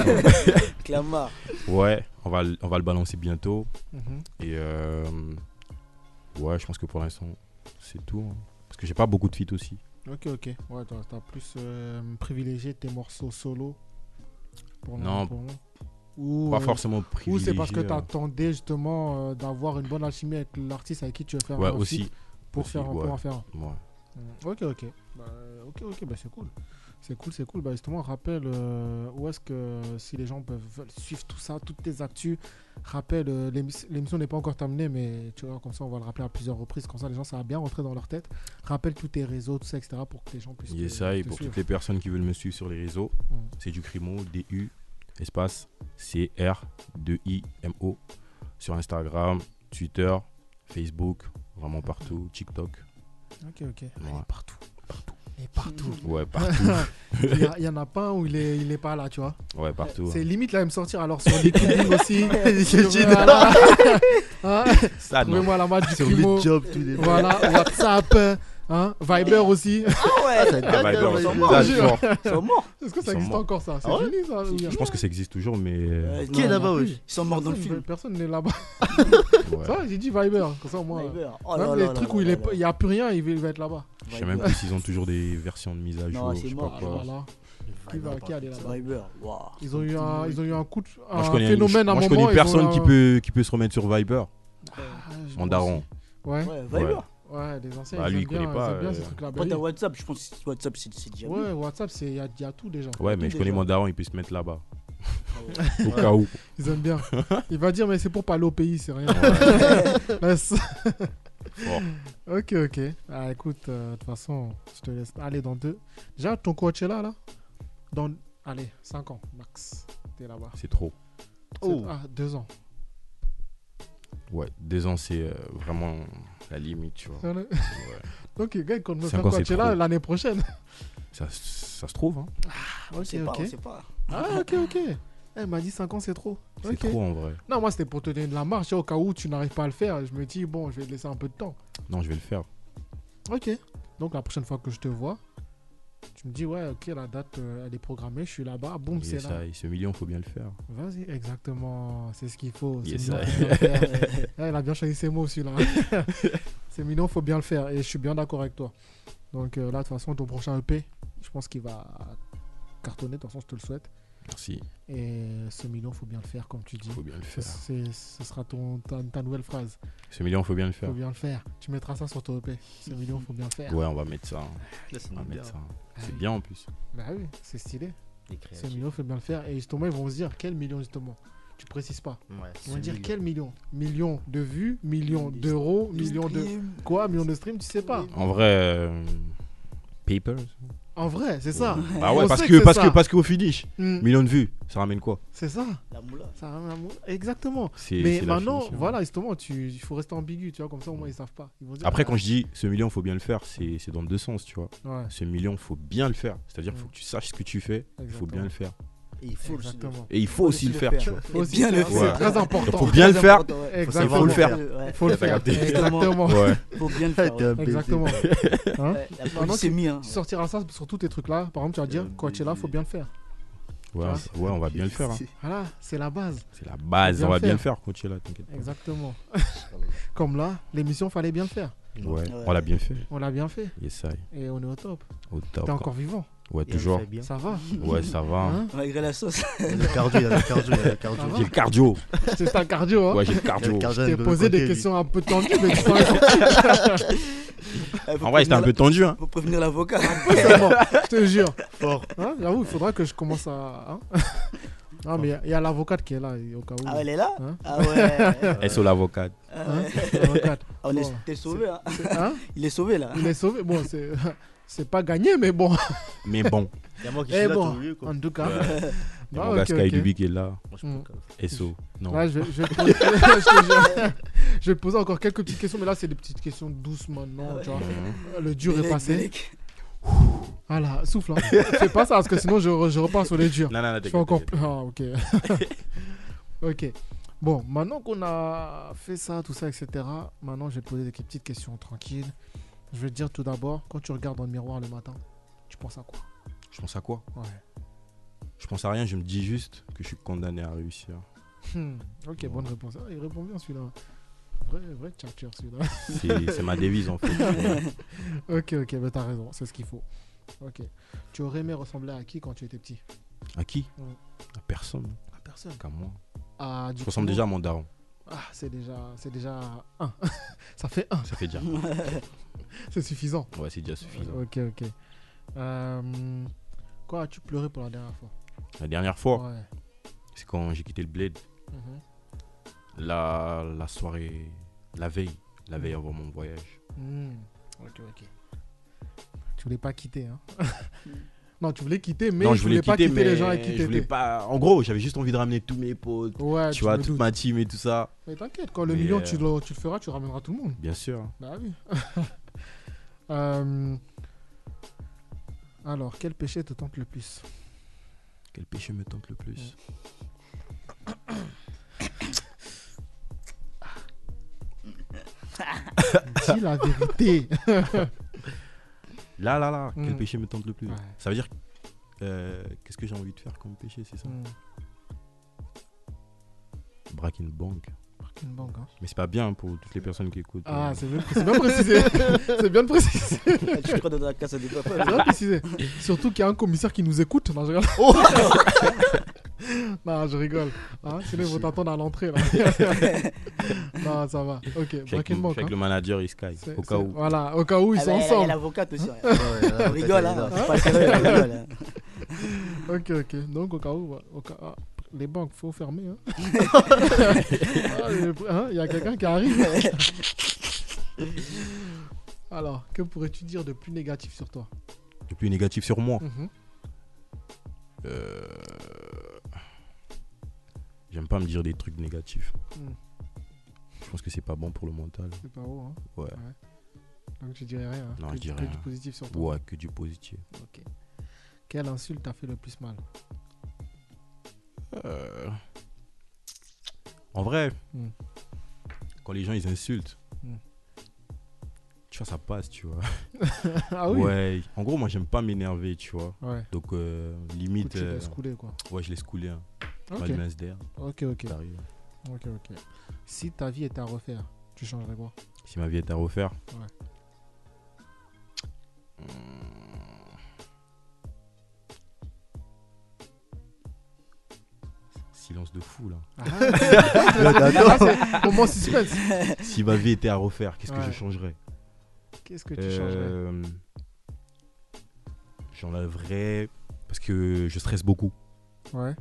Speaker 5: Clamart.
Speaker 3: Ouais, on va, le- on va le balancer bientôt.
Speaker 2: Mhm.
Speaker 3: Et euh, ouais, je pense que pour l'instant, c'est tout. hein. Parce que j'ai pas beaucoup de feats aussi.
Speaker 2: Ok, ok. Ouais, t'as, t'as plus euh, privilégié tes morceaux solo pour le-
Speaker 3: Non.
Speaker 2: pour le moment. Ou,
Speaker 3: Pas
Speaker 2: euh,
Speaker 3: forcément
Speaker 2: Ou
Speaker 3: privilégié.
Speaker 2: c'est parce que
Speaker 3: euh,
Speaker 2: t'attendais justement euh, d'avoir une bonne alchimie avec l'artiste avec qui tu veux faire
Speaker 3: hein. Ouais,
Speaker 2: un feat
Speaker 3: aussi.
Speaker 2: pour
Speaker 3: aussi,
Speaker 2: faire un- pour
Speaker 3: ouais.
Speaker 2: en faire un.
Speaker 3: Ouais.
Speaker 2: Mm. Ok, ok. Bah, ok, ok, bah c'est cool. C'est cool, c'est cool. Bah justement, rappelle euh, où est-ce que si les gens peuvent veulent suivre tout ça, toutes tes actus, rappelle, euh, l'émis- l'émission n'est pas encore terminée, mais tu vois, comme ça, on va le rappeler à plusieurs reprises, comme ça, les gens, ça va bien rentrer dans leur tête. Rappelle tous tes réseaux, tout ça, etc., pour que les gens puissent. te-
Speaker 3: Yes, I,
Speaker 2: te
Speaker 3: pour
Speaker 2: suivre.
Speaker 3: toutes les personnes qui veulent me suivre sur les réseaux,
Speaker 2: Mm.
Speaker 3: c'est du Crimo, D-U, espace C-R-2-I-M-O, sur Instagram, Twitter, Facebook, vraiment partout, TikTok.
Speaker 2: Ok, ok.
Speaker 3: Ouais.
Speaker 2: Il est partout. Il est partout.
Speaker 3: Ouais, partout.
Speaker 2: il, y a- il y en a pas un où il est, il est pas là, tu vois.
Speaker 3: ouais, partout. hein.
Speaker 2: C'est limite là, il me sortir. Alors sur LinkedIn aussi.
Speaker 4: J'ai
Speaker 2: Voilà. Hein
Speaker 3: Ça, non.
Speaker 2: Trouvez-moi la match du
Speaker 4: Sur
Speaker 2: primo.
Speaker 4: le job, tous les
Speaker 2: Voilà, WhatsApp, hein, Viber aussi.
Speaker 5: Ah ouais.
Speaker 3: Ah, bah,
Speaker 4: D'accord,
Speaker 3: non,
Speaker 4: ils
Speaker 2: hein,
Speaker 3: ça,
Speaker 4: sont
Speaker 3: ça,
Speaker 4: morts.
Speaker 3: genre,
Speaker 5: Ils sont morts.
Speaker 2: Est-ce que ça
Speaker 3: Ils sont
Speaker 2: existe
Speaker 3: morts.
Speaker 2: encore ça C'est
Speaker 4: Ah ouais
Speaker 2: fini ça ou bien
Speaker 3: Je pense que ça existe toujours, mais euh,
Speaker 5: Ouais,
Speaker 4: Qui est
Speaker 5: non,
Speaker 4: là-bas,
Speaker 5: non.
Speaker 4: wesh
Speaker 5: Ils sont morts dans le
Speaker 2: Personne-
Speaker 5: film.
Speaker 2: Personne n'est là-bas.
Speaker 3: ouais.
Speaker 2: Ça, j'ai dit Viber. Comme ça, au moins. euh,
Speaker 5: Viber. Oh là
Speaker 2: Même
Speaker 5: là
Speaker 2: les
Speaker 5: là
Speaker 2: trucs
Speaker 5: là
Speaker 2: où il
Speaker 5: là
Speaker 2: est
Speaker 5: là.
Speaker 2: pas- il n'y a plus rien, il va il va être là-bas.
Speaker 3: je sais même plus s'ils ont toujours des versions de mise à jour.
Speaker 5: Non,
Speaker 3: je
Speaker 5: c'est
Speaker 3: sais
Speaker 5: mort,
Speaker 3: pas
Speaker 5: Ah, c'est
Speaker 3: quoi.
Speaker 2: Voilà. Qui
Speaker 8: bah,
Speaker 2: va qui est allé là-bas
Speaker 5: Viber, waouh.
Speaker 2: Ils ont eu un, ils ont eu un coup, de, un
Speaker 3: Moi, je connais,
Speaker 2: phénomène
Speaker 3: je-
Speaker 2: à un
Speaker 3: moi, je
Speaker 2: moment,
Speaker 3: connais
Speaker 2: ils ont
Speaker 3: personne
Speaker 2: eu
Speaker 3: qui,
Speaker 2: un-
Speaker 3: peut, qui peut se remettre sur Viber.
Speaker 2: je
Speaker 3: en
Speaker 2: pense
Speaker 3: daron.
Speaker 2: Ouais.
Speaker 5: Ouais, Viber.
Speaker 2: Ouais, les anciens,
Speaker 3: Bah,
Speaker 2: ils
Speaker 3: lui, il
Speaker 2: aiment bien,
Speaker 3: connaît pas,
Speaker 2: ils aiment bien
Speaker 3: euh,
Speaker 2: ces trucs-là. Bah
Speaker 5: Quand t'as
Speaker 2: oui.
Speaker 5: WhatsApp, je pense que WhatsApp, c'est c'est déjà
Speaker 2: Ouais,
Speaker 5: mieux.
Speaker 2: WhatsApp, c'est- il y, a- il y a tout déjà.
Speaker 3: Ouais, mais je connais mon daron, il peut se mettre là-bas. Au
Speaker 2: Ouais.
Speaker 3: cas où.
Speaker 2: Ils aiment bien. Il va dire, mais c'est pour pas aller au pays, c'est rien. Laisse. ok, ok. Ah, écoute, euh, de toute façon, je te laisse aller dans deux. Déjà, ton coach est là, là Dans, allez, 5 ans, max. T'es là-bas.
Speaker 3: C'est trop.
Speaker 2: Oh. Ah, 2 ans.
Speaker 3: Ouais, deux ans, c'est euh, vraiment la limite, tu vois.
Speaker 2: Ouais.
Speaker 3: Ouais.
Speaker 2: Donc, gars, quand on me
Speaker 3: Cinq
Speaker 2: fait
Speaker 3: ans, c'est
Speaker 2: coacher là
Speaker 3: trop.
Speaker 2: l'année prochaine.
Speaker 3: Ça, ça se trouve, hein.
Speaker 5: On sait pas,
Speaker 2: ok.
Speaker 5: on sait pas.
Speaker 2: Ah, ok, ok. Elle m'a dit 5 ans, c'est trop.
Speaker 3: C'est
Speaker 2: Ok.
Speaker 3: trop en vrai.
Speaker 2: Non, moi, c'était pour te donner de la marche. Au cas où tu n'arrives pas à le faire, je me dis, bon, je vais te laisser un peu de temps.
Speaker 3: Non, je vais le faire.
Speaker 2: Ok. Donc, la prochaine fois que je te vois, tu me dis, ouais, ok, la date, euh, elle est programmée, je suis là-bas, boum,
Speaker 3: Yes,
Speaker 2: c'est là.
Speaker 3: aïe, ce million, faut bien le faire.
Speaker 2: Vas-y, exactement. C'est ce qu'il faut. C'est
Speaker 3: Yes,
Speaker 2: mignon,
Speaker 3: I.
Speaker 2: faut bien le faire. Ouais, il a bien choisi ses mots, celui-là. c'est mignon, faut bien le faire. Et je suis bien d'accord avec toi. Donc euh, là, de toute façon, ton prochain EP, je pense qu'il va cartonner. De toute façon, je te le souhaite.
Speaker 3: Merci.
Speaker 2: Et ce million, faut bien le faire, comme tu dis.
Speaker 3: Faut bien le faire.
Speaker 2: C'est- Ce sera ton, ta, ta nouvelle phrase.
Speaker 3: Ce million, faut bien le faire.
Speaker 2: Faut bien le faire. Tu mettras ça sur ton EP. Ce million, faut bien le faire.
Speaker 3: Ouais, on va mettre ça. hein.
Speaker 8: Là, c'est
Speaker 3: On va
Speaker 8: bien.
Speaker 3: mettre ça. C'est
Speaker 2: oui.
Speaker 3: bien en plus.
Speaker 2: Bah oui, c'est stylé.
Speaker 8: Des
Speaker 2: Ce
Speaker 8: créatifs.
Speaker 2: million, faut bien le faire. Et justement, ils vont se dire quel million, justement. Tu précises pas.
Speaker 8: Ouais,
Speaker 2: Ils
Speaker 8: ce
Speaker 2: vont dire
Speaker 8: million.
Speaker 2: quel million Millions de vues, millions d'euros, millions de. Quoi Millions de streams Tu sais pas.
Speaker 3: En vrai. euh, Papers
Speaker 2: En vrai, c'est ça.
Speaker 3: Bah ouais,
Speaker 2: On
Speaker 3: parce
Speaker 2: sait
Speaker 3: que,
Speaker 2: c'est
Speaker 3: parce,
Speaker 2: ça.
Speaker 3: que, parce qu'au finish,
Speaker 2: Mm.
Speaker 3: million de vues, ça ramène quoi
Speaker 2: C'est ça.
Speaker 5: La moula.
Speaker 2: ça a un amour. Exactement.
Speaker 3: C'est-
Speaker 2: Mais
Speaker 3: c'est la
Speaker 2: maintenant,
Speaker 3: finition.
Speaker 2: voilà, justement, tu- il faut rester ambigu, tu vois, comme ça au moins ils savent pas. Ils vont dire,
Speaker 3: Après,
Speaker 2: ah,
Speaker 3: quand je dis ce million, faut bien le faire, c'est c'est dans le deux sens, tu vois.
Speaker 2: Ouais,
Speaker 3: Ce million, faut bien le faire. C'est-à-dire,
Speaker 2: Mm.
Speaker 3: faut que tu saches ce que tu fais, il faut
Speaker 2: Exactement.
Speaker 3: bien le faire.
Speaker 5: Et il faut le
Speaker 2: exactement.
Speaker 3: Et il faut aussi le faire, tu vois.
Speaker 2: Faut
Speaker 5: Faut
Speaker 2: aussi
Speaker 5: bien
Speaker 2: le
Speaker 5: le
Speaker 2: faire.
Speaker 5: faire.
Speaker 2: C'est très important.
Speaker 3: Faut bien le faire.
Speaker 2: Exactement.
Speaker 3: savoir le faire.
Speaker 5: Ouais.
Speaker 2: Faut le
Speaker 3: T'as
Speaker 2: faire.
Speaker 3: capté.
Speaker 2: Exactement.
Speaker 3: Ouais.
Speaker 5: Faut bien le faire.
Speaker 8: T'es un
Speaker 5: ouais.
Speaker 8: bébé.
Speaker 2: Exactement. Hein
Speaker 5: Ouais, la
Speaker 2: Maintenant,
Speaker 5: police s'est mis. hein.
Speaker 2: Tu sortiras ça sur tous tes trucs là. Par exemple, tu vas dire,
Speaker 8: Euh,
Speaker 2: Coachella,
Speaker 8: mais-
Speaker 2: faut bien le faire.
Speaker 3: Ouais,
Speaker 2: Ah,
Speaker 3: c'est- ouais, on va bien le faire. hein.
Speaker 2: Voilà, c'est la base.
Speaker 3: C'est la base,
Speaker 2: Faut bien
Speaker 3: on va
Speaker 2: le
Speaker 3: bien le
Speaker 2: faire.
Speaker 3: faire, Coachella, t'inquiète pas.
Speaker 2: Exactement. Comme là, l'émission, fallait bien le faire.
Speaker 3: Ouais,
Speaker 5: Ouais.
Speaker 3: on l'a bien fait.
Speaker 2: On l'a bien fait
Speaker 3: Yes, I.
Speaker 2: et on est au top.
Speaker 3: Au top.
Speaker 2: T'es encore vivant.
Speaker 3: Ouais,
Speaker 8: Il a
Speaker 3: toujours.
Speaker 8: fait bien.
Speaker 2: Ça va.
Speaker 3: Ouais, ça
Speaker 8: Ah.
Speaker 3: va.
Speaker 2: Hein
Speaker 5: Malgré la sauce.
Speaker 8: Il a le cardio, il a le cardio, il a le cardio.
Speaker 2: va
Speaker 3: J'ai le cardio.
Speaker 2: C'est ta cardio. Hein
Speaker 3: Ouais, j'ai le
Speaker 8: Il a
Speaker 3: cardio.
Speaker 8: le cardio de
Speaker 2: T'es
Speaker 8: l'autre
Speaker 2: posé des
Speaker 8: côté, lui.
Speaker 2: questions un peu tendues, mais tu t'en es sorti,
Speaker 5: Eh, faut
Speaker 3: En vrai, j'étais un peu
Speaker 5: prévenir
Speaker 3: tendu, hein.
Speaker 5: la- Faut prévenir l'avocat.
Speaker 2: c'est bon, je te jure.
Speaker 8: Fort.
Speaker 2: Hein, J'avoue, il faudra que je commence à. hein. non, mais il y a l'avocate qui est là, au cas où.
Speaker 5: Ah, elle est là
Speaker 2: Hein
Speaker 5: Ah ouais.
Speaker 3: SO l'avocat.
Speaker 5: Ah
Speaker 2: Hein,
Speaker 5: ouais.
Speaker 2: l'avocate.
Speaker 5: Ah, on est-
Speaker 2: Bon.
Speaker 5: T'es sauvé, hein.
Speaker 2: Hein
Speaker 5: Il est sauvé, là.
Speaker 2: il est sauvé. Bon, c'est. C'est pas gagné, mais bon.
Speaker 3: Mais bon,
Speaker 8: Il y a moi qui
Speaker 2: Eh
Speaker 8: suis là,
Speaker 2: bon,
Speaker 8: tout vieux, quoi.
Speaker 2: en tout cas.
Speaker 3: il y a
Speaker 2: Ah,
Speaker 3: mon gars
Speaker 2: ok,
Speaker 3: Sky
Speaker 2: ok.
Speaker 3: Dubi qui est là.
Speaker 8: Moi, je peux pas.
Speaker 3: SO. Non.
Speaker 2: Là, je vais, je vais te poser, je te jure. Je vais te poser encore quelques petites questions, mais là, c'est des petites questions douces maintenant. Tu vois.
Speaker 3: Mhm.
Speaker 5: Ah
Speaker 2: Le dur est
Speaker 5: Délec,
Speaker 2: passé.
Speaker 5: délec.
Speaker 2: Voilà, souffle. Hein. Fais pas ça, parce que sinon, je, re- je repars sur les durs.
Speaker 3: Non, non, non,
Speaker 2: Je
Speaker 3: t'inquiète,
Speaker 2: fais encore
Speaker 3: t'inquiète.
Speaker 2: plus. Ah, ok. ok. Bon, maintenant qu'on a fait ça, tout ça, etc., maintenant je vais te poser des petites questions tranquilles. Je vais te dire tout d'abord, quand tu regardes dans le miroir le matin, tu penses à quoi
Speaker 3: Je pense à quoi
Speaker 2: Ouais.
Speaker 3: Je pense à rien, je me dis juste que je suis condamné à réussir.
Speaker 2: Hmm, Ok, bonne réponse. Ah, il répond bien celui-là. Vrai, vrai tchatcheur celui-là.
Speaker 3: C'est c'est ma devise en fait.
Speaker 2: ok, ok, bah t'as raison, c'est ce qu'il faut. Ok. Tu aurais aimé ressembler à qui quand tu étais petit
Speaker 3: À qui
Speaker 2: Ouais.
Speaker 3: À personne,
Speaker 2: À personne.
Speaker 3: qu'à moi.
Speaker 2: Ah, du
Speaker 3: Je ressemble
Speaker 2: coup,
Speaker 3: déjà à mon daron.
Speaker 2: Ah, c'est déjà, c'est déjà un. ça fait un,
Speaker 3: Ça fait déjà.
Speaker 2: c'est suffisant.
Speaker 3: Ouais, c'est déjà suffisant.
Speaker 2: Ok, ok. Euh, quoi as-tu pleuré pour la dernière fois
Speaker 3: La dernière fois,
Speaker 2: Ouais.
Speaker 3: c'est quand j'ai quitté le bled.
Speaker 2: Mhm.
Speaker 3: La, la soirée, la veille, la veille avant mon voyage.
Speaker 2: Hmm. Ok, ok. Tu voulais pas quitter, hein Non, tu voulais quitter, mais
Speaker 3: non,
Speaker 2: tu
Speaker 3: je voulais quitter,
Speaker 2: pas
Speaker 3: mais
Speaker 2: quitter les gens avec qui
Speaker 3: je voulais
Speaker 2: t'étais.
Speaker 3: pas. En gros, j'avais juste envie de ramener tous mes potes,
Speaker 2: Ouais,
Speaker 3: tu
Speaker 2: me
Speaker 3: vois, toute
Speaker 2: doutes.
Speaker 3: ma team et tout ça.
Speaker 2: Mais t'inquiète, quand le
Speaker 3: Mais,
Speaker 2: million,
Speaker 3: euh,
Speaker 2: tu, le, tu le feras, tu ramèneras tout le monde.
Speaker 3: Bien sûr.
Speaker 2: Bah oui. Euh, Alors, quel péché te tente le plus
Speaker 3: Quel péché me tente le plus
Speaker 2: Dis la vérité.
Speaker 3: Là, là, là, quel
Speaker 2: Mm.
Speaker 3: péché me tente le plus
Speaker 2: Ouais.
Speaker 3: Ça veut dire. euh, Qu'est-ce que j'ai envie de faire comme péché, c'est ça
Speaker 2: Hmm.
Speaker 3: Braquer une banque.
Speaker 2: Ok, une banque. hein.
Speaker 3: Mais c'est pas bien pour toutes les personnes qui écoutent.
Speaker 2: Ah,
Speaker 3: euh,
Speaker 2: c'est bien, c'est bien précisé. c'est bien précisé.
Speaker 5: Tu crois dans la casse à des papas,
Speaker 2: C'est bien
Speaker 5: toi.
Speaker 2: précisé. Surtout qu'il y a un commissaire qui nous écoute. Non, je rigole.
Speaker 5: Oh.
Speaker 2: non, je rigole. Hein, sinon, ils vont t'attendre à l'entrée. là. non, ça va. Ok,
Speaker 3: check,
Speaker 2: braque une banque.
Speaker 3: check
Speaker 2: hein.
Speaker 3: le manager, il sky,
Speaker 2: C'est-
Speaker 3: au cas
Speaker 2: c'est-
Speaker 3: où.
Speaker 2: Voilà, au cas où ils
Speaker 5: Ah
Speaker 2: sont
Speaker 5: bah, elle a- Elle
Speaker 2: ensemble.
Speaker 5: est avocate aussi. hein.
Speaker 8: Ouais, là,
Speaker 5: On rigole, hein.
Speaker 8: t'as-
Speaker 5: C'est pas sérieux, on rigole. hein.
Speaker 2: Ok, ok. Donc, au cas où, au cas- ah, les banques, faut fermer. hein. Ah, les- hein, Il y a quelqu'un qui arrive. Alors, que pourrais-tu dire de plus négatif sur toi
Speaker 3: Le plus négatif sur moi.
Speaker 2: Mhm.
Speaker 3: Euh, J'aime pas me dire des trucs négatifs.
Speaker 2: Mm.
Speaker 3: Je pense que c'est pas bon pour le mental.
Speaker 2: C'est pas haut, hein
Speaker 3: Ouais.
Speaker 2: Donc, tu dirais rien. hein.
Speaker 3: Non,
Speaker 2: que,
Speaker 3: je dis
Speaker 2: que
Speaker 3: rien.
Speaker 2: du positif sur toi.
Speaker 3: Ouais, que du positif.
Speaker 2: Quelle insulte t'a fait le plus mal
Speaker 3: Euh, En vrai,
Speaker 2: Mm.
Speaker 3: quand les gens ils insultent,
Speaker 2: Mm.
Speaker 3: tu vois, ça passe, tu vois.
Speaker 2: Ah oui
Speaker 3: Ouais. En gros, moi j'aime pas m'énerver, tu vois.
Speaker 2: Ouais.
Speaker 3: Donc, euh,
Speaker 2: Écoute,
Speaker 3: limite,
Speaker 2: tu te
Speaker 3: euh,
Speaker 2: laisses couler, quoi.
Speaker 3: ouais, je laisse couler. Hein. Pas
Speaker 2: Ok,
Speaker 3: de mince d'air,
Speaker 2: ok, ok.
Speaker 3: ça arrive.
Speaker 2: Ok, ok. Si ta vie était à refaire, tu changerais quoi
Speaker 3: Si ma vie était à refaire.
Speaker 2: Ouais.
Speaker 3: Hmm. Silence de fou là.
Speaker 2: Ah, c'est- Moment suspense.
Speaker 3: si ma vie était à refaire, qu'est-ce que je
Speaker 2: Ouais.
Speaker 3: changerais
Speaker 2: Qu'est-ce que tu changerais
Speaker 3: Euh, J'enlèverais. Parce que je stresse beaucoup.
Speaker 2: Ouais.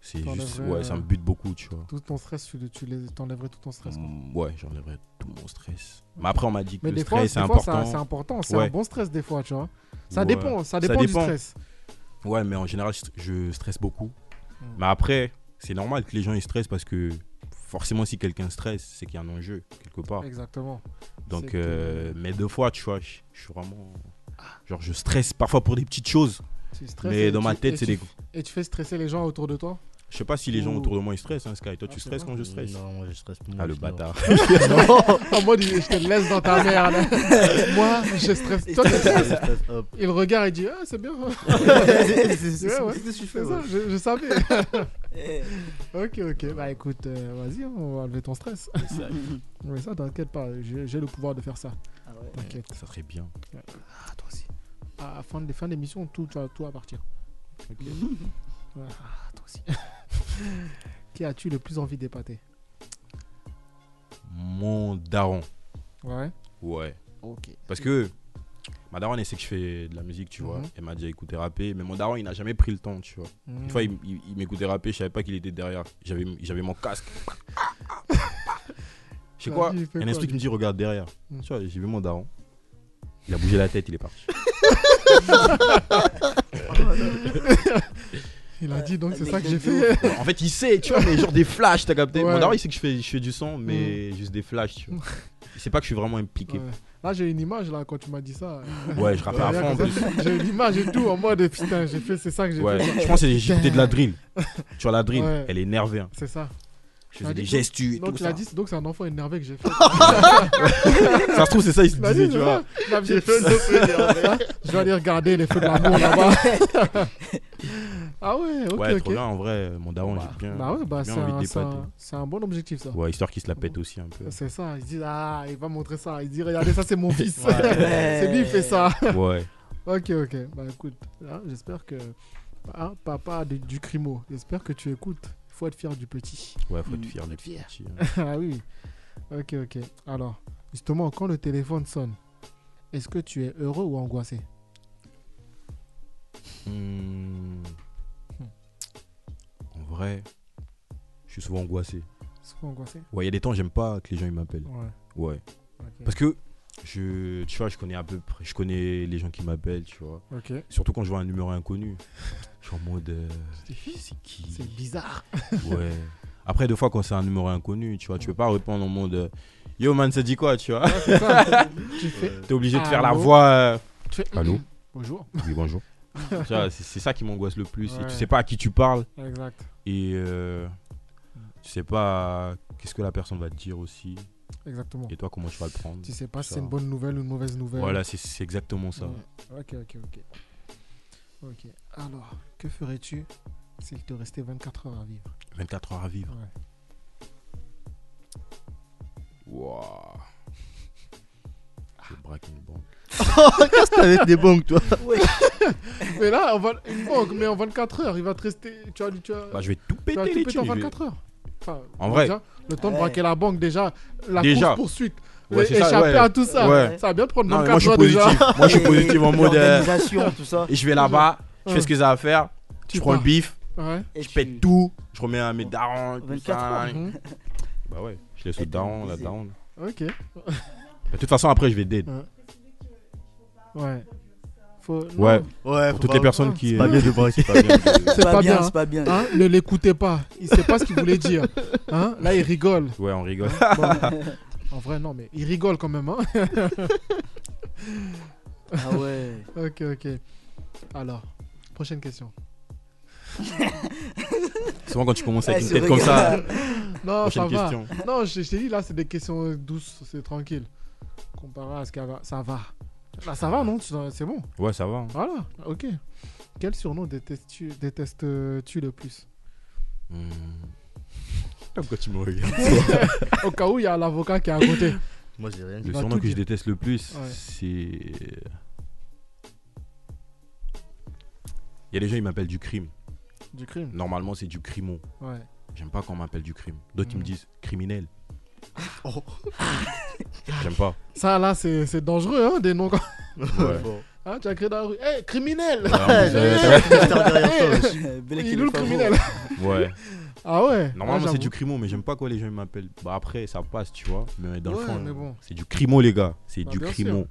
Speaker 3: C'est juste.
Speaker 2: T'enlèverais,
Speaker 3: Ouais, ça
Speaker 2: euh,
Speaker 3: me bute beaucoup, tu vois.
Speaker 2: Tout ton stress, tu, le- tu les- t'enlèverais tout ton stress. quoi.
Speaker 3: Mm, Ouais, j'enlèverais tout mon stress. Mais après, on m'a dit que
Speaker 2: Mais
Speaker 3: le
Speaker 2: des fois,
Speaker 3: stress, c'est
Speaker 2: des fois, ça-
Speaker 3: important.
Speaker 2: c'est important. C'est
Speaker 3: Ouais.
Speaker 2: un bon stress, des fois, tu vois. Ça,
Speaker 3: Ouais.
Speaker 2: dépend, ça dépend du stress.
Speaker 3: Ouais, mais en général, je- je stresse beaucoup.
Speaker 2: Mm.
Speaker 3: Mais après, c'est normal que les gens ils stressent parce que forcément, si quelqu'un stresse, c'est qu'il y a un enjeu quelque part.
Speaker 2: Exactement. C'est
Speaker 3: Donc,
Speaker 2: que- Ah.
Speaker 3: euh, mais deux fois, tu vois, je je suis vraiment. Genre, je stresse parfois pour des petites choses,
Speaker 2: Tu stresses
Speaker 3: mais
Speaker 2: et
Speaker 3: dans
Speaker 2: tu-
Speaker 3: ma
Speaker 2: et
Speaker 3: tête, c'est
Speaker 2: tu-
Speaker 3: des.
Speaker 2: Et tu fais stresser les gens autour de toi
Speaker 3: Je sais pas si les gens
Speaker 2: Ouh.
Speaker 3: autour de moi ils stressent, hein, Sky. Toi,
Speaker 2: Ah,
Speaker 3: tu
Speaker 2: c'est
Speaker 3: stresses
Speaker 2: vrai.
Speaker 3: quand je stresse
Speaker 8: Non, moi je stresse pas.
Speaker 3: Ah,
Speaker 8: moi,
Speaker 3: le
Speaker 8: je dors.
Speaker 3: bâtard.
Speaker 2: En mode, je te laisse dans ta merde. Moi, je stresse. Toi, tu
Speaker 8: Je
Speaker 2: stresses.
Speaker 8: stresse, hop.
Speaker 2: Il regarde et dit Ah, c'est bien.
Speaker 5: C'est- c'est-
Speaker 2: Ouais, ouais.
Speaker 5: C'est c'est ce que je fais.
Speaker 2: C'est
Speaker 5: ouais.
Speaker 2: ça, je, je savais.
Speaker 5: Eh,
Speaker 2: ok, ok. Bah écoute, euh, vas-y, on va enlever ton stress. Mais ça, t'inquiète pas, j'ai j'ai le pouvoir de faire ça.
Speaker 5: ah ouais.
Speaker 2: T'inquiète.
Speaker 3: Ça serait bien.
Speaker 2: Ah, toi aussi. À la fin de fin d'émission, tout, tu vas tout à partir. Ouais, Ah, toi aussi. Qui as-tu le plus envie d'épater
Speaker 3: Mon daron.
Speaker 2: Ouais.
Speaker 3: Ouais.
Speaker 2: Ok.
Speaker 3: Parce que ma daronne, elle sait que je fais de la musique, tu vois.
Speaker 2: Mhm.
Speaker 3: Elle m'a déjà écouté rapper, mais mon daron, il n'a jamais pris le temps, tu vois.
Speaker 2: Hmm.
Speaker 3: Une fois, il, il- il m'écoutait rapper, je savais pas qu'il était derrière. J'avais, j'avais mon casque. Je sais
Speaker 2: La
Speaker 3: quoi
Speaker 2: vie, il fait
Speaker 3: Un
Speaker 2: quoi,
Speaker 3: esprit qui
Speaker 2: lui
Speaker 3: me dit regarde derrière.
Speaker 2: Mm.
Speaker 3: Tu vois, j'ai vu mon daron. Il a bougé la tête, il est parti.
Speaker 2: Euh, Il a dit donc c'est
Speaker 5: Mec
Speaker 2: ça que
Speaker 5: de
Speaker 2: j'ai
Speaker 5: ouf.
Speaker 2: fait.
Speaker 3: Ouais, en fait, il sait, tu vois, mais genre des flashs, t'as capté
Speaker 2: Ouais. Hmm.
Speaker 3: Mon daron, il sait que je fais, je fais du son, mais juste des flashs, tu vois. Il sait pas que je suis vraiment impliqué.
Speaker 2: Ouais. Là j'ai une image là quand tu m'as dit ça.
Speaker 3: Ouais, je rappe à
Speaker 2: Regarde
Speaker 3: fond en
Speaker 2: comme
Speaker 3: plus.
Speaker 2: ça, J'ai une image et tout en mode putain j'ai fait c'est ça que j'ai
Speaker 3: Ouais,
Speaker 2: fait.
Speaker 3: je pense que j'ai- j'écoutais de la drill. Tu vois, la drill,
Speaker 2: Ouais.
Speaker 3: elle est énervée. hein.
Speaker 2: C'est ça. Ah,
Speaker 3: Je faisais des
Speaker 2: dis-
Speaker 3: gestes, et tout
Speaker 2: Donc il a
Speaker 3: ça.
Speaker 2: dit donc c'est un enfant énervé que j'ai fait.
Speaker 3: Ça se trouve, c'est ça, il se
Speaker 2: Il a
Speaker 3: disait,
Speaker 2: dit,
Speaker 3: tu vois.
Speaker 2: Il a dit, Je vais aller regarder les feux de l'amour là-bas. ah ouais, ok,
Speaker 3: ouais,
Speaker 2: ok.
Speaker 3: trop bien, en vrai, euh, mon daron, j'ai bien,
Speaker 2: Bah ouais, bah
Speaker 3: j'ai
Speaker 2: c'est
Speaker 3: bien envie
Speaker 2: un,
Speaker 3: de
Speaker 2: c'est
Speaker 3: l'épater.
Speaker 2: un- c'est un bon objectif ça.
Speaker 3: Ouais, histoire qu'il se la pète aussi un peu.
Speaker 2: C'est ça, ils disent ah, il va montrer ça. Il dit regardez ça, c'est mon fils.
Speaker 5: Ouais.
Speaker 2: c'est lui qui fait ça.
Speaker 3: Ouais.
Speaker 2: ok, ok. Bah écoute, hein, j'espère que ah, papa de- du crimo, j'espère que tu écoutes. Faut être fier du petit.
Speaker 3: Ouais, faut être
Speaker 5: Mm,
Speaker 3: fier du
Speaker 5: être fier.
Speaker 3: petit. hein.
Speaker 2: ah oui. Ok, ok. Alors, justement, quand le téléphone sonne, est-ce que tu es heureux ou angoissé
Speaker 3: hein. Hmm. En vrai, je suis souvent angoissé.
Speaker 2: Souvent angoissé.
Speaker 3: Ouais, il y a des temps, j'aime pas que les gens ils m'appellent.
Speaker 2: Ouais.
Speaker 3: Ouais.
Speaker 2: ok.
Speaker 3: Parce que, je, tu vois, je connais à peu près, je connais les gens qui m'appellent, tu vois.
Speaker 2: Ok.
Speaker 3: Surtout quand je vois un numéro inconnu. Je suis en mode, euh, c'est qui
Speaker 2: C'est bizarre.
Speaker 3: Ouais. Après, deux fois, quand c'est un numéro inconnu, tu vois, tu peux pas répondre en mode euh, Yo man, ça dit quoi, tu vois
Speaker 2: C'est ça. tu fais.
Speaker 3: T'es obligé de faire la
Speaker 2: Allô
Speaker 3: voix. euh,
Speaker 2: Tu fais
Speaker 3: Allô
Speaker 2: Bonjour.
Speaker 3: Oui, bonjour. Tu vois, c'est c'est ça qui m'angoisse le plus. Et
Speaker 2: Ouais.
Speaker 3: tu sais pas à qui tu parles
Speaker 2: Exact.
Speaker 3: et euh, tu sais pas qu'est-ce que la personne va te dire aussi.
Speaker 2: Exactement.
Speaker 3: Et toi, comment tu vas le prendre.
Speaker 2: Tu sais pas si
Speaker 3: ça.
Speaker 2: c'est une bonne nouvelle ou une mauvaise nouvelle.
Speaker 3: Voilà, c'est- c'est exactement ça.
Speaker 2: Ouais. Ok, ok, ok. Ok. Alors, que ferais-tu s'il te restait 24 heures à vivre
Speaker 3: 24 heures à vivre.
Speaker 2: Ouais.
Speaker 3: Wouah. Je braque une banque.
Speaker 4: Qu'est-ce que t'as avec des banques, toi
Speaker 2: mais là, on va... une banque, mais en 24 heures, il va te rester. Tu vas, tu vas...
Speaker 3: Bah, je vais tout
Speaker 2: tu vas
Speaker 3: péter, les
Speaker 2: tout péter en
Speaker 3: thunes, je vais-
Speaker 2: 24 heures. Enfin,
Speaker 3: En vrai.
Speaker 2: déjà, le temps de
Speaker 5: Ouais.
Speaker 2: braquer la banque, déjà, la
Speaker 3: Déjà.
Speaker 2: course poursuite,
Speaker 3: Ouais, c'est ça,
Speaker 2: échapper
Speaker 3: ouais.
Speaker 2: à tout ça,
Speaker 3: Ouais.
Speaker 2: ça va bien te prendre
Speaker 3: Non, mais
Speaker 2: 24
Speaker 3: moi, je suis
Speaker 2: heures déjà.
Speaker 3: positif. Moi, je suis positif en mode. euh,
Speaker 5: L'organisation, tout ça.
Speaker 3: Et je vais là-bas, je
Speaker 2: Ouais.
Speaker 3: fais ce que j'ai à faire,
Speaker 2: Tu
Speaker 3: je prends le
Speaker 2: pars.
Speaker 3: bif,
Speaker 2: Ouais.
Speaker 5: Et
Speaker 3: je
Speaker 5: puis-
Speaker 3: pète tout, je remets à mes darons. tout
Speaker 5: 24
Speaker 3: ça.
Speaker 5: heures.
Speaker 2: Mhm.
Speaker 3: Bah ouais, je laisse le
Speaker 5: Et
Speaker 3: daron, la
Speaker 5: t'es
Speaker 3: daron.
Speaker 2: Ok.
Speaker 3: De toute façon, après, je vais dead.
Speaker 2: Ouais. Faut... non,
Speaker 3: Ouais,
Speaker 8: Ouais,
Speaker 3: pour toutes les personnes qui. euh,
Speaker 8: C'est
Speaker 2: Bah,
Speaker 8: pas bien de boire, c'est pas bien.
Speaker 2: C'est pas, bien. hein.
Speaker 5: c'est pas bien.
Speaker 2: Hein, ne l'écoutez pas. Il sait pas ce qu'il voulait dire. Hein là, il rigole.
Speaker 3: Ouais, on rigole.
Speaker 2: Bon, en vrai, non, mais il rigole quand même. Hein
Speaker 5: Ah ouais.
Speaker 2: ok, ok. Alors, prochaine question.
Speaker 3: Souvent, quand tu commences
Speaker 5: Ouais,
Speaker 3: avec une
Speaker 5: c'est
Speaker 3: tête
Speaker 5: vrai
Speaker 3: comme
Speaker 5: que-
Speaker 3: ça,
Speaker 2: Non,
Speaker 3: prochaine
Speaker 2: ça va.
Speaker 3: question.
Speaker 2: Non, je, je t'ai dit, là, c'est des questions douces, c'est tranquille. Comparé à ce qu'il y a, ça va. Là, ça va, non Tu- C'est bon.
Speaker 3: Ouais, ça va. hein.
Speaker 2: Voilà, ok. Quel surnom détestes-tu détestes-tu le plus
Speaker 3: Hmm. Pourquoi tu me regardes
Speaker 2: Au cas où il y a l'avocat qui est à côté.
Speaker 8: Moi, j'ai rien dit.
Speaker 3: Le
Speaker 2: va
Speaker 3: surnom
Speaker 2: tout
Speaker 3: que je
Speaker 2: dire.
Speaker 3: déteste le plus,
Speaker 2: Ouais.
Speaker 3: c'est. Il y a des gens, ils m'appellent du crime.
Speaker 2: Du crime
Speaker 3: Normalement, c'est du crimo.
Speaker 2: Ouais.
Speaker 3: J'aime pas quand on m'appelle du crime. D'autres, ils
Speaker 2: Mm.
Speaker 3: me disent criminel.
Speaker 2: Oh.
Speaker 3: J'aime pas.
Speaker 2: Ça, là, c'est c'est dangereux, hein, des noms comme.
Speaker 3: Ouais.
Speaker 8: Bon. Ah,
Speaker 2: Hein, tu as crié dans la rue. Hé, criminel
Speaker 3: Ouais, on
Speaker 8: J'avais
Speaker 3: me
Speaker 8: un hamster derrière toi.
Speaker 2: Hey.
Speaker 8: aussi.
Speaker 5: Belek,
Speaker 2: Il
Speaker 5: il
Speaker 2: loue le
Speaker 5: est pas
Speaker 2: criminel.
Speaker 3: dit- ouais.
Speaker 2: Ah ouais
Speaker 3: Normalement,
Speaker 2: Ah,
Speaker 3: c'est
Speaker 2: j'avoue.
Speaker 3: du crimo, mais j'aime pas quand les gens ils m'appellent. Bah, après, ça passe, tu vois. Mais dans
Speaker 2: Ouais,
Speaker 3: le fond,
Speaker 2: mais bon.
Speaker 3: c'est du crimo, les gars. C'est
Speaker 2: Bah,
Speaker 3: du
Speaker 2: bien
Speaker 3: crimo.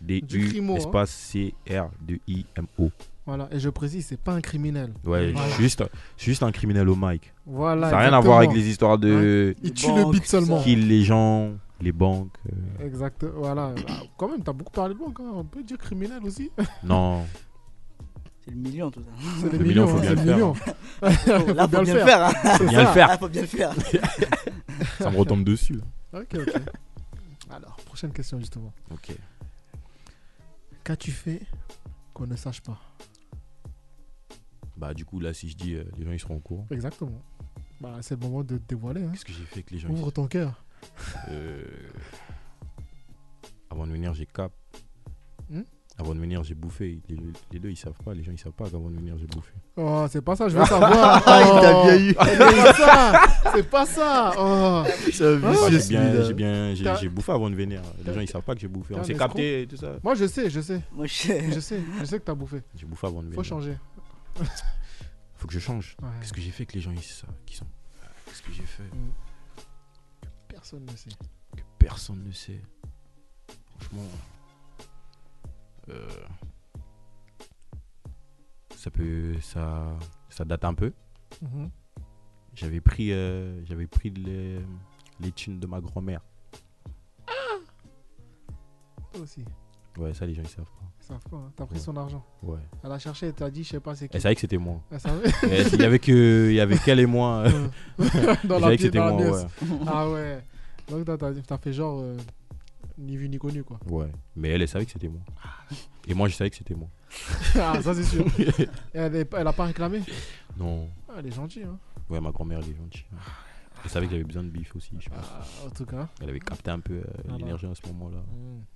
Speaker 2: Du
Speaker 3: D-U,
Speaker 2: crimo, hein.
Speaker 3: espace C-R-D-I-M-O.
Speaker 2: Voilà, et je précise, c'est pas un criminel.
Speaker 3: Ouais,
Speaker 2: Voilà.
Speaker 3: je suis juste, je suis juste un criminel au mic.
Speaker 2: Voilà.
Speaker 3: ça n'a rien à voir
Speaker 2: exactement.
Speaker 3: avec
Speaker 2: Hein
Speaker 3: les histoires de
Speaker 2: Il
Speaker 5: Les
Speaker 2: tue le
Speaker 5: banques,
Speaker 2: beat
Speaker 5: tout ça.
Speaker 2: seulement.
Speaker 3: kill les gens, les banques. euh,
Speaker 2: Exact, voilà. Ah, Quand même, t'as beaucoup parlé de banque, hein. on peut dire criminel aussi.
Speaker 3: Non.
Speaker 5: C'est le million, tout ça.
Speaker 2: C'est des
Speaker 3: Le million, faut
Speaker 2: hein,
Speaker 3: bien
Speaker 2: c'est
Speaker 3: le
Speaker 2: des
Speaker 3: faire,
Speaker 2: millions.
Speaker 5: Là, faut bien le faire. hein.
Speaker 3: Faut bien le faire.
Speaker 5: Ah, faut bien le faire.
Speaker 3: Ça me retombe dessus. là.
Speaker 2: Ok, ok. Alors, prochaine question justement.
Speaker 3: Ok.
Speaker 2: Qu'as-tu fait qu'on ne sache pas
Speaker 3: Bah, du coup, là, si je dis, euh, les gens ils seront au
Speaker 2: Hein
Speaker 3: courant.
Speaker 2: Exactement. Bah, c'est le moment de te dévoiler. Hein.
Speaker 3: Qu'est-ce que j'ai fait avec les gens
Speaker 2: Ouvre ton cœur.
Speaker 3: Euh, Avant de venir, j'ai cap.
Speaker 2: Hmm
Speaker 3: Avant de venir, j'ai bouffé. Les, les deux, ils savent pas. Les gens, ils savent pas qu'avant de venir, j'ai bouffé.
Speaker 2: Oh, c'est pas ça, je veux savoir.
Speaker 4: Ah, il t'a
Speaker 2: Oh,
Speaker 4: bien eu.
Speaker 2: C'est pas ça. C'est pas ça. Oh.
Speaker 4: C'est un
Speaker 3: Ah,
Speaker 4: vicieux,
Speaker 3: j'ai bien, j'ai
Speaker 4: celui-là.
Speaker 3: bien, j'ai,
Speaker 2: T'as-
Speaker 3: j'ai bouffé avant de venir.
Speaker 2: T'as-
Speaker 3: Les gens, ils savent pas que j'ai bouffé.
Speaker 2: t'es
Speaker 3: On
Speaker 2: un
Speaker 3: s'est
Speaker 2: escroc.
Speaker 3: capté et tout ça.
Speaker 2: Moi, je sais, je sais.
Speaker 5: Moi, je
Speaker 2: Je sais, je sais que t'as bouffé.
Speaker 3: J'ai bouffé avant de venir.
Speaker 2: Faut changer.
Speaker 3: Faut que je change.
Speaker 2: Ouais.
Speaker 3: Qu'est-ce que j'ai fait que les gens, ils savent qui sont Qu'est-ce que j'ai fait
Speaker 2: Personne ne sait.
Speaker 3: que personne ne sait Franchement. euh, ça peut. Ça, ça date un peu.
Speaker 2: Mhm.
Speaker 3: J'avais pris, euh, j'avais pris les, les thunes de ma grand-mère.
Speaker 2: Toi aussi.
Speaker 3: Ouais, ça, les gens, ils savent pas.
Speaker 2: Ils savent pas, hein. T'as pris
Speaker 3: Ouais.
Speaker 2: son argent.
Speaker 3: Ouais.
Speaker 2: Elle a cherché, elle t'a dit, je sais pas c'est qui.
Speaker 3: Elle savait que c'était moi.
Speaker 2: Elle savait.
Speaker 3: Elle- Il y avait que, il y avait qu'elle et moi.
Speaker 2: Euh, dans la
Speaker 3: Elle savait
Speaker 2: pièce,
Speaker 3: que c'était
Speaker 2: dans la
Speaker 3: moi,
Speaker 2: pièce.
Speaker 3: ouais.
Speaker 2: Ah ouais. Donc t'as- t'as t'as fait genre euh, ni vu ni connu quoi.
Speaker 3: Ouais. Mais elle, elle savait que c'était moi. Et moi, je savais que c'était moi.
Speaker 2: Ah ça c'est sûr. Et elle, est- elle a pas réclamé.
Speaker 3: Non.
Speaker 2: Ah, elle est gentille hein.
Speaker 3: Ouais, ma grand-mère, elle est gentille. Elle savait que j'avais besoin de bif aussi, je pense.
Speaker 2: Ah, en tout cas.
Speaker 3: Elle avait capté un peu euh,
Speaker 2: Ah bah.
Speaker 3: l'énergie à ce moment-là.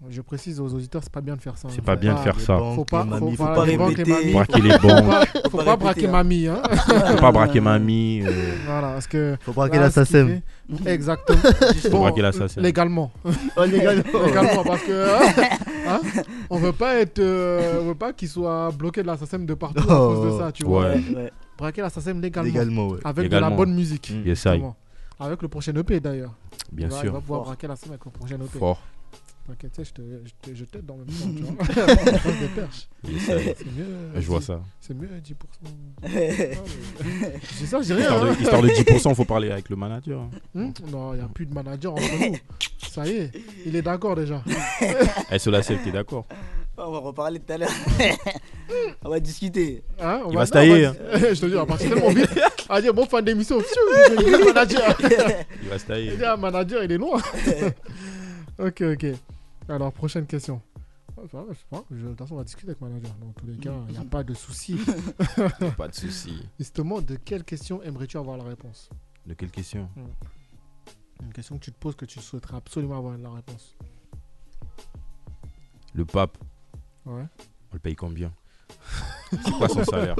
Speaker 2: Je précise aux auditeurs, c'est pas bien de faire ça.
Speaker 3: C'est
Speaker 2: hein.
Speaker 3: pas
Speaker 8: Ah,
Speaker 3: bien de faire ça.
Speaker 2: Faut pas, faut,
Speaker 8: Mamie,
Speaker 2: faut,
Speaker 8: faut
Speaker 2: pas,
Speaker 5: pas
Speaker 2: les banques, les mamies,
Speaker 5: répéter.
Speaker 3: Braquer les banques,
Speaker 2: faut, pas braquer mamie hein.
Speaker 3: faut pas braquer mamie, euh,
Speaker 2: voilà parce que.
Speaker 4: Faut
Speaker 8: Ah,
Speaker 4: braquer
Speaker 2: là, ce qu'il
Speaker 4: l'assassin.
Speaker 2: fait- Exactement.
Speaker 3: faut
Speaker 2: Bon,
Speaker 3: braquer l'assassin.
Speaker 2: Légalement.
Speaker 4: Oh, les gars,
Speaker 2: Légalement, parce que hein, on veut pas être, euh, on veut pas qu'il soit bloqué de l'assassin de partout à
Speaker 4: Oh.
Speaker 2: cause de ça, tu vois.
Speaker 3: Ouais,
Speaker 5: Ouais.
Speaker 2: Braquer l'assassin légalement,
Speaker 4: Légalement, ouais.
Speaker 2: avec de la
Speaker 3: Légalement.
Speaker 2: bonne musique.
Speaker 4: Mm.
Speaker 3: yes, I.
Speaker 2: Justement. Avec le prochain EP d'ailleurs.
Speaker 3: Bien
Speaker 2: il va, Il va
Speaker 3: sûr.
Speaker 2: pouvoir braquer l'assassin avec le prochain EP.
Speaker 3: Fort.
Speaker 2: T'inquiète, tu sais, je te, je te, je t'aide dans le même temps, tu vois. Je te perche.
Speaker 3: Yes, I.
Speaker 2: C'est mieux.
Speaker 3: Je vois
Speaker 2: dix-
Speaker 3: ça.
Speaker 2: C'est mieux à 10%.
Speaker 5: Ouais.
Speaker 2: C'est ça, j'ai rien.
Speaker 3: Histoire
Speaker 2: hein.
Speaker 3: de, histoire de 10%, faut parler avec le manager. hein.
Speaker 2: Hmm non, il n'y a plus de manager entre nous. Ça y est, il est d'accord déjà.
Speaker 3: Eh, cela, c'est t'es d'accord.
Speaker 5: On va reparler tout à l'heure. On va discuter.
Speaker 2: Hein, on
Speaker 3: Il va se
Speaker 2: non, on
Speaker 3: tailler,
Speaker 2: je te dis, on va partir tellement vite. On va dire, bon fin d'émission. pfiou, Il est manager.
Speaker 3: Il va se
Speaker 2: Il
Speaker 3: tailler.
Speaker 2: dit, ah, manager, il est loin. ok, ok. Alors, prochaine question. Enfin, je sais pas, je- de toute façon, on va discuter avec manager. Dans tous les cas, il n'y a pas de souci.
Speaker 3: Pas de souci.
Speaker 2: Justement, de quelle question aimerais-tu avoir la réponse
Speaker 3: De quelle question
Speaker 2: Hmm. Une question que tu te poses que tu souhaiterais absolument avoir la réponse.
Speaker 3: Le pape,
Speaker 2: Ouais.
Speaker 3: on le paye combien C'est quoi son salaire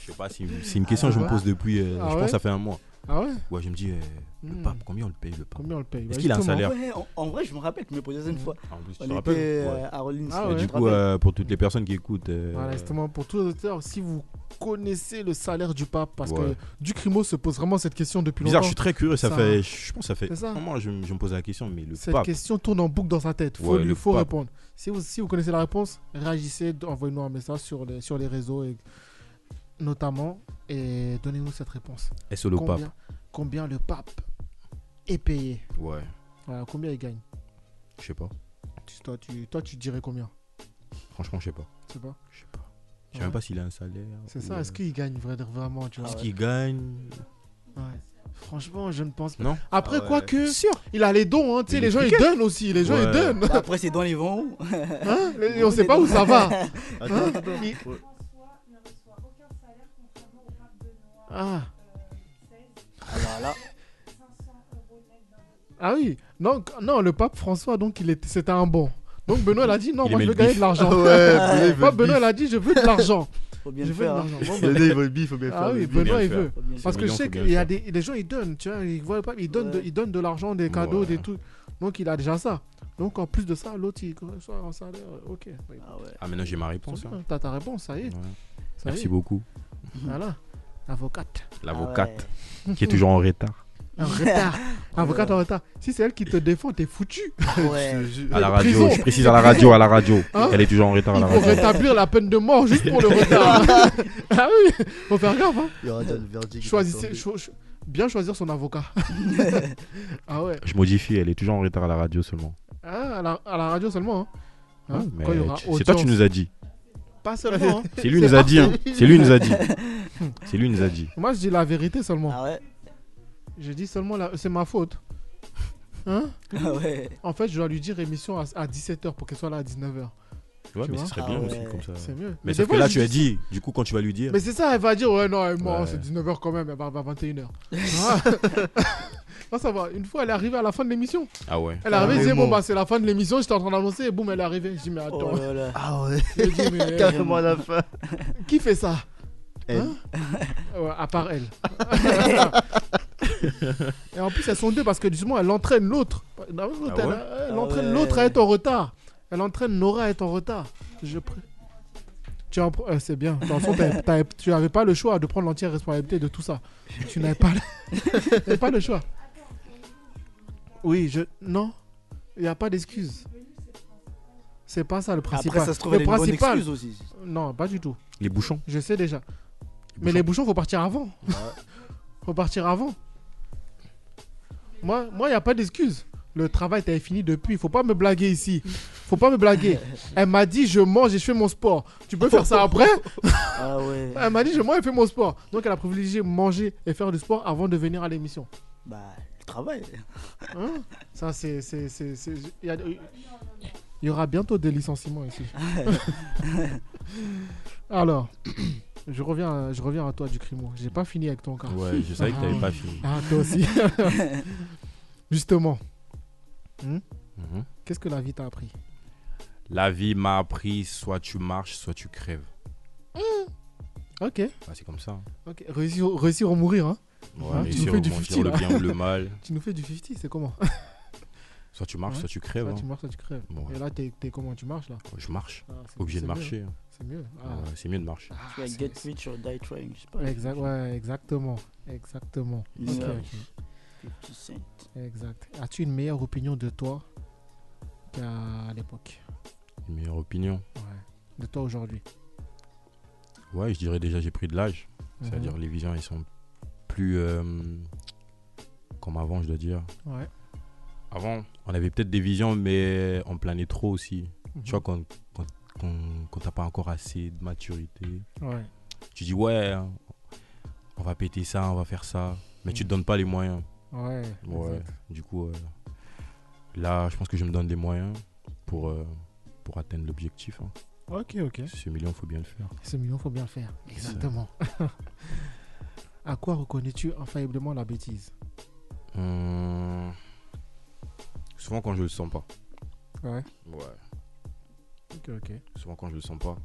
Speaker 3: Je sais pas, si c'est une question que je me
Speaker 2: Ah
Speaker 3: pose depuis, euh,
Speaker 2: Ah
Speaker 3: je pense,
Speaker 2: ouais
Speaker 3: ça fait un mois.
Speaker 2: Ah ouais
Speaker 3: Ouais, je me dis, euh, le
Speaker 2: Hmm.
Speaker 3: pape, combien on le paye le pape
Speaker 2: Combien on le paye
Speaker 3: Est-ce qu'il a un salaire
Speaker 5: Ouais, en, en vrai, je me rappelle, tu me posais ça une fois.
Speaker 3: En plus, tu te
Speaker 5: On était
Speaker 3: rappelles
Speaker 5: euh,
Speaker 3: Ouais.
Speaker 5: à Rollins.
Speaker 2: Ah
Speaker 3: Et
Speaker 2: ouais.
Speaker 3: Du
Speaker 5: Tu te
Speaker 3: coup,
Speaker 5: rappelles
Speaker 3: euh, pour toutes les personnes qui écoutent, euh,
Speaker 2: Voilà, justement, pour tous les auteurs, si vous connaissez le salaire du pape, parce
Speaker 3: Ouais.
Speaker 2: que Ducrimo se pose vraiment cette question depuis
Speaker 3: bizarre, je suis
Speaker 2: longtemps.
Speaker 3: très curieux. Ça,
Speaker 2: Ça-
Speaker 3: fait, je pense, que ça fait.
Speaker 2: C'est ça.
Speaker 3: Moi, je, me- je me pose la question, mais le
Speaker 2: Cette
Speaker 3: pape.
Speaker 2: question tourne en boucle dans sa tête. Faut,
Speaker 3: Ouais,
Speaker 2: lui-
Speaker 3: le
Speaker 2: faut
Speaker 3: pape.
Speaker 2: répondre. Si vous, si vous connaissez la réponse, réagissez, d- envoyez-nous un message sur les, sur les réseaux, et, notamment, et donnez-nous cette réponse.
Speaker 3: Est-ce le pape
Speaker 2: combien, combien le pape est payé
Speaker 3: Ouais,
Speaker 2: Voilà, Combien il gagne
Speaker 3: je sais pas.
Speaker 2: Tu- toi, tu, toi, tu dirais combien
Speaker 3: Franchement, je sais pas.
Speaker 2: Je sais pas.
Speaker 3: Je sais pas. Je sais
Speaker 2: Ouais.
Speaker 3: même pas s'il a un salaire.
Speaker 2: C'est
Speaker 3: ou,
Speaker 2: ça,
Speaker 3: euh,
Speaker 2: est-ce qu'il Ah gagne vra- vraiment tu vois
Speaker 3: Est-ce qu'il gagne
Speaker 2: Ouais. Franchement, je ne pense pas.
Speaker 3: Non
Speaker 2: Après,
Speaker 3: Ah ouais.
Speaker 2: quoi que, il a les dons, hein, tu sais,
Speaker 3: Il
Speaker 2: les
Speaker 3: est
Speaker 2: gens ils donnent aussi, les gens
Speaker 3: Ouais.
Speaker 2: ils donnent.
Speaker 5: Bah, Après, c'est dans les vents.
Speaker 2: Hein Et on sait pas où ça va.
Speaker 8: Attends, attends.
Speaker 2: Il-
Speaker 8: Ouais.
Speaker 2: Ah.
Speaker 5: Alors là,
Speaker 2: Ah oui, non, c- non, le pape François, donc il était, c'était un bon. Donc Benoît il a dit non,
Speaker 3: Il
Speaker 2: moi je
Speaker 3: aimait
Speaker 2: veux
Speaker 3: le
Speaker 2: gagner
Speaker 3: bif.
Speaker 2: de l'argent.
Speaker 8: Ah Ouais,
Speaker 2: Pas Benoît il a dit je veux de l'argent.
Speaker 5: faut bien
Speaker 2: Je
Speaker 5: le
Speaker 2: veux de
Speaker 5: faire. hein.
Speaker 2: l'argent. Bon,
Speaker 8: Le
Speaker 2: ben-
Speaker 8: nez, il veut le bif, faut bien faire
Speaker 2: Ah
Speaker 8: le
Speaker 2: oui,
Speaker 8: bif.
Speaker 3: bien
Speaker 2: Benoît
Speaker 3: le
Speaker 2: il
Speaker 3: faire.
Speaker 2: veut.
Speaker 5: Faut bien le
Speaker 3: C'est
Speaker 2: Parce que je
Speaker 3: mignon,
Speaker 2: sais
Speaker 3: faut bien
Speaker 2: qu'il y a
Speaker 3: le
Speaker 2: des, des gens ils donnent, tu vois, ils voient le pape, ils donnent, de,
Speaker 5: Ouais.
Speaker 2: ils donnent de l'argent, des cadeaux,
Speaker 3: Ouais.
Speaker 2: des trucs. Donc il a déjà ça. Donc en plus de ça, l'autre il reçoit un salaire. Ok.
Speaker 5: faire. Ah ouais.
Speaker 3: Ah, maintenant j'ai ma réponse.
Speaker 2: C'est
Speaker 3: hein.
Speaker 2: bien, T'as ta réponse, ça Ah y est.
Speaker 3: Ouais.
Speaker 2: Ça y
Speaker 3: Merci
Speaker 2: est.
Speaker 3: beaucoup.
Speaker 2: Voilà. Avocate.
Speaker 3: L'avocate
Speaker 5: Ah
Speaker 3: qui est toujours en retard.
Speaker 2: En retard. Avocate en retard. Si c'est elle qui te défend, t'es foutu.
Speaker 3: Ah,
Speaker 5: ouais. Ah Ouais.
Speaker 3: À la
Speaker 2: de
Speaker 3: radio,
Speaker 2: prison.
Speaker 3: je précise à la radio, à la radio.
Speaker 2: Hein
Speaker 3: Elle est toujours en retard à
Speaker 2: Il
Speaker 3: la
Speaker 2: faut
Speaker 3: radio.
Speaker 2: rétablir la peine de mort juste pour le retard. ah oui, faut faire gaffe. Hein.
Speaker 8: Il y aura déjà le verdict. qui va
Speaker 2: Choisissez,
Speaker 8: tomber.
Speaker 2: cho- cho- bien choisir son avocat. ah ouais,
Speaker 3: Je modifie, elle est toujours en retard à la radio seulement.
Speaker 2: Ah, à, la, à la radio seulement. Hein. Hein,
Speaker 3: Ouais, Ah, mais
Speaker 2: Quand il y aura
Speaker 3: tu- c'est toi qui
Speaker 2: audience.
Speaker 3: nous as dit.
Speaker 2: Pas seulement. hein.
Speaker 3: C'est lui qui nous a dit. hein. C'est lui qui nous a dit. C'est lui qui nous a dit.
Speaker 2: Moi je dis la vérité seulement.
Speaker 5: Ah ouais.
Speaker 2: Je dis seulement la... c'est ma faute. Hein
Speaker 5: Ah ouais.
Speaker 2: en fait, je dois lui dire émission à, 17h pour qu'elle soit là à 19h.
Speaker 3: Ouais,
Speaker 2: Tu
Speaker 3: mais
Speaker 2: vois
Speaker 3: ce serait
Speaker 5: Ah
Speaker 3: bien
Speaker 5: ouais.
Speaker 3: aussi comme ça.
Speaker 2: C'est mieux.
Speaker 3: Euh, Mais
Speaker 2: des
Speaker 3: sauf que
Speaker 2: fois,
Speaker 3: là,
Speaker 2: je
Speaker 3: tu
Speaker 2: dis-
Speaker 3: as dit. Du coup, quand tu vas lui dire.
Speaker 2: Mais c'est ça, elle va dire ouais, non, elle ment,
Speaker 3: Ouais.
Speaker 2: c'est 19h quand même, elle va à 21h. Ah. non, ça va. Une fois, elle est arrivée à la fin de l'émission.
Speaker 3: Ah ouais.
Speaker 2: Elle est arrivée, elle disait,
Speaker 8: Carrément.
Speaker 2: bon, bah, c'est la fin de l'émission, j'étais en train d'annoncer, et boum, elle est arrivée. J'ai dit, mais attends,
Speaker 5: Oh là là.
Speaker 8: Ah ouais,
Speaker 2: J'ai dit, mais,
Speaker 8: carrément à la fin.
Speaker 2: qui fait ça
Speaker 8: Elle.
Speaker 2: Hein Ouais, À part elle. et en plus, elles sont deux parce que justement, elle entraîne l'autre. Elle,
Speaker 3: ouais
Speaker 2: hein. elle
Speaker 5: Ah
Speaker 2: entraîne
Speaker 5: ouais.
Speaker 2: l'autre à être en retard. Elle entraîne Nora à être en retard. Je pr- Tu en pr- euh, c'est bien. Dans le fond, t'avais- t'avais- tu n'avais pas le choix de prendre l'entière responsabilité de tout ça. Tu n'avais pas, le- tu n'avais pas le choix. Oui, je. Non, il n'y a pas d'excuse. C'est pas ça le principal.
Speaker 5: Après, ça se trouve,
Speaker 2: le
Speaker 5: elle a une bonne
Speaker 2: principal.
Speaker 5: excuse aussi.
Speaker 2: Non, pas du tout.
Speaker 3: Les bouchons.
Speaker 2: Je sais déjà. Mais
Speaker 3: bouchons.
Speaker 2: les bouchons, faut partir avant. faut partir avant. Moi, moi, y a pas d'excuse. Le travail t'avais fini depuis. Faut pas me blaguer ici. Faut pas me blaguer. Elle m'a dit je mange et je fais mon sport. Tu peux faire ça après
Speaker 5: Ah ouais.
Speaker 2: Elle m'a dit je mange et fais mon sport. Donc elle a privilégié manger et faire du sport avant de venir à l'émission.
Speaker 5: Bah, le travail.
Speaker 2: Hein ça c'est c'est c'est c'est- y a- il y aura bientôt des licenciements ici. Alors, je reviens je reviens à toi du crimo. J'ai pas fini avec ton cas.
Speaker 3: Ouais, je savais que t'avais pas fini.
Speaker 2: Ah, toi aussi. Justement, Hmm?
Speaker 3: Mhm.
Speaker 2: qu'est-ce que la vie t'a appris
Speaker 3: La vie m'a appris soit tu marches, soit tu crèves.
Speaker 2: Ok,
Speaker 3: Ah, c'est comme ça. hein.
Speaker 2: ok. Réussir, réussir ou mourir, hein
Speaker 3: Ouais,
Speaker 2: Ah,
Speaker 3: mais
Speaker 2: tu nous
Speaker 3: si
Speaker 2: fais du
Speaker 3: rebondir,
Speaker 2: 50,
Speaker 3: le
Speaker 2: là.
Speaker 3: bien ou le mal.
Speaker 2: Tu nous fais du 50, c'est comment
Speaker 3: Soit tu marches,
Speaker 2: Ouais.
Speaker 3: soit tu crèves.
Speaker 2: Soit
Speaker 3: hein.
Speaker 2: tu marches, soit tu crèves.
Speaker 3: Bon,
Speaker 2: Et là, t'es t'es comment Tu marches, là
Speaker 3: Je marche.
Speaker 2: Ah, c'est-
Speaker 3: Obligé
Speaker 2: c'est
Speaker 3: de
Speaker 2: mieux,
Speaker 3: marcher. hein.
Speaker 2: C'est mieux. Ah.
Speaker 3: Ouais, c'est mieux de marcher.
Speaker 2: Ah,
Speaker 5: Tu vas
Speaker 2: c'est-
Speaker 5: get rich or die trying. Je sais pas.
Speaker 2: Exact, ouais, exactement. Exactement.
Speaker 5: Une
Speaker 2: Ok,
Speaker 5: heure,
Speaker 2: ok.
Speaker 5: 50 cents.
Speaker 2: Exact. As-tu une meilleure opinion de toi qu'à l'époque
Speaker 3: Une meilleure opinion.
Speaker 2: Ouais. De toi aujourd'hui
Speaker 3: Ouais, je dirais déjà j'ai pris de l'âge.
Speaker 2: Mhm.
Speaker 3: C'est-à-dire les visions, ils sont plus euh, comme avant, je dois dire.
Speaker 2: Mhm. Ouais.
Speaker 3: Avant, on avait peut-être des visions, mais on planait trop aussi.
Speaker 2: Mhm.
Speaker 3: Tu vois, quand, quand, quand- quand t'as pas encore assez de maturité,
Speaker 2: Ouais.
Speaker 3: tu dis ouais, hein, on va péter ça, on va faire ça, mais tu te donnes pas les moyens.
Speaker 2: Ouais. Mhm.
Speaker 3: Ouais.
Speaker 2: exact.
Speaker 3: Du coup, euh, là, je pense que je me donne des moyens pour, euh, pour atteindre l'objectif. hein.
Speaker 2: Ok, ok.
Speaker 3: Ce million, faut bien le faire.
Speaker 2: Ce million, faut bien le faire. Exactement. à quoi reconnais-tu infailliblement la bêtise
Speaker 3: Hum, Souvent quand je le sens pas.
Speaker 2: Ouais.
Speaker 3: Ouais.
Speaker 2: Ok, ok.
Speaker 3: Souvent quand je le sens pas.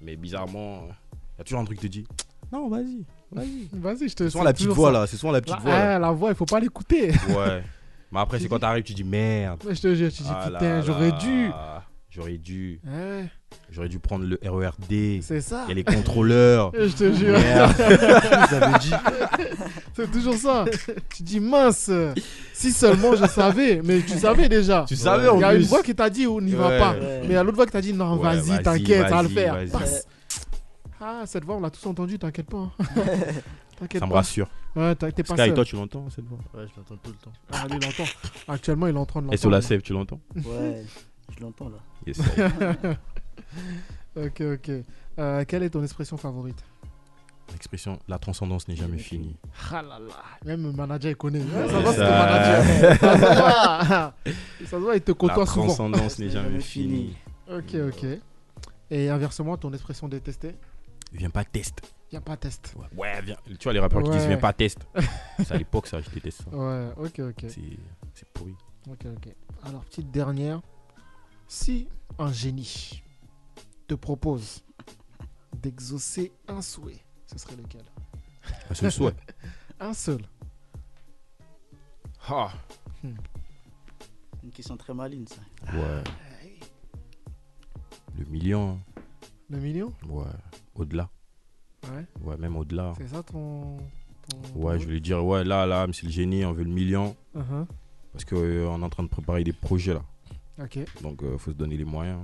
Speaker 3: Mais bizarrement, il y a toujours un truc qui te dit.
Speaker 2: Non, vas-y. Vas-y, vas-y, je te
Speaker 3: C'est souvent
Speaker 2: c'est
Speaker 3: la petite
Speaker 2: toujours
Speaker 3: voix
Speaker 2: ça.
Speaker 3: là. C'est souvent la petite
Speaker 2: Ah,
Speaker 3: voix. là.
Speaker 2: La voix, il faut pas l'écouter.
Speaker 3: Ouais. Mais après, c'est quand t'arrives, tu dis merde.
Speaker 2: Ouais, je te jure, tu dis,
Speaker 3: Ah là
Speaker 2: putain,
Speaker 3: là,
Speaker 2: j'aurais dû.
Speaker 3: J'aurais dû.
Speaker 2: Ouais.
Speaker 3: J'aurais dû prendre le RERD.
Speaker 2: C'est ça. Eh,
Speaker 3: Il y a les contrôleurs.
Speaker 2: Je te jure.
Speaker 3: Merde. Vous avez dit.
Speaker 2: C'est toujours ça. Tu dis mince. Si seulement je savais. Mais tu savais déjà.
Speaker 3: Tu savais, en
Speaker 2: Il y a
Speaker 3: plus.
Speaker 2: une voix qui t'a dit on n'y va
Speaker 3: Ouais.
Speaker 2: pas.
Speaker 3: Ouais.
Speaker 2: Mais il y a l'autre voix qui t'a dit non,
Speaker 3: Ouais,
Speaker 2: vas-y,
Speaker 3: vas-y,
Speaker 2: t'inquiète, ça va le
Speaker 3: vas-y,
Speaker 2: faire.
Speaker 3: vas-y.
Speaker 2: Passe. Ah, cette voix, on l'a tous entendue, t'inquiète pas. hein. T'inquiète
Speaker 3: Ça me
Speaker 2: pas.
Speaker 3: rassure.
Speaker 2: Ouais, t'as- t'es pas
Speaker 3: Sky,
Speaker 2: seul.
Speaker 3: toi, tu l'entends cette voix
Speaker 8: Ouais, je l'entends tout le temps.
Speaker 2: Ah, lui, il l'entend. Actuellement, il est en train de
Speaker 3: Et
Speaker 2: l'entendre.
Speaker 3: sur la sève, tu l'entends
Speaker 5: Ouais, je l'entends là.
Speaker 3: Yes.
Speaker 2: ok, ok. Euh, quelle est ton expression favorite
Speaker 3: L'expression la transcendance n'est jamais finie.
Speaker 2: Ah là là, Même le manager, il connaît. Ouais, ça
Speaker 3: Ouais,
Speaker 2: va, c'est ton manager.
Speaker 3: ça-
Speaker 2: ça se voit. Ça se voit, il te
Speaker 3: La
Speaker 2: côtoie souvent.
Speaker 3: transcendance n'est jamais finie.
Speaker 2: Ok, ok. Et inversement, ton expression détestée
Speaker 3: Viens pas test.
Speaker 2: Y'a pas test.
Speaker 3: Ouais, viens. Tu vois les rappeurs qui disent
Speaker 2: Ouais.
Speaker 3: viens pas test. C'est à l'époque ça, je déteste ça.
Speaker 2: Ouais, ok, ok.
Speaker 3: C'est c'est pourri.
Speaker 2: Ok, ok. Alors, petite dernière. Si un génie te propose d'exaucer un souhait, ce serait lequel
Speaker 3: Un seul Ah, souhait.
Speaker 2: Un seul.
Speaker 3: Ah.
Speaker 5: Une question très maligne ça.
Speaker 3: Ouais. Le million.
Speaker 2: Le million
Speaker 3: hein. Ouais. Au-delà.
Speaker 2: Ouais.
Speaker 3: Ouais, même au-delà.
Speaker 2: C'est ça ton. ton- ton
Speaker 3: Ouais, je voulais dire, ouais, là, là, monsieur le génie, on veut le million.
Speaker 2: Uh-huh.
Speaker 3: Parce qu'on est en train de préparer des projets là.
Speaker 2: Ok,
Speaker 3: Donc, euh, faut se donner les moyens.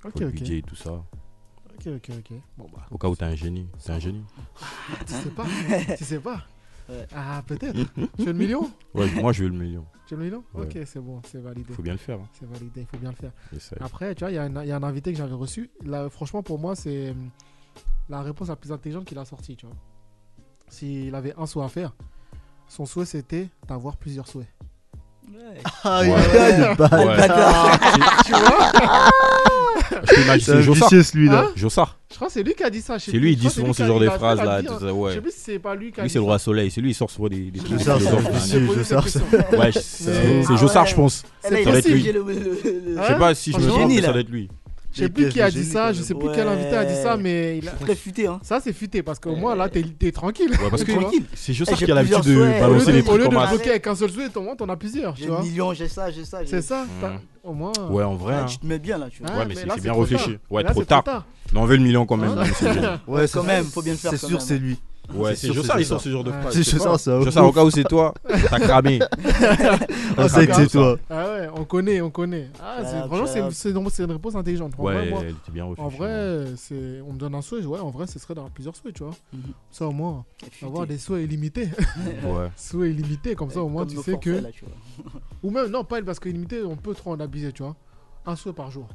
Speaker 3: Faut
Speaker 2: ok,
Speaker 3: le
Speaker 2: ok.
Speaker 3: budget et tout ça.
Speaker 2: Ok, ok, ok. Bon, bah,
Speaker 3: Au cas où t'es un génie. T'es un génie.
Speaker 2: tu sais pas. tu sais pas.
Speaker 5: Ouais.
Speaker 2: Ah, peut-être. tu veux le million
Speaker 3: Ouais, moi, je veux le million.
Speaker 2: Tu veux le million
Speaker 3: Ouais.
Speaker 2: Ok, c'est bon, c'est validé.
Speaker 3: Faut bien le faire. hein.
Speaker 2: C'est validé, il faut bien le faire.
Speaker 3: Et ça-
Speaker 2: Après, tu vois, il y, a un- il y a un invité que j'avais reçu. Là, franchement, pour moi, c'est hum, la réponse la plus intelligente qu'il a sortie, tu vois. S'il avait un souhait à faire, son souhait, c'était d'avoir plusieurs souhaits.
Speaker 5: Ouais.
Speaker 4: Ah,
Speaker 3: Ouais.
Speaker 4: le bâtard.
Speaker 3: Ouais.
Speaker 2: Ah,
Speaker 3: Je t'imagine,
Speaker 4: C'est un
Speaker 3: c'est Jossard.
Speaker 4: vicieux, celui-là.
Speaker 2: Hein
Speaker 3: Jossard.
Speaker 2: Je crois que c'est lui qui a dit ça. je sais
Speaker 3: C'est
Speaker 2: plus.
Speaker 3: lui, il
Speaker 2: Je
Speaker 3: dit
Speaker 2: crois que c'est
Speaker 3: souvent
Speaker 2: lui
Speaker 3: ce
Speaker 2: qui a-
Speaker 3: genre
Speaker 2: il
Speaker 3: de
Speaker 2: a- il a
Speaker 3: phrases là.
Speaker 2: dit, hein.
Speaker 3: tout ça, Ouais.
Speaker 2: Je sais plus si c'est pas lui qui a
Speaker 3: Lui,
Speaker 2: dit
Speaker 3: c'est
Speaker 2: ça.
Speaker 3: le roi soleil. C'est lui, il sort souvent des, des trucs.
Speaker 4: Jossard, c'est un
Speaker 3: philosophes,
Speaker 4: vicieux.
Speaker 3: hein.
Speaker 2: J'ai posé
Speaker 4: Jossard,
Speaker 2: cette question.
Speaker 3: Ouais, je- c'est
Speaker 2: Mais-
Speaker 3: c'est Jossard, je pense.
Speaker 5: Eh, là, il
Speaker 3: Ça doit être
Speaker 5: a
Speaker 3: lui.
Speaker 5: suivi le- le- le-
Speaker 3: Je sais pas si je me
Speaker 2: Franchement,
Speaker 3: trompe,
Speaker 5: génie,
Speaker 3: mais ça
Speaker 5: là.
Speaker 3: doit être lui.
Speaker 2: Je sais
Speaker 4: Les
Speaker 2: plus
Speaker 4: pièces
Speaker 2: qui a
Speaker 4: de
Speaker 2: dit
Speaker 4: génie,
Speaker 2: ça,
Speaker 4: quand
Speaker 2: je
Speaker 4: même.
Speaker 2: sais plus quel invité a dit ça,
Speaker 5: Ouais.
Speaker 2: mais il a-
Speaker 5: Très futé hein.
Speaker 2: ça c'est futé parce qu'au moins là t'es t'es tranquille.
Speaker 3: Ouais, parce que
Speaker 2: Tu vois.
Speaker 5: Tranquille.
Speaker 3: c'est
Speaker 5: Eh,
Speaker 3: Jossard
Speaker 5: j'ai
Speaker 3: qui a l'habitude
Speaker 5: plusieurs
Speaker 3: de
Speaker 5: souhaits.
Speaker 2: Au lieu
Speaker 3: balancer
Speaker 2: de,
Speaker 3: les
Speaker 2: au
Speaker 3: trucs
Speaker 2: lieu
Speaker 3: comme
Speaker 2: de
Speaker 3: un.
Speaker 2: bloquer avec un seul souhait, au moins t'en as plusieurs, tu
Speaker 5: J'ai un
Speaker 2: vois.
Speaker 5: million, j'ai ça, j'ai ça. j'ai-
Speaker 2: C'est ça,
Speaker 3: Mhm.
Speaker 2: t'as- au moins.
Speaker 3: Ouais, en vrai.
Speaker 5: Ah,
Speaker 3: hein.
Speaker 5: Tu te mets bien là, tu vois.
Speaker 3: Ouais, mais
Speaker 2: là,
Speaker 3: c'est- c'est bien
Speaker 2: trop
Speaker 3: réfléchi.
Speaker 2: tard.
Speaker 3: Ouais,
Speaker 2: Là,
Speaker 3: trop
Speaker 2: c'est
Speaker 3: tard. Mais on veut le million quand même.
Speaker 2: Hein
Speaker 3: mais c'est génie.
Speaker 4: Ouais,
Speaker 5: Quand
Speaker 4: c'est-
Speaker 5: même, faut bien le faire.
Speaker 4: C'est
Speaker 5: quand
Speaker 4: sûr,
Speaker 5: même.
Speaker 4: c'est lui.
Speaker 3: Ouais,
Speaker 4: C'est
Speaker 3: c'est
Speaker 4: sûr,
Speaker 3: Jossard,
Speaker 4: c'est
Speaker 3: il sort ce genre de
Speaker 2: Ouais.
Speaker 3: phrase.
Speaker 4: C'est
Speaker 3: je sais pas.
Speaker 4: Jossard, ça.
Speaker 3: Jossard, au cas où c'est toi, t'as cramé.
Speaker 4: On sait que c'est toi.
Speaker 2: Ah ouais, on connaît, on connaît. Ah,
Speaker 5: Voilà,
Speaker 2: c'est- franchement, c'est-
Speaker 5: voilà.
Speaker 2: c'est une, c'est une réponse intelligente. En vrai,
Speaker 3: Ouais,
Speaker 2: moi,
Speaker 3: elle était bien
Speaker 2: en
Speaker 3: réfléchie.
Speaker 2: vrai, c'est- on me donne un souhait. Ouais, en vrai, ce serait d'avoir plusieurs souhaits, tu vois.
Speaker 5: Mhm.
Speaker 2: Ça, au moins,
Speaker 5: Et futé.
Speaker 2: avoir des souhaits illimités.
Speaker 3: Ouais.
Speaker 2: souhaits illimités, comme ça, au moins,
Speaker 5: Comme
Speaker 2: tu
Speaker 5: nos
Speaker 2: sais
Speaker 5: forfaits,
Speaker 2: que.
Speaker 5: là, tu vois.
Speaker 2: Ou même, non, pas parce que illimité, on peut trop en abuser, tu vois. Un souhait par jour.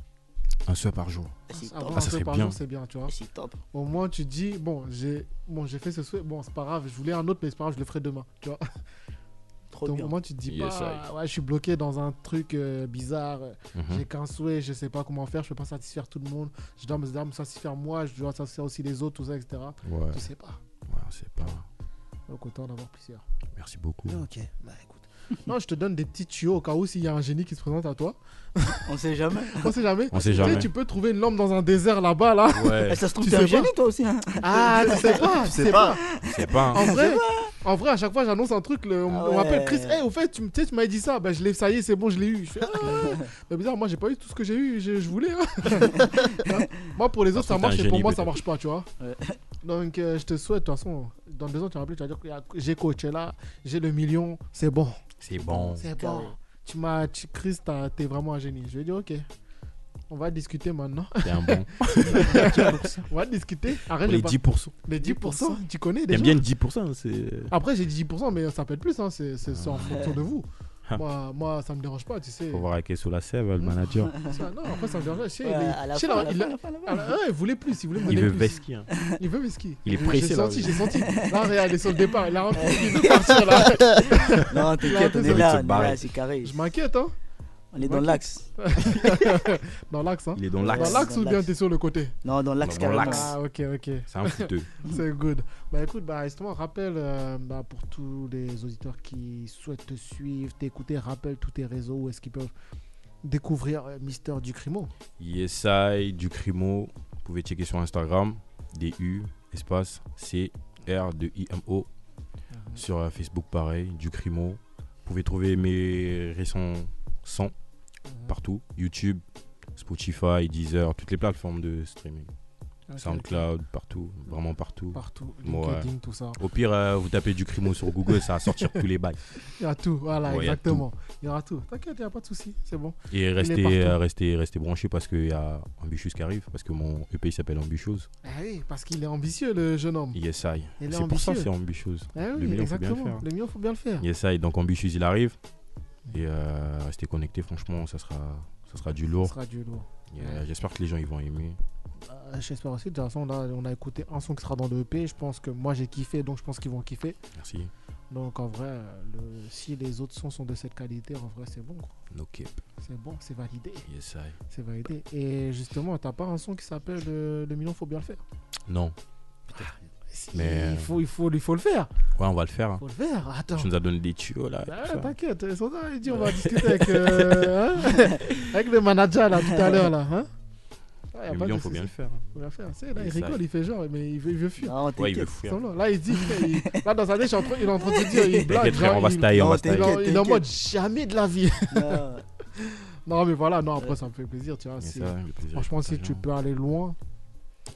Speaker 3: Un seul par jour.
Speaker 5: Ah, C'est
Speaker 2: Avoir
Speaker 5: top.
Speaker 2: un
Speaker 3: ça
Speaker 2: souhait
Speaker 3: serait
Speaker 2: par
Speaker 3: bien.
Speaker 2: jour, c'est bien, tu vois.
Speaker 5: Ah, C'est top.
Speaker 2: Au moins, tu te dis, bon, j'ai bon, j'ai fait ce souhait. Bon, c'est pas grave, je voulais un autre, mais c'est pas grave, je le ferai demain, tu vois.
Speaker 5: Trop
Speaker 2: Donc,
Speaker 5: bien.
Speaker 2: au moins, tu te dis
Speaker 3: Yes,
Speaker 2: pas, ouais, je suis bloqué dans un truc euh, bizarre.
Speaker 3: Mhm.
Speaker 2: J'ai qu'un souhait, je sais pas comment faire, je peux pas satisfaire tout le monde. Je dois me, je dois me satisfaire moi, je dois satisfaire aussi les autres, tout ça, etc.
Speaker 3: Ouais,
Speaker 2: Tu sais pas.
Speaker 3: ouais, c'est pas.
Speaker 2: Donc autant en avoir plusieurs.
Speaker 3: Merci beaucoup.
Speaker 2: Ok, bah écoute. non, je te donne des petits tuyaux au cas où s'il y a un génie qui se présente à toi.
Speaker 5: On sait jamais.
Speaker 2: On sait jamais.
Speaker 3: On sait
Speaker 2: Tu sais,
Speaker 3: jamais.
Speaker 2: Tu peux trouver une lampe dans un désert là-bas, là.
Speaker 3: Ouais,
Speaker 5: Eh, Ça se trouve,
Speaker 2: Tu
Speaker 5: t'es un
Speaker 2: sais pas.
Speaker 5: génie toi aussi. hein.
Speaker 2: Ah, tu sais pas.
Speaker 4: Tu sais pas.
Speaker 3: c'est pas.
Speaker 2: En vrai, en vrai, à chaque fois, j'annonce un truc, le- on,
Speaker 5: Ah
Speaker 2: on m'appelle
Speaker 5: ouais.
Speaker 2: Chris. Eh, au fait, tu, me- tu sais, tu m'avais dit ça. Bah, je l'ai, ça y est, c'est bon, je l'ai eu. Je fais, ah, bah, bizarre, moi, j'ai pas eu tout ce que j'ai eu. Je, je voulais. hein. moi, pour les autres,
Speaker 3: Parce que
Speaker 2: ça
Speaker 3: t'es
Speaker 2: marche,
Speaker 3: un
Speaker 2: et pour
Speaker 3: génie,
Speaker 2: moi, ça
Speaker 3: peut-être.
Speaker 2: marche pas, tu vois.
Speaker 5: Ouais.
Speaker 2: Donc, euh, je te souhaite, de toute façon, dans deux ans, tu vas rappeler, tu vas dire, qu'il y a- j'ai coaché là, j'ai le million, c'est bon.
Speaker 3: C'est bon.
Speaker 2: C'est
Speaker 5: Carré.
Speaker 2: bon. Tu m'as, tu, Chris, t'as- t'es vraiment un génie. Je vais dire, ok. On va discuter maintenant.
Speaker 3: C'est un bon.
Speaker 2: On va discuter.
Speaker 3: Pour
Speaker 2: Arrête
Speaker 3: les
Speaker 2: pas-
Speaker 3: 10%.
Speaker 2: les 10%. Tu connais déjà.
Speaker 3: T'aimes bien le 10%, hein, c'est.
Speaker 2: Après, j'ai dit 10%, mais ça peut être plus, hein, c'est c'est- c'est en fonction de vous.
Speaker 3: Ah.
Speaker 2: Moi, moi, ça me dérange pas, tu sais.
Speaker 3: Faut voir avec sous la sève, le manager.
Speaker 2: Ça, non, après, ça me dérange pas. Tu sais,
Speaker 5: Ouais,
Speaker 2: il est-
Speaker 5: à la
Speaker 2: tu sais,
Speaker 5: fin,
Speaker 2: là,
Speaker 5: à la
Speaker 2: il
Speaker 5: fin,
Speaker 2: a-
Speaker 5: à la fin, à la fin.
Speaker 2: ah, ouais, il voulait plus, il voulait me
Speaker 3: Il
Speaker 2: donner
Speaker 3: veut
Speaker 2: plus.
Speaker 3: Veski. hein.
Speaker 2: Il veut whisky.
Speaker 3: Il est pressé,
Speaker 2: J'ai
Speaker 3: là,
Speaker 2: senti,
Speaker 3: oui.
Speaker 2: j'ai senti. Là, regarde, il est sur le départ. Il a envie de partir, là.
Speaker 5: Non, t'inquiète, on
Speaker 2: Ils
Speaker 3: ont
Speaker 5: est
Speaker 3: envie de
Speaker 5: là,
Speaker 3: se
Speaker 5: on est
Speaker 3: barrer.
Speaker 5: là, c'est carré.
Speaker 2: Je m'inquiète, hein.
Speaker 5: On est dans
Speaker 2: Ok.
Speaker 5: l'axe.
Speaker 2: dans l'axe, hein
Speaker 3: Il est dans l'axe.
Speaker 2: Dans l'axe
Speaker 5: Dans
Speaker 2: ou bien
Speaker 5: l'axe.
Speaker 2: t'es sur le côté
Speaker 5: Non, dans l'axe
Speaker 3: Dans
Speaker 5: carrément.
Speaker 3: l'axe.
Speaker 2: Ah, ok, ok.
Speaker 3: C'est un fouteux.
Speaker 2: C'est good. Bah écoute, bah justement, rappelle euh, bah, pour tous les auditeurs qui souhaitent te suivre, t'écouter, rappelle tous tes réseaux où est-ce qu'ils peuvent découvrir euh, Mister Ducrimo.
Speaker 3: Yesai, Ducrimo. Vous pouvez checker sur Instagram. D-U, espace, C-R-D-I-M-O.
Speaker 5: Ah.
Speaker 3: Sur euh, Facebook, pareil, Ducrimo. Vous pouvez trouver mes récents sons partout. YouTube, Spotify, Deezer, toutes les plateformes de streaming. SoundCloud, partout, vraiment partout.
Speaker 2: Partout,
Speaker 3: Ouais.
Speaker 2: LinkedIn, tout ça.
Speaker 3: Au pire, euh, vous tapez Ducrimo sur Google, ça va sortir tous les bails.
Speaker 2: Il y a tout, voilà,
Speaker 3: Ouais, il y a
Speaker 2: exactement. Il y aura tout. T'inquiète, il n'y a pas de souci, c'est bon.
Speaker 3: Et
Speaker 2: est
Speaker 3: restez,
Speaker 2: partout.
Speaker 3: euh, restez, restez branchés parce qu'il y a Ambichus qui arrive, parce que mon EP il s'appelle Ambichus.
Speaker 2: Ah oui, parce qu'il est ambitieux, le jeune homme.
Speaker 3: Yes, I.
Speaker 2: Il est
Speaker 3: C'est pour ça que
Speaker 2: ambitieux.
Speaker 3: c'est ambitieux.
Speaker 2: Ah
Speaker 3: le
Speaker 2: oui,
Speaker 3: million, faut bien le
Speaker 2: exactement.
Speaker 3: faire.
Speaker 2: le million, faut bien le faire.
Speaker 3: Yes, I. Donc Ambitious, il arrive. Et euh, restez connectés, franchement, ça sera, ça sera du
Speaker 2: Ce
Speaker 3: lourd.
Speaker 2: sera du lourd.
Speaker 3: Et, euh, J'espère que les gens ils vont aimer.
Speaker 2: Euh, J'espère aussi. De toute façon, là, on a écouté un son qui sera dans le EP. Je pense que moi, j'ai kiffé, donc je pense qu'ils vont kiffer.
Speaker 3: Merci.
Speaker 2: Donc, en vrai, euh, le- si les autres sons sont de cette qualité, en vrai, c'est bon. quoi.
Speaker 3: No cap.
Speaker 2: C'est bon, c'est validé.
Speaker 3: Yes, I.
Speaker 2: C'est validé. Et justement, t'as pas un son qui s'appelle euh, Le million, faut bien le faire.
Speaker 3: Non.
Speaker 2: Si,
Speaker 3: Mais-
Speaker 2: il, faut, il, faut, il faut le faire.
Speaker 3: Ouais, on va le faire. hein.
Speaker 2: faut le faire. Attends.
Speaker 3: Tu nous as donné des tuyaux là. et
Speaker 2: Ah,
Speaker 3: tout ça.
Speaker 2: T'inquiète, ils sont là, ils disent, on va discuter avec, euh, hein, avec le manager là tout à l'heure là. Hein Ah, y a
Speaker 3: Le
Speaker 2: pas de
Speaker 3: million, faut
Speaker 2: souci.
Speaker 3: bien le faire. hein.
Speaker 2: Faut bien le faire. C'est, Là,
Speaker 3: Et
Speaker 2: il
Speaker 3: ça- Ah,
Speaker 2: rigole, il fait genre, mais il veut, il veut fuir.
Speaker 5: Non,
Speaker 3: Ouais, il veut
Speaker 5: t'inquiète.
Speaker 3: fouiller.
Speaker 2: Sans nom. Là, il dit, frère, il- là, dans sa tête, je suis en train- il est en train de se dire, il blague.
Speaker 3: T'inquiète, frère,
Speaker 2: genre,
Speaker 3: on va
Speaker 2: hein, il-
Speaker 3: se tailler, on
Speaker 5: Non,
Speaker 3: va se
Speaker 2: il est
Speaker 3: tailler.
Speaker 2: en- il est en
Speaker 5: T'inquiète,
Speaker 2: mode jamais de la vie.
Speaker 5: Non.
Speaker 2: Non, mais voilà, non, après, ça me fait plaisir, tu vois.
Speaker 3: Yes,
Speaker 2: c'est-
Speaker 3: I, le plaisir est
Speaker 2: Franchement, si tu
Speaker 3: partagé.
Speaker 2: peux aller loin,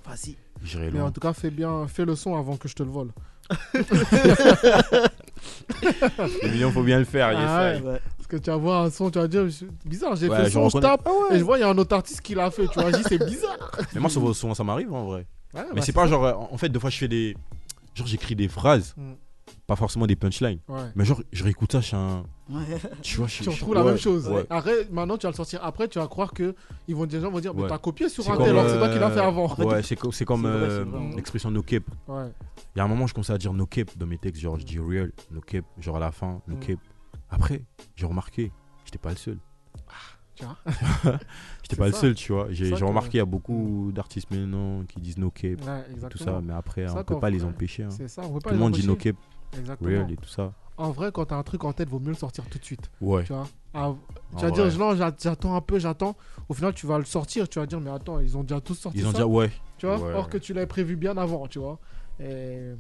Speaker 5: Vas-y.
Speaker 3: J'irai
Speaker 2: mais
Speaker 3: loin.
Speaker 2: en tout cas, fais bien, fais le son avant que je te le vole.
Speaker 3: Le million, faut bien le faire.
Speaker 2: Ah
Speaker 3: Yes, I.
Speaker 5: Ouais.
Speaker 2: Parce que tu vas voir un son, tu vas dire, je- bizarre, j'ai
Speaker 3: Ouais,
Speaker 2: fait le
Speaker 3: je
Speaker 2: son, je
Speaker 3: reconnais.
Speaker 2: tape, et je vois, il y a un autre artiste qui l'a fait, tu vois, je dis, c'est bizarre.
Speaker 3: Mais moi, souvent, souvent, ça m'arrive en vrai.
Speaker 2: Ouais,
Speaker 3: Mais
Speaker 2: bah,
Speaker 3: c'est pas genre. euh, En fait, des fois, je fais des. Genre, j'écris des phrases.
Speaker 2: Mm.
Speaker 3: Pas forcément des punchlines.
Speaker 2: Ouais.
Speaker 3: Mais genre, je réécoute ça chez un.
Speaker 5: Ouais.
Speaker 3: Tu vois, je,
Speaker 2: Tu
Speaker 3: je-
Speaker 2: retrouves la
Speaker 3: ouais,
Speaker 2: même chose.
Speaker 3: ouais.
Speaker 2: Après, maintenant, tu vas le sortir après, tu vas croire que ils vont, des gens vont dire, mais
Speaker 3: Ouais.
Speaker 2: t'as copié sur
Speaker 3: C'est
Speaker 2: un
Speaker 3: comme,
Speaker 2: tel, alors que c'est toi qui l'as
Speaker 3: euh,
Speaker 2: fait avant.
Speaker 3: Ouais, c'est co- c'est comme
Speaker 5: C'est vrai, c'est
Speaker 3: euh,
Speaker 5: vrai, ouais.
Speaker 3: l'expression no cap.
Speaker 2: Ouais.
Speaker 3: Il y a un moment, je commençais à dire no cap dans mes textes. Genre, je dis real, no cap. Genre, à la fin, no
Speaker 2: Mm.
Speaker 3: cap. Après, j'ai remarqué, j'étais pas le seul.
Speaker 2: Tu vois C'est
Speaker 3: J'étais pas le
Speaker 2: ça.
Speaker 3: seul, tu vois. J'ai
Speaker 2: ça
Speaker 3: j'ai
Speaker 2: que-
Speaker 3: remarqué, il y a beaucoup d'artistes maintenant qui disent no cap,
Speaker 2: Ouais,
Speaker 3: tout ça.
Speaker 2: exactement.
Speaker 3: Mais après,
Speaker 2: Ça
Speaker 3: on peut
Speaker 2: qu'on
Speaker 3: pas
Speaker 2: fait.
Speaker 3: les empêcher. hein.
Speaker 2: C'est ça, on peut pas
Speaker 3: Tout le
Speaker 2: les
Speaker 3: monde dit no
Speaker 2: empêcher.
Speaker 3: cap,
Speaker 2: Exactement.
Speaker 3: real et tout ça.
Speaker 2: En vrai, quand t'as un truc en tête, vaut mieux le sortir tout de suite.
Speaker 3: Ouais.
Speaker 2: Tu vois Ah,
Speaker 3: en
Speaker 2: Tu vas
Speaker 3: vrai.
Speaker 2: dire, non, j'a- j'attends un peu, j'attends. Au final, tu vas le sortir, tu vas dire, mais attends, ils ont déjà tous sorti
Speaker 3: Ils ont
Speaker 2: ça,
Speaker 3: dit, ouais.
Speaker 2: tu vois
Speaker 3: ouais,
Speaker 2: Or
Speaker 3: ouais.
Speaker 2: que tu l'avais prévu bien avant, tu vois Et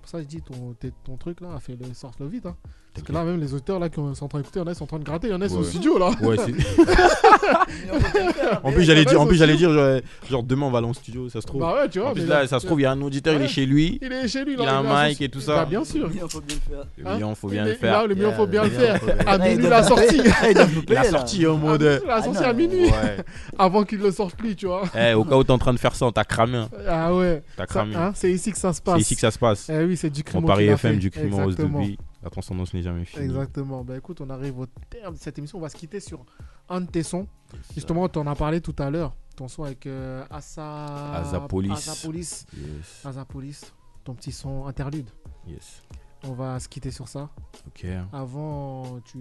Speaker 2: pour ça, je dis, ton, t'es- ton truc là, fais-le, sors-le vite. hein. Parce que là, même les auteurs là qui ont- sont en train d'écouter, il y en a, ils sont en train de gratter, il y en a, ils sont au
Speaker 3: Ouais.
Speaker 2: studio là.
Speaker 3: Ouais, c'est. en plus, j'allais dire, en plus, j'allais dire, genre, genre, demain, on va aller en studio, ça se trouve.
Speaker 2: hein. Bah ouais, tu vois.
Speaker 3: en plus,
Speaker 2: mais
Speaker 3: là, ça se trouve, il y a un auditeur, il est
Speaker 2: Ouais.
Speaker 3: chez lui.
Speaker 2: il est chez lui,
Speaker 3: il a
Speaker 2: là,
Speaker 3: un
Speaker 2: son-
Speaker 3: mic et tout ça.
Speaker 2: Bah, bien sûr.
Speaker 5: Il faut bien le faire.
Speaker 3: Le
Speaker 2: Hein
Speaker 3: million, faut bien
Speaker 2: Il
Speaker 3: le
Speaker 2: est- Là,
Speaker 3: faire.
Speaker 2: le million, faut bien le faire. À
Speaker 5: Ouais, il
Speaker 2: minuit,
Speaker 5: doit
Speaker 2: la
Speaker 5: nous payer.
Speaker 2: sortie.
Speaker 5: Ah, il doit nous
Speaker 3: Il a
Speaker 5: payer, là.
Speaker 3: sorti en mode.
Speaker 2: La sortie
Speaker 5: non,
Speaker 2: à minuit.
Speaker 3: Ah Ouais.
Speaker 2: Avant qu'il le sorte lui, tu vois.
Speaker 3: Eh, au cas où t'es en train de faire ça, on t'a cramé. hein.
Speaker 2: Ah ouais.
Speaker 3: T'as
Speaker 2: Ça,
Speaker 3: cramé.
Speaker 2: hein, c'est ici que ça se passe.
Speaker 3: C'est ici que ça se passe.
Speaker 2: Eh oui, c'est du
Speaker 3: On
Speaker 2: crime.
Speaker 3: Paris FM, du crime en hausse de vie. La transcendance n'est jamais finie.
Speaker 2: Exactement. Bah écoute, on arrive au terme de cette émission. On va se quitter sur un de tes sons. Justement, tu en as parlé tout à l'heure. Ton son avec euh, Asa...
Speaker 3: Asapolis.
Speaker 2: Asapolis. Ah.
Speaker 3: Yes.
Speaker 2: Asapolis. Ton petit son interlude.
Speaker 3: Yes.
Speaker 2: On va se quitter sur ça.
Speaker 3: Ok. hein.
Speaker 2: Avant, tu.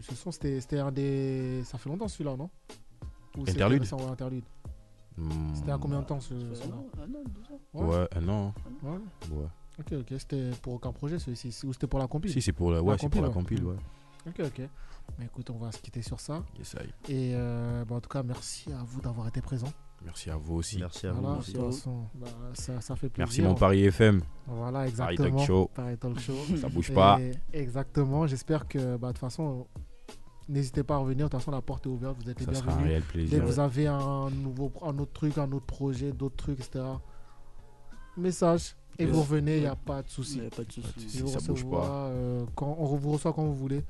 Speaker 2: Ce son, c'était c'était un des. Ça fait longtemps celui-là, non Ou c'était
Speaker 3: Interlude
Speaker 2: récent, ouais, interlude.
Speaker 3: Hmm.
Speaker 2: C'était à combien de temps ce son-là
Speaker 5: Ah, non, deux ans.
Speaker 2: ouais.
Speaker 3: Ouais, un an.
Speaker 2: Ouais.
Speaker 3: Ouais.
Speaker 2: Ok, ok. C'était pour aucun projet celui-ci Ou c'était pour la compil
Speaker 3: Si, c'est pour la, ouais, c'est pour
Speaker 2: compile, hein. Mm.
Speaker 3: la
Speaker 2: ouais.
Speaker 3: compile, ouais.
Speaker 2: Ok, ok. Bah, écoute, on va se quitter sur ça.
Speaker 3: Yes, aïe.
Speaker 2: Et euh, bah, en tout cas, merci à vous d'avoir été présent.
Speaker 3: Merci à vous aussi.
Speaker 8: Merci à
Speaker 2: Voilà,
Speaker 8: vous.
Speaker 2: de toute
Speaker 5: à vous.
Speaker 2: façon, bah, ça, ça fait
Speaker 3: Merci
Speaker 2: plaisir.
Speaker 3: mon Paris FM.
Speaker 2: Voilà,
Speaker 3: Paris
Speaker 2: exactement.
Speaker 3: Talk Show.
Speaker 2: Paris Talk Show.
Speaker 3: Ça bouge pas.
Speaker 2: Et Exactement. J'espère que, bah, de toute façon, n'hésitez pas à revenir. De toute façon, la porte est ouverte. Vous êtes les
Speaker 3: Ça sera un
Speaker 2: bienvenus.
Speaker 3: réel
Speaker 2: Dès que
Speaker 3: plaisir.
Speaker 2: vous avez un, nouveau, un autre truc, un autre projet, d'autres trucs, etc. Message. Et
Speaker 3: Yes.
Speaker 2: vous revenez, il n'y a pas de souci.
Speaker 5: Il y a pas de souci.
Speaker 3: Pas de
Speaker 2: Et
Speaker 3: souci.
Speaker 2: vous
Speaker 3: ça bouge
Speaker 2: recevoir,
Speaker 3: pas.
Speaker 2: euh, quand, on vous reçoit quand vous voulez.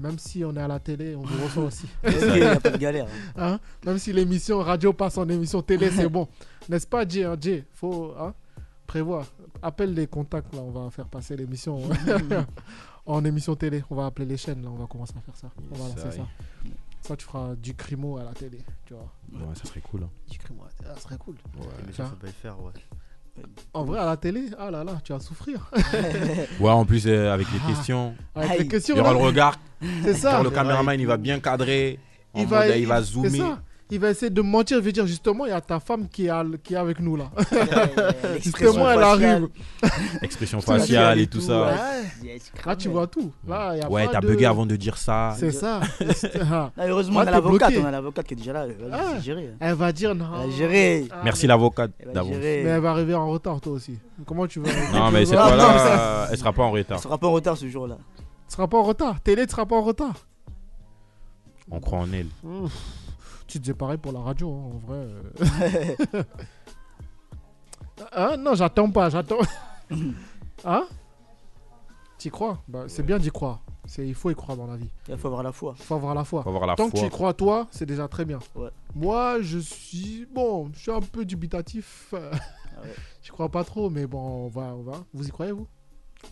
Speaker 2: Même si on est à la télé, on vous reçoit aussi.
Speaker 5: Il n'y a pas de galère.
Speaker 2: Hein Même si l'émission radio passe en émission télé, c'est bon. N'est-ce pas, Jay hein, Jay, faut hein, prévoir. Appelle les contacts, là, on va faire passer l'émission hein. en émission télé. On va appeler les chaînes, là, on va commencer à faire ça. On va
Speaker 3: Yes,
Speaker 2: lancer ça.
Speaker 3: aïe.
Speaker 2: Ça, tu feras du crimo à la télé, tu vois.
Speaker 3: Ouais, ça serait cool. hein.
Speaker 2: Du crimo à la télé, ça serait cool.
Speaker 8: Mais
Speaker 3: Ouais.
Speaker 8: ça, faut pas le faire, ouais.
Speaker 2: En vrai, à la télé, ah là là, tu vas souffrir.
Speaker 3: Ouais, en plus, euh, avec les
Speaker 2: Ah.
Speaker 3: questions,
Speaker 2: Avec
Speaker 5: Aïe.
Speaker 2: les questions,
Speaker 3: il y aura
Speaker 2: là,
Speaker 3: le regard.
Speaker 2: c'est ça.
Speaker 3: Genre, le caméraman, il va bien cadrer. En mode, il va
Speaker 2: c'est
Speaker 3: zoomer.
Speaker 2: ça. Il va essayer de mentir, il veut dire justement, il y a ta femme qui est, à l- qui est avec nous là. justement, elle arrive.
Speaker 3: Expression
Speaker 2: Je te dis,
Speaker 3: faciale
Speaker 2: elle
Speaker 3: et
Speaker 2: est
Speaker 3: tout ça.
Speaker 2: Ouais. Là, tu vois tout. Là, il y a
Speaker 3: Ouais,
Speaker 2: pas
Speaker 3: t'as
Speaker 2: de-
Speaker 3: bugué avant de dire ça.
Speaker 2: C'est ça.
Speaker 5: Non, heureusement,
Speaker 2: Moi,
Speaker 5: on a
Speaker 2: t'es
Speaker 5: l'avocate,
Speaker 2: bloqué.
Speaker 5: on a l'avocate qui est déjà là. Elle va
Speaker 2: Ah.
Speaker 5: c'est géré.
Speaker 2: Elle va dire non.
Speaker 5: Elle va gérer.
Speaker 2: Ah,
Speaker 3: Merci
Speaker 2: mais-
Speaker 3: l'avocate
Speaker 5: Elle va
Speaker 3: d'avance.
Speaker 5: gérer.
Speaker 2: Mais elle va arriver en retard, toi aussi. Comment tu vas
Speaker 3: Non, mais
Speaker 2: tu
Speaker 3: cette
Speaker 2: vas-
Speaker 3: fois-là, elle sera pas en
Speaker 5: Elle
Speaker 3: retard.
Speaker 5: sera pas en retard ce jour-là.
Speaker 2: Tu seras pas en retard. Télé, tu seras pas en retard.
Speaker 3: On croit en elle.
Speaker 2: Tu disais pareil pour la radio, hein, en vrai. euh. Hein non, j'attends pas, j'attends. hein T'y crois Bah, C'est bien d'y croire. C'est, il faut y croire dans la vie.
Speaker 5: Il faut avoir la foi.
Speaker 2: faut avoir la foi.
Speaker 3: Faut avoir la
Speaker 2: Tant que tu
Speaker 3: foi.
Speaker 2: y crois, toi, c'est déjà très bien.
Speaker 5: Ouais.
Speaker 2: Moi, je suis. Bon, je suis un peu dubitatif. euh,
Speaker 5: ouais.
Speaker 2: Je crois pas trop, mais bon, on va. On va. Vous y croyez, vous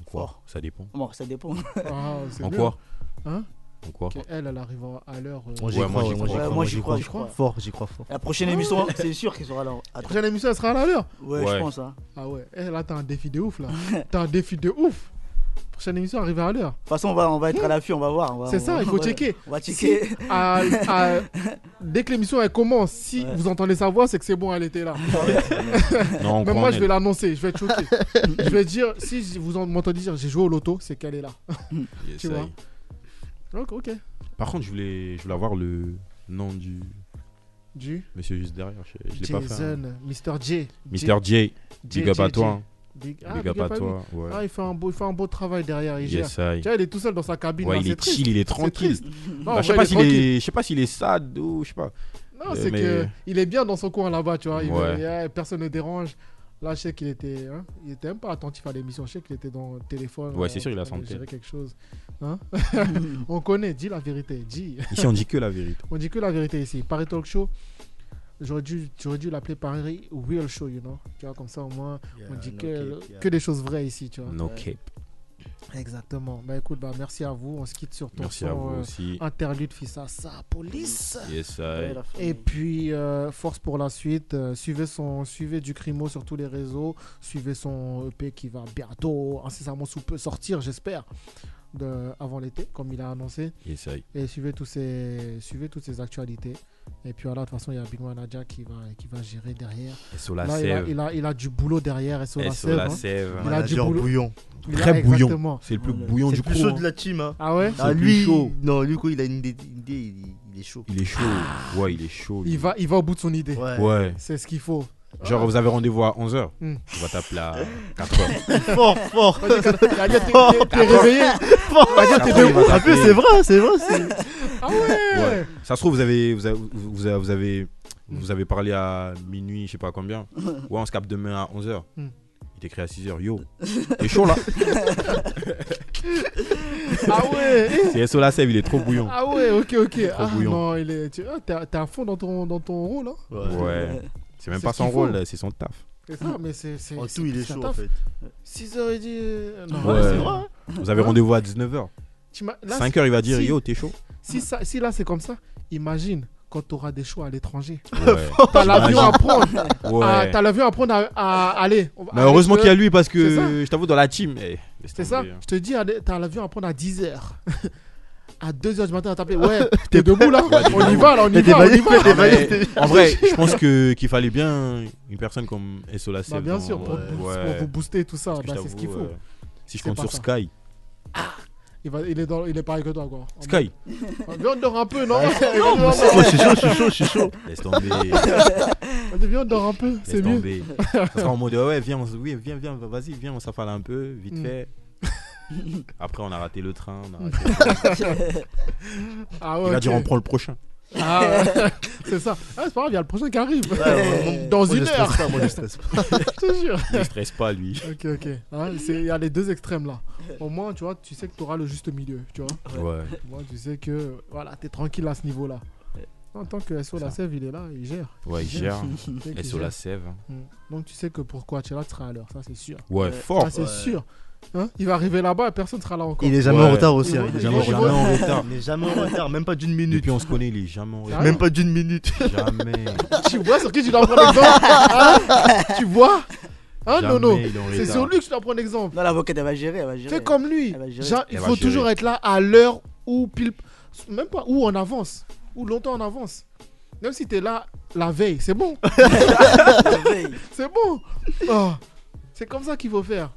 Speaker 3: On croit, ça dépend.
Speaker 5: Bon, ça dépend.
Speaker 2: ah, c'est
Speaker 3: On
Speaker 2: bien.
Speaker 3: croit.
Speaker 2: Hein
Speaker 3: On croit.
Speaker 2: Ok, Elle, elle arrive en- à l'heure. euh.
Speaker 4: Moi, j'y
Speaker 3: Ouais,
Speaker 4: crois,
Speaker 3: moi, j'y
Speaker 4: ouais, moi, j'y
Speaker 3: crois.
Speaker 5: Ouais,
Speaker 4: crois.
Speaker 5: moi,
Speaker 4: moi,
Speaker 5: j'y
Speaker 4: j'y
Speaker 5: crois,
Speaker 4: crois.
Speaker 5: j'y crois.
Speaker 4: Fort, j'y crois fort.
Speaker 5: La prochaine émission, c'est sûr qu'ils seront là. en-
Speaker 2: La
Speaker 5: Attends.
Speaker 2: prochaine émission, elle sera à l'heure.
Speaker 5: Ouais,
Speaker 3: Ouais.
Speaker 5: je pense. hein.
Speaker 2: Ah ouais, Eh, là, t'as un défi de ouf, là. t'as un défi de ouf. Prochaine émission, arrive à l'heure.
Speaker 5: De toute façon, on va, on va être à l'affût, on va voir. on va-
Speaker 2: C'est
Speaker 5: on
Speaker 2: ça,
Speaker 5: va-
Speaker 2: il faut checker.
Speaker 5: On va checker.
Speaker 2: À- à- dès que l'émission elle commence, si
Speaker 5: Ouais.
Speaker 2: vous entendez sa voix, c'est que c'est bon, elle était là.
Speaker 3: Non, on
Speaker 2: Même
Speaker 3: croit
Speaker 2: moi,
Speaker 3: en
Speaker 2: je vais
Speaker 3: elle.
Speaker 2: l'annoncer, je vais être choqué. je vais dire, si j- vous en- m'entendez dire j'ai joué au loto, c'est qu'elle est là.
Speaker 3: Yes,
Speaker 2: tu
Speaker 3: ça y
Speaker 2: vois.
Speaker 3: est.
Speaker 2: Donc, ok.
Speaker 3: Par contre, je voulais, je voulais avoir le nom du
Speaker 2: Du
Speaker 3: monsieur juste derrière. Je, je l'ai pas fait. hein.
Speaker 2: Jason, Mr. J.
Speaker 3: Mister
Speaker 2: J-
Speaker 3: J. Big up
Speaker 2: J-
Speaker 3: à toi. hein.
Speaker 2: Big, ah,
Speaker 3: Big up à toi. ouais.
Speaker 2: Ah, il fait, un beau, il fait un beau travail derrière, il gère.
Speaker 3: Yes, I.
Speaker 2: Tu vois, il est tout seul dans sa cabine.
Speaker 3: Ouais,
Speaker 2: là,
Speaker 3: il
Speaker 2: c'est
Speaker 3: est
Speaker 2: triste.
Speaker 3: chill, il est tranquille.
Speaker 2: triste.
Speaker 3: Bah,
Speaker 2: Non, en
Speaker 3: je sais
Speaker 2: vrai,
Speaker 3: pas s'il
Speaker 2: tranquille.
Speaker 3: est, je sais pas s'il est sad ou je sais pas.
Speaker 2: Non,
Speaker 3: Euh,
Speaker 2: c'est
Speaker 3: mais-
Speaker 2: que il est bien dans son coin là-bas, tu vois. Il
Speaker 3: Ouais.
Speaker 2: il- ouais, personne ne dérange. Là, je sais qu'il était, hein, il était même pas attentif à l'émission. Je sais qu'il était dans le téléphone. euh,
Speaker 3: Ouais,
Speaker 2: en
Speaker 3: c'est sûr, il a
Speaker 2: train de
Speaker 3: son
Speaker 2: gérer quelque chose. Hein On connaît. Dis la vérité. Dis.
Speaker 3: Ici, on dit que la vérité.
Speaker 2: On dit que la vérité ici. Paris Talk Show. J'aurais dû, j'aurais dû l'appeler Paris Real Show, you know. Tu vois, comme ça au moins, on dit que, euh, que des choses vraies ici, tu vois.
Speaker 3: No cap.
Speaker 2: Exactement. Bah écoute, bah merci à vous. On se quitte sur ton
Speaker 3: Merci
Speaker 2: son,
Speaker 3: à vous
Speaker 2: euh,
Speaker 3: aussi.
Speaker 2: interlude fils à ça, police.
Speaker 3: Yes,
Speaker 5: Ouais,
Speaker 3: I.
Speaker 5: la famille.
Speaker 2: Et puis, euh, force pour la suite. Euh, suivez, son, suivez du Crimo sur tous les réseaux. Suivez son EP qui va bientôt, incessamment sous peu, sortir, j'espère, de- avant l'été, comme il a annoncé.
Speaker 3: Yes, I.
Speaker 2: Et suivez, tous ces, suivez toutes ces actualités. Et puis voilà, de toute façon, il y a Big Manager qui va, qui va gérer derrière.
Speaker 3: SO la
Speaker 2: Là, il a,
Speaker 3: sève.
Speaker 2: il, a, il a du boulot derrière. SO la
Speaker 3: SO la
Speaker 2: sève, hein.
Speaker 3: sève.
Speaker 2: Il a du
Speaker 8: Manager
Speaker 2: boulot.
Speaker 8: bouillon.
Speaker 2: Il a-
Speaker 3: Très bouillon.
Speaker 2: exactement.
Speaker 3: C'est le plus bouillon
Speaker 8: C'est
Speaker 3: du
Speaker 8: le
Speaker 3: coup.
Speaker 8: plus chaud
Speaker 3: hein.
Speaker 8: de la team. Hein.
Speaker 2: Ah ouais
Speaker 3: C'est
Speaker 8: Ah,
Speaker 3: le plus
Speaker 8: lui,
Speaker 3: chaud.
Speaker 8: non, lui, quoi, il a une idée, une idée, il, il est chaud.
Speaker 3: Il est chaud. Ouais, il est chaud. lui.
Speaker 2: Ah. il va, il va au bout de son idée.
Speaker 8: Ouais.
Speaker 3: Ouais.
Speaker 2: C'est ce qu'il faut.
Speaker 3: Genre, vous avez rendez-vous à 11h.
Speaker 2: Hmm.
Speaker 3: On va t'appeler à 4h.
Speaker 8: Fort, fort.
Speaker 2: T'as dit que- t'as dit que T'es t'es réveillé
Speaker 8: En plus, c'est vrai, c'est vrai. c'est-
Speaker 2: Ah ouais
Speaker 3: Ouais. Ça se trouve, vous avez, vous avez, vous avez, vous avez, vous avez parlé à minuit, je sais pas combien. Ouais, on se capte demain à 11h.
Speaker 2: Hmm.
Speaker 3: Il t'écrit à 6h. Yo, t'es chaud là.
Speaker 2: Ah ouais
Speaker 3: C'est SO la sève, il est trop bouillon.
Speaker 2: Ah ouais, ok, ok.
Speaker 3: Trop
Speaker 2: Ah
Speaker 3: bouillant.
Speaker 2: non, il est. Tu ah, t'es à- t'es à fond dans ton, dans ton rôle, hein.
Speaker 3: Ouais. C'est même
Speaker 2: C'est
Speaker 3: pas
Speaker 2: ce qu'il
Speaker 3: son
Speaker 2: faut.
Speaker 3: rôle, c'est son taf.
Speaker 2: C'est ça, mais c'est. c'est-
Speaker 8: En
Speaker 2: c'est-
Speaker 8: Oh, tout, il est
Speaker 2: c'est un
Speaker 8: chaud en
Speaker 2: taf.
Speaker 8: fait.
Speaker 2: 6h10. euh, Non,
Speaker 3: Ouais.
Speaker 2: c'est vrai.
Speaker 3: Vous avez
Speaker 2: Ouais.
Speaker 3: rendez-vous à 19h.
Speaker 2: Tu m'as- là,
Speaker 3: 5h, il va dire
Speaker 2: si.
Speaker 3: Yo, t'es chaud.
Speaker 2: si, ça- si là c'est comme ça, imagine quand t'auras des choix à l'étranger.
Speaker 3: Ouais.
Speaker 2: T'as l'avion à prendre. Ah,
Speaker 3: Ouais.
Speaker 2: T'as l'avion à prendre à, à aller. On va-
Speaker 3: Mais heureusement
Speaker 2: avec
Speaker 3: qu'il y a lui parce
Speaker 2: C'est ça.
Speaker 3: que je t'avoue, dans la team. eh, laisse
Speaker 2: C'est ça
Speaker 3: tomber, hein.
Speaker 2: Je te dis, allez, t'as l'avion à prendre à 10h. À 2h du matin, à t'appeler. Ouais, t'es debout là On y va, là, on y
Speaker 8: Mais t'es
Speaker 2: va, on y
Speaker 8: valide,
Speaker 2: va.
Speaker 8: t'es
Speaker 3: Non, mais
Speaker 8: valide.
Speaker 3: en vrai, je pense que qu'il fallait bien une personne comme SOLA
Speaker 2: Bah, bien sûr, pour, pour- pour vous booster tout ça, bah, c'est ce qu'il faut.
Speaker 3: euh, Si je
Speaker 2: C'est
Speaker 3: compte
Speaker 2: pas
Speaker 3: sur
Speaker 2: ça. Ah,
Speaker 3: Sky.
Speaker 2: Il, va, il, est dans, il est pareil que toi, quoi. En
Speaker 3: Sky,
Speaker 2: mode, Ah, Viens, on dort un peu, non
Speaker 8: Oh, je suis chaud, je suis chaud, je suis chaud.
Speaker 3: laisse tomber.
Speaker 2: On dit, viens, on dort un peu, bah. c'est
Speaker 3: laisse
Speaker 2: mieux.
Speaker 3: tomber. Ça sera en mode ouais, viens, on s- oui, viens, viens, vas-y, viens, on s'affale un peu, vite
Speaker 2: Mm.
Speaker 3: fait. Après, on a raté le train. on a raté-
Speaker 2: Ah
Speaker 3: Il
Speaker 2: ouais.
Speaker 3: va
Speaker 2: Ah, ok.
Speaker 3: dire on prend le prochain.
Speaker 2: Ah, c'est ça. Ah, c'est pas grave, il y a le prochain qui arrive.
Speaker 8: Ouais,
Speaker 2: Dans
Speaker 8: Moi, je
Speaker 2: une heure,
Speaker 8: stresse pas, moi, je stresse pas.
Speaker 2: je te jure.
Speaker 3: Ne stresse pas lui.
Speaker 2: Ok, ok. Hein, c'est- Il y a les deux extrêmes là. Au moins, tu vois, tu sais que tu auras le juste milieu. Tu vois,
Speaker 3: Ouais.
Speaker 2: Au moins, tu sais que voilà, t'es tranquille à ce niveau là. En tant que SO La Sève, il est là, il gère.
Speaker 3: Ouais, il gère.
Speaker 2: Tu sais qu'il
Speaker 3: SO la
Speaker 2: gère.
Speaker 3: sève.
Speaker 2: Mm. Donc, tu sais que pour Coachella, tu seras à l'heure, ça c'est sûr.
Speaker 3: Oh. Ouais,
Speaker 2: Ça
Speaker 3: fort.
Speaker 2: Euh, ah, c'est
Speaker 8: ouais.
Speaker 2: sûr. Hein, il va arriver là-bas et personne sera là encore.
Speaker 8: Il est jamais
Speaker 3: Ouais.
Speaker 8: en retard aussi. hein,
Speaker 2: Il
Speaker 8: Il
Speaker 2: est
Speaker 8: est
Speaker 3: Jamais
Speaker 8: jamais en
Speaker 3: jamais en
Speaker 8: retard.
Speaker 3: retard.
Speaker 8: Il est jamais en retard, même pas d'une minute.
Speaker 3: Depuis on se connaît, il est jamais en retard.
Speaker 8: Même pas d'une minute.
Speaker 3: Jamais.
Speaker 2: Tu vois sur qui tu dois prendre exemple Hein Tu vois Hein,
Speaker 3: Jamais
Speaker 2: Nono
Speaker 3: il est en
Speaker 2: C'est
Speaker 3: retard.
Speaker 2: sur lui que tu dois prendre exemple.
Speaker 5: Non, l'avocate, elle va gérer, elle va gérer.
Speaker 2: Fais comme lui.
Speaker 5: Elle va gérer.
Speaker 2: Genre, il
Speaker 3: Elle
Speaker 2: faut
Speaker 3: va gérer.
Speaker 2: toujours être là à l'heure où pile. Même pas où on avance. ou longtemps en avance. Même si tu es là la veille, c'est bon. c'est bon. Oh, c'est comme ça qu'il faut faire.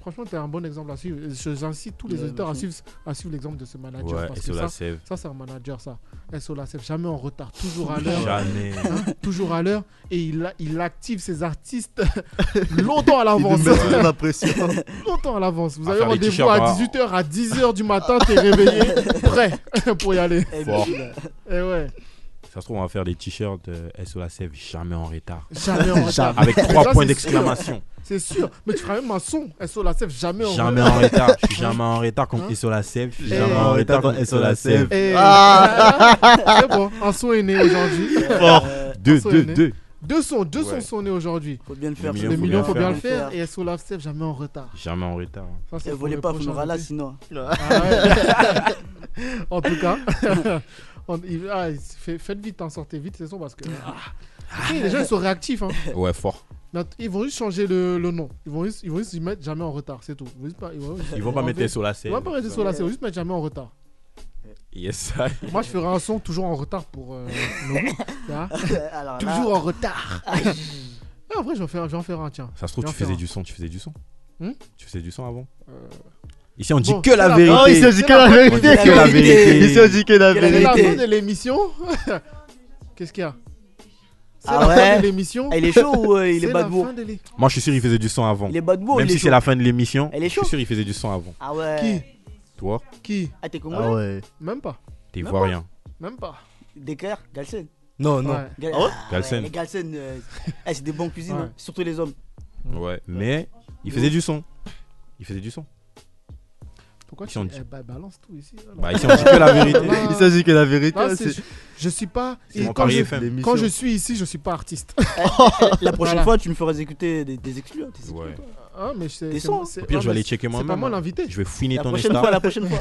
Speaker 2: Franchement, tu es un bon exemple à suivre. Et je- J'incite tous les
Speaker 8: Ouais,
Speaker 2: auditeurs à
Speaker 8: merci.
Speaker 2: suivre, à suivre l'exemple de ce manager.
Speaker 3: Ouais,
Speaker 2: parce
Speaker 3: SO
Speaker 2: que
Speaker 3: la
Speaker 2: ça,
Speaker 3: sève.
Speaker 2: ça c'est un manager, ça. SO la sève, jamais en retard, toujours à l'heure.
Speaker 3: Jamais.
Speaker 2: Hein, toujours à l'heure. Et il, a- il active ses artistes longtemps à
Speaker 8: Il nous
Speaker 2: l'avance.
Speaker 8: met sous la pression.
Speaker 2: longtemps à l'avance. Vous
Speaker 3: À
Speaker 2: avez
Speaker 3: faire les
Speaker 2: rendez-vous
Speaker 3: t-shirts,
Speaker 2: à
Speaker 3: bah.
Speaker 2: 18h, à 10h du matin, t'es réveillé, prêt pour y aller.
Speaker 3: Fort.
Speaker 2: Et ouais,
Speaker 3: Ça se trouve, on va faire des t-shirts euh, SO la sève, jamais en retard.
Speaker 2: jamais en retard.
Speaker 3: Avec
Speaker 2: Mais
Speaker 3: trois
Speaker 2: ça,
Speaker 3: points
Speaker 2: c'est
Speaker 3: d'exclamation.
Speaker 2: sûr, C'est sûr, mais tu feras même un son. SO la sève, jamais en
Speaker 3: Jamais
Speaker 2: retard.
Speaker 3: en retard. Je suis jamais en retard
Speaker 2: Hein
Speaker 3: contre SO la sève. Je suis
Speaker 2: Eh.
Speaker 3: jamais en retard contre SO la sève.
Speaker 2: Et- Eh.
Speaker 3: Ah.
Speaker 2: C'est bon, un son est né aujourd'hui.
Speaker 3: Fort. Deux,
Speaker 2: Façon
Speaker 3: deux,
Speaker 2: aînée.
Speaker 3: deux.
Speaker 2: Deux sons, deux sons
Speaker 3: Ouais.
Speaker 2: sont nés aujourd'hui.
Speaker 5: Faut bien le faire.
Speaker 3: Les
Speaker 2: Les
Speaker 3: Faut bien
Speaker 2: millions, faut bien le
Speaker 3: faire.
Speaker 2: faire. Et SO la sève, jamais en retard.
Speaker 3: Jamais en retard. hein.
Speaker 2: Ça, c'est
Speaker 5: Et
Speaker 2: pour
Speaker 5: volez
Speaker 2: le
Speaker 5: pas,
Speaker 2: prochain
Speaker 5: Funora là,
Speaker 2: invité.
Speaker 5: sinon.
Speaker 2: Ah ouais. en tout cas, on- il- ah, il- fait- faites vite, hein, sortez vite, c'est son parce que. ah. Tu sais, les gens ils sont réactifs. hein.
Speaker 3: Ouais, fort.
Speaker 2: Non, Ils vont juste changer le, le nom. Ils vont juste ils vont juste y mettre jamais en retard, c'est tout. Ils vont, juste pas, ils vont, juste-
Speaker 3: Ils vont pas mettre SO la
Speaker 2: Ils
Speaker 3: sève.
Speaker 2: vont pas mettre sur la, c'est juste mettre jamais en retard.
Speaker 3: Yes.
Speaker 2: Moi, je ferai un son toujours en retard pour euh, nos goûts, tu vois.
Speaker 5: Alors là,
Speaker 2: Toujours en retard. Et après, je vais, en faire, je vais en faire un, tiens.
Speaker 3: Ça se trouve,
Speaker 2: Bien
Speaker 3: tu faisais
Speaker 2: faire.
Speaker 3: du son. Tu faisais du son.
Speaker 2: Hmm
Speaker 3: Tu faisais du son avant.
Speaker 2: Euh,
Speaker 3: Ici, on dit
Speaker 2: Bon,
Speaker 3: que la
Speaker 2: c'est la-
Speaker 8: Non, il
Speaker 3: vérité.
Speaker 8: s'agit que la vérité.
Speaker 3: que la vérité.
Speaker 8: Il s'agit que la
Speaker 5: Que
Speaker 2: C'est
Speaker 5: la
Speaker 8: vérité.
Speaker 2: la
Speaker 5: vérité.
Speaker 2: fin de l'émission. Qu'est-ce qu'il y a C'est
Speaker 5: Ah
Speaker 2: la fin
Speaker 5: ouais
Speaker 2: de l'émission.
Speaker 5: Ah, il est chaud ou euh, il
Speaker 2: C'est
Speaker 5: est
Speaker 2: la
Speaker 5: bad boy
Speaker 2: fin de l'é-
Speaker 3: Moi, je suis sûr, il faisait du son avant.
Speaker 5: Il est bad boy,
Speaker 3: Même
Speaker 5: il est
Speaker 3: si c'est
Speaker 5: chaud.
Speaker 3: la fin de l'émission,
Speaker 5: Elle est
Speaker 3: je suis
Speaker 5: chaude.
Speaker 3: sûr, il faisait du son avant.
Speaker 5: Ah ouais.
Speaker 2: Qui
Speaker 3: Toi,
Speaker 2: Qui
Speaker 5: Ah, t'es
Speaker 8: Ah
Speaker 5: congolais
Speaker 8: ouais.
Speaker 2: Même pas.
Speaker 3: t'es
Speaker 2: Même
Speaker 3: ivoirien.
Speaker 2: Même pas.
Speaker 5: Decker, Galsen.
Speaker 8: Non, non.
Speaker 2: Ouais.
Speaker 5: Gal-
Speaker 8: Ah ouais
Speaker 5: ouais,
Speaker 3: Galsen.
Speaker 5: Les Galsen, euh, eh, c'est des bons cuisines,
Speaker 2: Ouais.
Speaker 5: hein, surtout les hommes.
Speaker 3: Ouais. Mais il faisait du son. Il faisait du son.
Speaker 2: Pourquoi
Speaker 3: Ils
Speaker 2: tu
Speaker 3: ont
Speaker 2: eh, bah, balance tout ici alors.
Speaker 3: Bah, ici, on dit que la vérité.
Speaker 2: Ouais.
Speaker 8: Il s'agit que la vérité.
Speaker 2: Non,
Speaker 8: hein,
Speaker 2: Ah, c'est-
Speaker 8: c'est-
Speaker 2: Je suis pas.
Speaker 3: C'est mon
Speaker 2: quand,
Speaker 3: pari
Speaker 2: je,
Speaker 3: FM.
Speaker 2: quand je
Speaker 8: l'émission.
Speaker 2: suis ici, je suis pas artiste. Eh,
Speaker 5: La prochaine
Speaker 2: Voilà.
Speaker 5: fois, tu me feras écouter des, des exclus. hein, t'es exclu,
Speaker 3: Ouais.
Speaker 5: toi.
Speaker 2: Hein, mais c'est-
Speaker 5: Des
Speaker 2: c'est
Speaker 5: sons,
Speaker 2: moi-
Speaker 5: hein.
Speaker 2: c'est-
Speaker 3: Au pire, je vais
Speaker 2: ouais, mais
Speaker 3: aller checker
Speaker 2: C'est pas moi
Speaker 3: moi-même. hein.
Speaker 2: l'invité.
Speaker 3: Je vais fouiner
Speaker 5: La
Speaker 3: ton
Speaker 5: prochaine
Speaker 3: Insta.
Speaker 5: fois, la prochaine fois.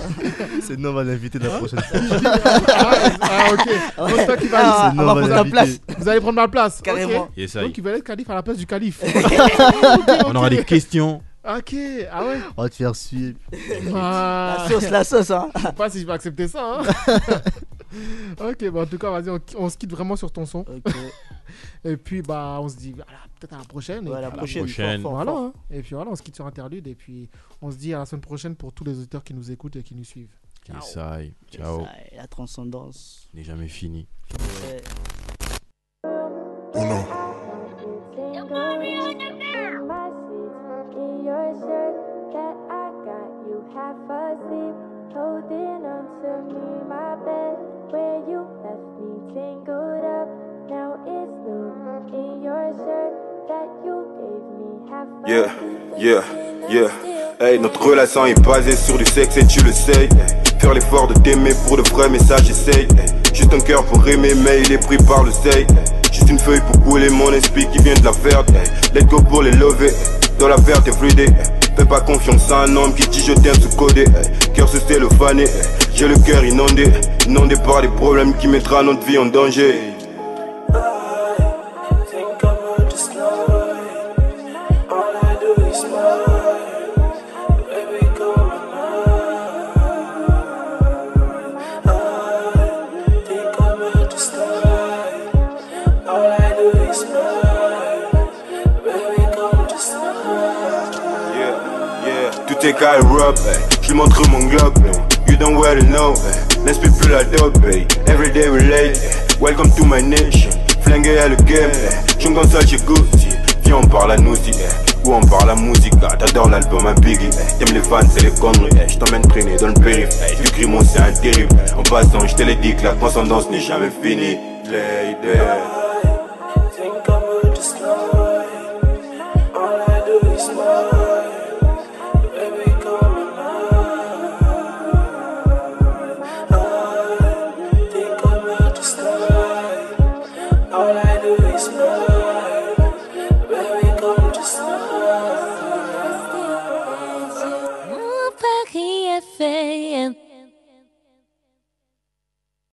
Speaker 8: C'est non, on va l'inviter la prochaine fois.
Speaker 2: ah, ah, ok. Donc, toi qui vas aller-
Speaker 5: Ah,
Speaker 8: c'est
Speaker 5: on va
Speaker 8: normal,
Speaker 5: prendre ta
Speaker 8: l'invité.
Speaker 5: place.
Speaker 2: Vous allez prendre ma place.
Speaker 5: Carrément.
Speaker 2: Ok.
Speaker 3: Et ça y
Speaker 2: Donc
Speaker 3: est.
Speaker 2: il va être calife à la place du calife.
Speaker 3: On aura des questions.
Speaker 2: Ok, ah ouais.
Speaker 8: On va te faire suivre.
Speaker 2: Ah,
Speaker 5: La sauce, la sauce, hein.
Speaker 2: je sais pas si je vais accepter ça. hein. ok, bah en tout cas, vas-y, on, on se quitte vraiment sur ton son.
Speaker 5: Ok,
Speaker 2: Et puis, bah, on se dit, voilà, peut-être à la prochaine. Et
Speaker 5: ouais, la
Speaker 2: puis,
Speaker 5: prochaine.
Speaker 3: prochaine.
Speaker 5: fort, fort,
Speaker 2: Voilà,
Speaker 5: fort.
Speaker 2: hein. et puis voilà, on se quitte sur Interlude, et puis on se dit à la semaine prochaine pour tous les auditeurs qui nous écoutent et qui nous suivent.
Speaker 3: Et ça y est. Ciao.
Speaker 5: Ça, Ah, La transcendance.
Speaker 3: N'est jamais fini.
Speaker 5: Ouais.
Speaker 9: Oh non.
Speaker 1: Holding on to me, my bed, where you left me tangled up. Now it's new in your shirt that you gave me half a
Speaker 6: Yeah,
Speaker 1: seat,
Speaker 6: yeah,
Speaker 1: thinking I'm
Speaker 6: yeah.
Speaker 1: still
Speaker 6: Hey, notre relation est basée sur du sexe et tu le sais. Faire l'effort de t'aimer pour de vrais messages, j'essaye. Juste un cœur pour aimer, mais il est pris par le seuil. Juste une feuille pour couler mon esprit qui vient de la verte. Let go pour les lever, dans la verte everyday. Fais pas confiance à un homme qui dit je t'aime sous codé. Cœur sous cellophane, j'ai le cœur inondé. Inondé par des problèmes qui mettra notre vie en danger. Yeah, yeah. Tout est carré up, eh. je lui montre mon globe. eh. You don't wear the know, eh. laisse plus la dope. eh. Every day we late, eh. welcome to my nation. Flingué à le game, eh. j'aime comme ça chez Gucci. Viens, on parle à nous si, eh. ou on parle à musique. ah. T'adores l'album à Biggie, eh. t'aimes les fans, c'est les conneries. eh. Je t'emmène traîner dans le périph', eh. du crime, c'est un terrible. En passant, je te l'ai dit que la transcendance n'est jamais finie. Lady.